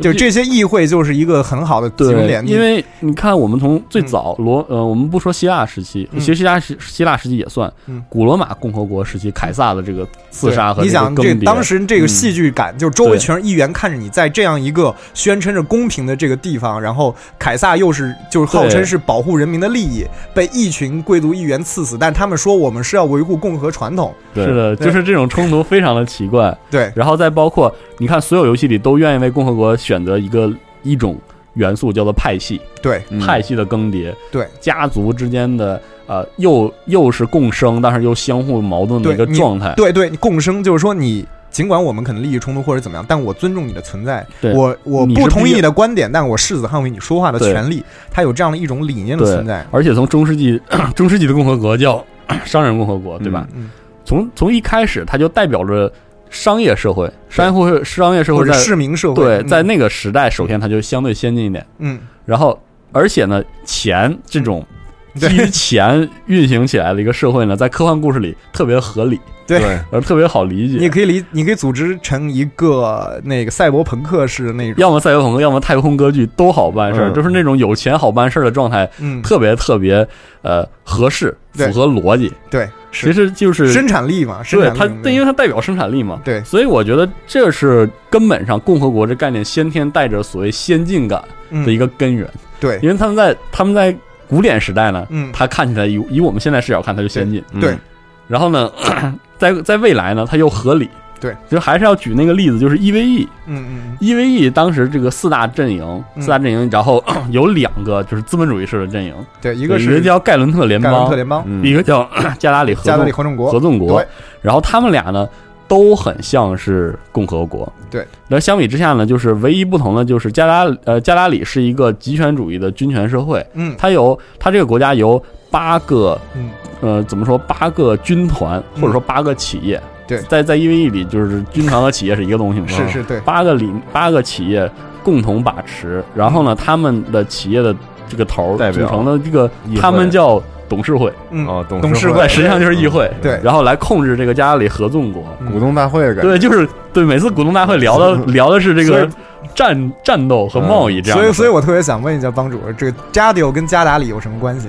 Speaker 2: 对，就这些议会就是一个很好的集中
Speaker 4: 对
Speaker 2: 点，，
Speaker 4: 因为你看，我们从最早罗呃，我们不说希腊时期，
Speaker 2: 嗯
Speaker 4: 其实希腊时希腊时期也算
Speaker 2: 嗯，
Speaker 4: 古罗马共和国时期凯撒的这个
Speaker 2: 对
Speaker 4: 刺杀和
Speaker 2: 你
Speaker 4: 这个
Speaker 2: 想
Speaker 4: 更
Speaker 2: 这
Speaker 4: 迭，嗯
Speaker 2: 当时这个戏剧感，就是周围
Speaker 4: 对
Speaker 2: 全是议员看着你在这样一个宣称着公平的这个地方，然后凯撒又是就是号
Speaker 4: 对
Speaker 2: 称是保护人民的利益，被一群贵族议员赐死，但他们说我们是要维护共和传统，
Speaker 3: 对
Speaker 4: 是的，
Speaker 2: 对
Speaker 4: 就是这种冲突非常的奇怪。
Speaker 2: 对
Speaker 4: 然后再包括你看，所有游戏里都愿意为共和国选择一个一种元素，叫做派系。
Speaker 2: 对
Speaker 3: 嗯
Speaker 4: 派系的更迭，
Speaker 2: 对
Speaker 4: 家族之间的呃，又又是共生，但是又相互矛盾的一个
Speaker 2: 对你
Speaker 4: 状态。
Speaker 2: 对对，共生就是说你。尽管我们可能利益冲突或者怎么样，但我尊重你的存在。
Speaker 4: 对
Speaker 2: 我我
Speaker 4: 你
Speaker 2: 不
Speaker 4: 是
Speaker 2: 同意
Speaker 4: 必
Speaker 2: 你的观点，但我誓死捍卫你说话的
Speaker 4: 对
Speaker 2: 权利。它有这样的一种理念的
Speaker 4: 对
Speaker 2: 存在，
Speaker 4: 而且从中世纪中世纪的共和国叫商人共和国，对吧？
Speaker 2: 嗯，
Speaker 4: 从从一开始，它就代表着商业社会，商业会商业社
Speaker 2: 或
Speaker 4: 会
Speaker 2: 者
Speaker 4: 在
Speaker 2: 市民社会，
Speaker 4: 对，
Speaker 2: 嗯
Speaker 4: 在那个时代，首先它就相对先进一点，
Speaker 2: 嗯，
Speaker 4: 然后而且呢，钱这种。
Speaker 2: 嗯
Speaker 4: 基于
Speaker 2: 对
Speaker 4: 钱运行起来的一个社会呢，在科幻故事里特别合理，
Speaker 2: 对
Speaker 3: 对，
Speaker 4: 而特别好理解。
Speaker 2: 你可以理，你可以组织成一个那个赛博朋克式的那种，
Speaker 4: 要么赛博朋克，要么太空歌剧都好办事儿，
Speaker 3: 嗯
Speaker 4: 就是那种有钱好办事儿的状态，
Speaker 2: 嗯，
Speaker 4: 特别特别呃合适，
Speaker 2: 对
Speaker 4: 符合逻辑。
Speaker 2: 对，
Speaker 4: 其
Speaker 2: 是
Speaker 4: 实就是
Speaker 2: 生产力嘛，生
Speaker 4: 对
Speaker 2: 产力
Speaker 4: 它，
Speaker 2: 嘛
Speaker 4: 对，因为它代表生产力嘛。
Speaker 2: 对
Speaker 4: 所以我觉得这是根本上共和国这概念先天带着所谓先进感的一
Speaker 2: 嗯，
Speaker 4: 个根源，
Speaker 2: 对，
Speaker 4: 因为他们在他们在古典时代呢，
Speaker 2: 嗯，
Speaker 4: 它看起来以以我们现在视角看它就先进，
Speaker 3: 嗯
Speaker 2: 对，
Speaker 4: 然后呢， 咳咳在在未来呢，它又合理。
Speaker 2: 对，
Speaker 4: 就还是要举那个例子，就是 E EVE，
Speaker 2: 嗯嗯
Speaker 4: EVE ，E 当时这个四大阵营，
Speaker 2: 嗯
Speaker 4: 四大阵营，然后 有两个就是资本主义式的阵营，
Speaker 2: 嗯，对，一
Speaker 4: 一
Speaker 2: 个
Speaker 4: 一个
Speaker 2: 是
Speaker 4: 叫盖伦特联
Speaker 2: 盖伦特
Speaker 4: 邦，
Speaker 2: 联邦，
Speaker 3: 嗯
Speaker 4: 一个叫 加达里合
Speaker 2: 加勒比
Speaker 4: 众
Speaker 2: 合众
Speaker 4: 合
Speaker 2: 国，
Speaker 4: 众国
Speaker 2: 对，
Speaker 4: 然后他们俩呢都很像是共和国。
Speaker 2: 对，
Speaker 4: 那相比之下呢，就是唯一不同的就是加拉呃加拉里是一个集权主义的军权社会，
Speaker 2: 嗯
Speaker 4: 它由它这个国家由八个
Speaker 2: 嗯，
Speaker 4: 呃，怎么说？八个军团
Speaker 2: 嗯
Speaker 4: 或者说八个企业，
Speaker 2: 对
Speaker 4: 在在 EVE 里就是军团和企业是一个东西嘛，
Speaker 2: 是是，对，
Speaker 4: 八个里八个企业共同把持，然后呢，他们的企业的这个头儿
Speaker 3: 代
Speaker 4: 组
Speaker 3: 表
Speaker 4: 成了这个
Speaker 3: 议会，
Speaker 4: 他们叫董事会，
Speaker 2: 嗯，
Speaker 3: 哦，董
Speaker 2: 董事
Speaker 3: 事嗯
Speaker 2: 会
Speaker 4: 对，实际上就是议会，
Speaker 2: 对
Speaker 4: 然后来控制这个加勒里合众国。
Speaker 2: 嗯
Speaker 3: 股东大会感觉，
Speaker 4: 对，就是对，每次股东大会聊的聊的是这
Speaker 2: 所
Speaker 4: 个
Speaker 2: 以嗯
Speaker 4: 战战斗和贸易这样
Speaker 2: 所
Speaker 4: 的
Speaker 2: 以
Speaker 4: 事，
Speaker 2: 所以我特别想问一下帮主，这个加迪欧跟加达里有什么关系？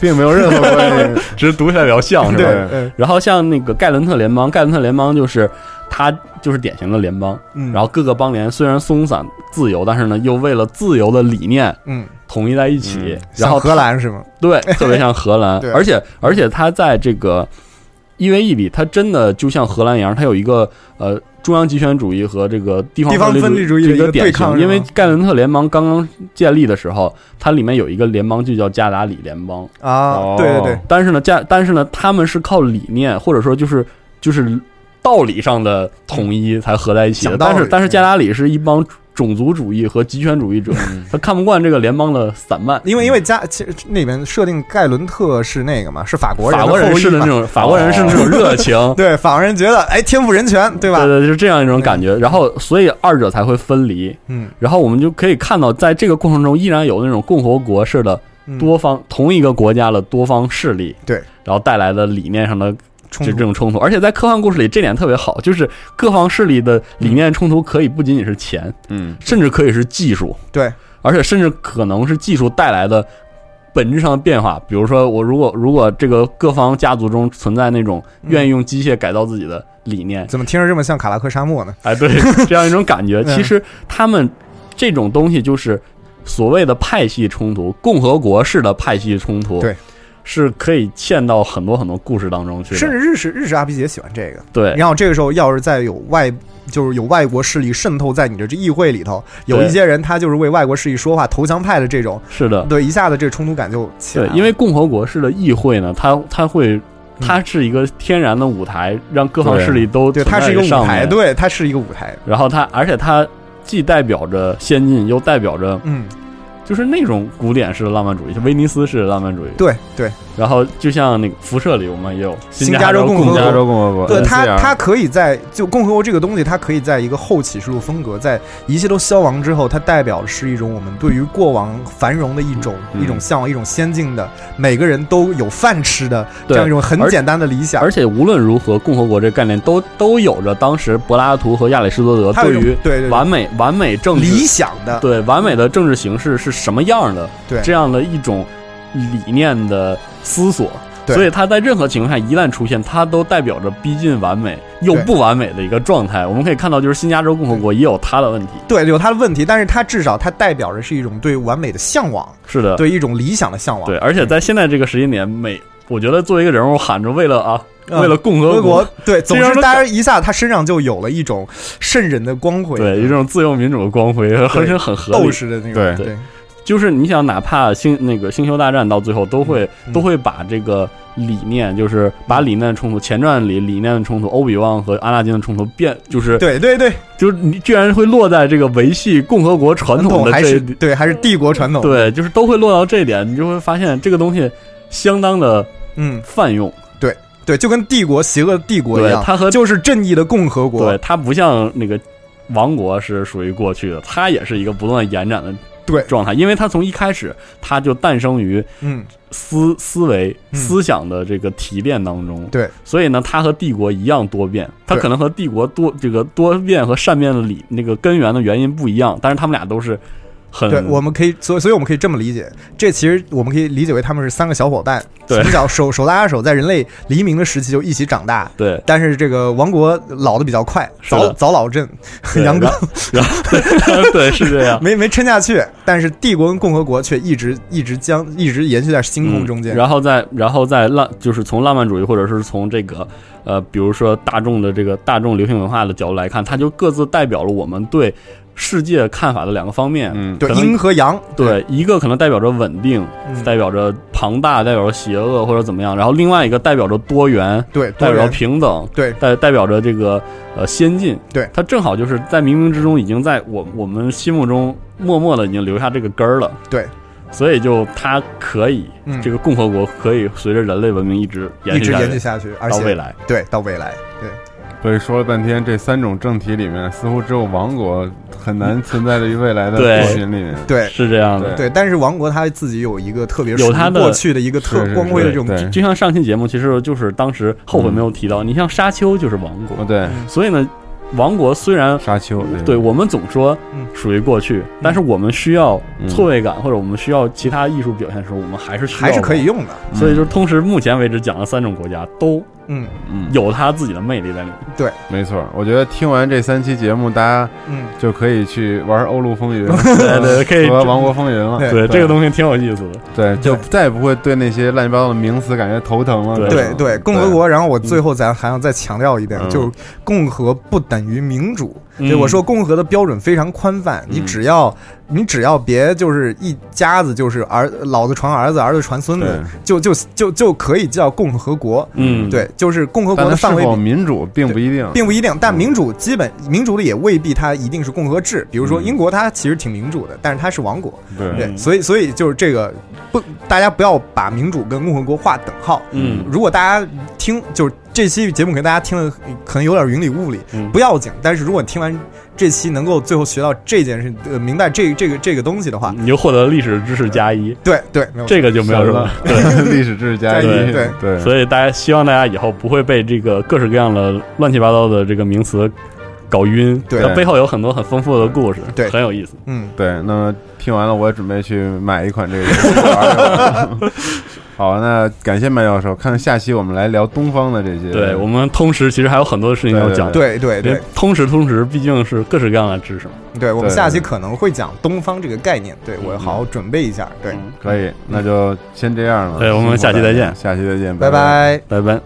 Speaker 3: 并没有任何关 系。
Speaker 4: 只是读起来比较像，是吧
Speaker 3: 对？
Speaker 2: 嗯
Speaker 4: 然后像那个盖伦特联邦，盖伦特联邦就是它就是典型的联邦，
Speaker 2: 嗯，
Speaker 4: 然后各个邦联虽然松散自由，但是呢又为了自由的理念
Speaker 2: 嗯，
Speaker 4: 统一在一起。
Speaker 3: 嗯
Speaker 4: 然
Speaker 2: 像
Speaker 4: 后
Speaker 2: 荷兰是吗？
Speaker 4: 对，特别像荷兰
Speaker 2: 对，
Speaker 4: 而且而且它在这个一 v 一里，它真的就像荷兰一样，它有一个呃中央集权主义和这个地方
Speaker 2: 地方分立主义的
Speaker 4: 这
Speaker 2: 一个
Speaker 4: 个典
Speaker 2: 对抗
Speaker 4: 型。
Speaker 2: 是吗
Speaker 4: 因为盖伦特联邦刚刚建立的时候，它里面有一个联邦就叫加达里联邦，
Speaker 3: 哦
Speaker 2: 啊，
Speaker 4: 哦
Speaker 2: 对对对，
Speaker 4: 但是呢，加但是呢，他们是靠理念或者说就是就是道理上的统一才合在一起的。
Speaker 2: 讲道理
Speaker 4: 但是但是
Speaker 2: 嗯
Speaker 4: 加达里是一帮种族主义和极权主义者，
Speaker 3: 嗯
Speaker 4: 他看不惯这个联邦的散漫。
Speaker 2: 因为因为加其实那边设定盖伦特是那个嘛，是法国人，
Speaker 4: 法国人
Speaker 2: 是
Speaker 4: 是那种法国人是那种热情，
Speaker 2: 对法国人觉得哎天赋人权， 对吧
Speaker 4: 对？对，就是这样一种感觉。然后所以二者才会分离。
Speaker 2: 嗯，
Speaker 4: 然后我们就可以看到，在这个过程中，依然有那种共和国式的
Speaker 2: 嗯
Speaker 4: 多方、同一个国家的多方势力，
Speaker 2: 对，
Speaker 4: 然后带来的理念上的
Speaker 2: 冲
Speaker 4: 就这
Speaker 2: 突，
Speaker 4: 种冲突，而且在科幻故事里，这点特别好，就是各方势力的理念冲突可以不仅仅是钱，
Speaker 3: 嗯，
Speaker 4: 甚至可以是技术，
Speaker 2: 对，
Speaker 4: 而且甚至可能是技术带来的本质上的变化。比如说，我如果如果这个各方家族中存在那种愿意用机械改造自己的理念，
Speaker 2: 怎么听着这么像卡拉克沙漠呢？
Speaker 4: 哎，对，这样一种感觉。
Speaker 2: 嗯
Speaker 4: 其实他们这种东西就是所谓的派系冲突，共和国式的派系冲突，
Speaker 2: 对，
Speaker 4: 是可以嵌到很多很多故事当中去的，哎
Speaker 2: 甚至日式日式 RPG 也喜欢这个。
Speaker 4: 对，
Speaker 2: 然后这个时候，要是再有外，就是有外国势力渗透在你的这议会里头，有一
Speaker 4: 对
Speaker 2: 些人他就是为外国势力说话，投降派的这种，
Speaker 4: 是的。
Speaker 2: 对，一下子这冲突感就起来
Speaker 4: 啊对，
Speaker 2: 了。
Speaker 4: 因为共和国式的议会呢，它它会，它是一个天然的舞台，让各方势力都
Speaker 2: 嗯对，它是
Speaker 4: 存在
Speaker 2: 一个
Speaker 4: 于
Speaker 2: 舞
Speaker 4: 上
Speaker 2: 台，
Speaker 4: 面。
Speaker 2: 对，它是一个舞台，
Speaker 4: 然后它，而且它既代表着先进，又代表着
Speaker 2: 嗯，就是
Speaker 4: 就是那种古典式的浪漫主义，就威尼斯式的浪漫主义。
Speaker 2: 对对
Speaker 4: 然后就像那个辐射里，我们也有
Speaker 2: 新加
Speaker 4: 加
Speaker 2: 州
Speaker 4: 州
Speaker 2: 共和
Speaker 4: 共
Speaker 2: 国
Speaker 3: 加州共和国，
Speaker 2: 对，它
Speaker 3: NCR
Speaker 2: 它可以在就共和国这个东西，它可以在一个后启示录风格，在一切都消亡之后，它代表的是一种我们对于过往繁荣的一种
Speaker 3: 嗯
Speaker 2: 一种向往，一种先进的，每个人都有饭吃的这
Speaker 4: 对
Speaker 2: 样一种很
Speaker 4: 而
Speaker 2: 简单的理想
Speaker 4: 而。且无论如何，共和国这个概念都都有着当时柏拉图和亚里士多德
Speaker 2: 它有
Speaker 4: 对
Speaker 2: 一种
Speaker 4: 于
Speaker 2: 对对对
Speaker 4: 完美完美政治
Speaker 2: 理想的
Speaker 4: 对完美的政治形式是什么样的，
Speaker 2: 对
Speaker 4: 这样的一种理念的思索。
Speaker 2: 对
Speaker 4: 所以它在任何情况下一旦出现，它都代表着逼近完美又
Speaker 2: 对
Speaker 4: 不完美的一个状态。我们可以看到，就是新加州共和国也有它的问题。
Speaker 2: 对，有它的问题，但是它至少它代表的是一种对完美的向往，
Speaker 4: 是的，
Speaker 2: 对一种理想的向往。
Speaker 4: 对，而且在现在这个时间点，每我觉得作为一个人物喊着为了啊，
Speaker 2: 嗯
Speaker 4: 为了共和
Speaker 2: 俄
Speaker 4: 国
Speaker 2: 国，对，总
Speaker 4: 这
Speaker 2: 之
Speaker 4: 样的
Speaker 2: 大家一下他身上就有了一种圣人的光辉，
Speaker 4: 对，有这种自由民主的光辉，很是很合
Speaker 2: 斗
Speaker 4: 理。
Speaker 2: 士的那
Speaker 3: 对
Speaker 2: 种，对，
Speaker 4: 就是你想，哪怕星那个星球大战到最后都会、
Speaker 2: 嗯嗯
Speaker 4: 都会把这个理念，就是把理念的冲突，前传里理念的冲突，欧比旺和阿拉金的冲突变，就是
Speaker 2: 对对对，
Speaker 4: 就是你居然会落在这个维系共和国传统的
Speaker 2: 还
Speaker 4: 这
Speaker 2: 是对还是帝国传统，，
Speaker 4: 对，就是都会落到这一点，你就会发现这个东西相当的
Speaker 2: 嗯，
Speaker 4: 泛用，
Speaker 2: 对，就跟帝国邪恶的帝国一
Speaker 4: 对
Speaker 2: 样，
Speaker 4: 它和
Speaker 2: 就是正义的共和国嗯
Speaker 4: 对，它不像那个王国是属于过去的，它也是一个不断延展的
Speaker 2: 对
Speaker 4: 状态，因为它从一开始它就诞生于
Speaker 2: 嗯，
Speaker 4: 思思维、
Speaker 2: 嗯
Speaker 4: 思想的这个提炼当中。
Speaker 2: 对，
Speaker 4: 所以呢，它和帝国一样多变，它
Speaker 2: 对
Speaker 4: 可能和帝国多这个多变和善变的理那个根源的原因不一样，但是他们俩都是很
Speaker 2: 对，我们可以，所以所以我们可以这么理解，这其实我们可以理解为他们是三个小伙伴，
Speaker 4: 对
Speaker 2: 从小手手拉着手，在人类黎明的时期就一起长大。
Speaker 4: 对
Speaker 2: 但是这个王国老的比较快，
Speaker 4: 是
Speaker 2: 早
Speaker 4: 的
Speaker 2: 早老阵，
Speaker 4: 对
Speaker 2: 杨哥
Speaker 4: 然后 对是 这样。
Speaker 2: 没没撑下去，但是帝国跟共和国却一直一直将一直延续在星空中间。
Speaker 4: 嗯然后再然后再浪，就是从浪漫主义或者是从这个呃，比如说大众的这个大众流行文化的角度来看，它就各自代表了我们对世界看法的两个方面。
Speaker 3: 嗯，
Speaker 2: 对
Speaker 4: 可能
Speaker 2: 阴和阳，
Speaker 4: 对，一个可能代表着稳定，
Speaker 2: 嗯
Speaker 4: 代表着庞大，代表着邪恶或者怎么样，然后另外一个代表着多元，
Speaker 2: 对，
Speaker 4: 代
Speaker 2: 多
Speaker 4: 表着
Speaker 2: 元
Speaker 4: 平等，
Speaker 2: 对
Speaker 4: 代代表着这个呃先进，
Speaker 2: 对
Speaker 4: 它正好就是在冥冥之中已经在我我们心目中默默的已经留下这个根儿了，
Speaker 2: 对，
Speaker 4: 所以就它可以、
Speaker 2: 嗯
Speaker 4: 这个共和国可以随着人类文明一直延
Speaker 2: 一
Speaker 4: 续
Speaker 2: 直
Speaker 4: 下
Speaker 2: 延续
Speaker 4: 去
Speaker 2: 下去，而
Speaker 4: 到
Speaker 2: 且
Speaker 4: 未来，
Speaker 2: 对到未来，对。
Speaker 3: 所以说了半天，这三种政体里面，似乎只有王国很难存在于未来的
Speaker 4: 对
Speaker 3: 族群里面。
Speaker 2: 对
Speaker 4: 是这样的。
Speaker 2: 对，但是王国它自己有一个特别
Speaker 4: 有
Speaker 2: 属于
Speaker 4: 它的
Speaker 2: 过去的一个特
Speaker 3: 是是
Speaker 2: 光辉的这
Speaker 3: 是
Speaker 2: 种
Speaker 3: 对
Speaker 2: 记
Speaker 4: 就像上期节目，其实就是当时后悔没有
Speaker 2: 嗯
Speaker 4: 提到，你像沙丘就是王国
Speaker 3: 哦，，对，
Speaker 4: 所以呢，王国虽然
Speaker 3: 沙丘，
Speaker 4: 嗯对我们总说
Speaker 2: 嗯
Speaker 4: 属于过去，但是我们需要
Speaker 3: 嗯
Speaker 4: 错位感，或者我们需要其他艺术表现的时候，我们还是需要
Speaker 2: 还是可以
Speaker 4: 王
Speaker 2: 用的。
Speaker 4: 国。所以就是通识目前为止讲了三种国家都
Speaker 2: 嗯
Speaker 3: 嗯，
Speaker 4: 有它自己的魅力在里面。
Speaker 3: 没错。我觉得听完这三期节目，大家
Speaker 2: 嗯，
Speaker 3: 就可以去玩《欧陆风云》
Speaker 4: 对对，可以
Speaker 3: 和《王国风云》了。
Speaker 2: 对
Speaker 4: 对这个东西挺有意思的。
Speaker 3: 对，就再也不会对那些乱七八糟的名词感觉头疼了。
Speaker 4: 对
Speaker 2: 对对，共和，国。然后我最
Speaker 3: 嗯
Speaker 2: 后咱还要再强调一遍，
Speaker 3: 嗯
Speaker 2: 就是共和不等于民主。
Speaker 4: 嗯
Speaker 2: 对，我说共和的标准非常宽泛，你
Speaker 3: 嗯
Speaker 2: 只要你只要别就是一家子就是儿老子传儿子，儿子传孙子
Speaker 3: 对，
Speaker 2: 就就就就可以叫共和国。
Speaker 4: 嗯，
Speaker 2: 对，就是共和国
Speaker 3: 但它
Speaker 2: 的
Speaker 3: 是
Speaker 2: 范围
Speaker 3: 否
Speaker 2: 比
Speaker 3: 民主并不一定。
Speaker 2: 并不一定，但
Speaker 3: 嗯
Speaker 2: 民主基本民主里也未必它一定是共和制。比如说
Speaker 3: 嗯
Speaker 2: 英国，它其实挺民主的，但是它是王国。
Speaker 3: 对，
Speaker 2: 对，
Speaker 4: 嗯
Speaker 2: 所以所以就是这个不，大家不要把民主跟共和国划等号。
Speaker 4: 嗯
Speaker 2: 如果大家听就是这期节目给大家听了，可能有点云里雾里，
Speaker 4: 嗯
Speaker 2: 不要紧。但是如果听完这期能够最后学到这件事，呃，明白这这个这个东西的话，
Speaker 4: 你就获得了历史知识加一，
Speaker 2: 对对，没有
Speaker 4: 嗯这个就没有什
Speaker 3: 神
Speaker 4: 么
Speaker 3: 了。对， 历史知识加一，
Speaker 4: 加一
Speaker 2: 对
Speaker 3: 对，
Speaker 4: 所以大家希望大家以后不会被这个各式各样的乱七八糟的这个名词搞晕。
Speaker 2: 对
Speaker 4: 它背后有很多很丰富的故事，
Speaker 2: 对
Speaker 4: 很有意思。
Speaker 2: 嗯，
Speaker 3: 对，那么听完了，我也准备去买一款这个游戏玩一玩。好，那感谢麦教授，看下期我们来聊东方的这些。
Speaker 4: 对我们通识其实还有很多事情要讲。
Speaker 2: 对对对
Speaker 4: 因为通识通识毕竟是各式各样的知识嘛。
Speaker 2: 对，我们
Speaker 3: 对
Speaker 2: 下期可能会讲东方这个概念，对我好好准备一下，对，
Speaker 4: 嗯
Speaker 3: 可以，那就先这样了。
Speaker 4: 对我们下期再见
Speaker 3: 下期再见，
Speaker 2: 拜
Speaker 3: 拜
Speaker 2: 拜。
Speaker 4: 拜拜。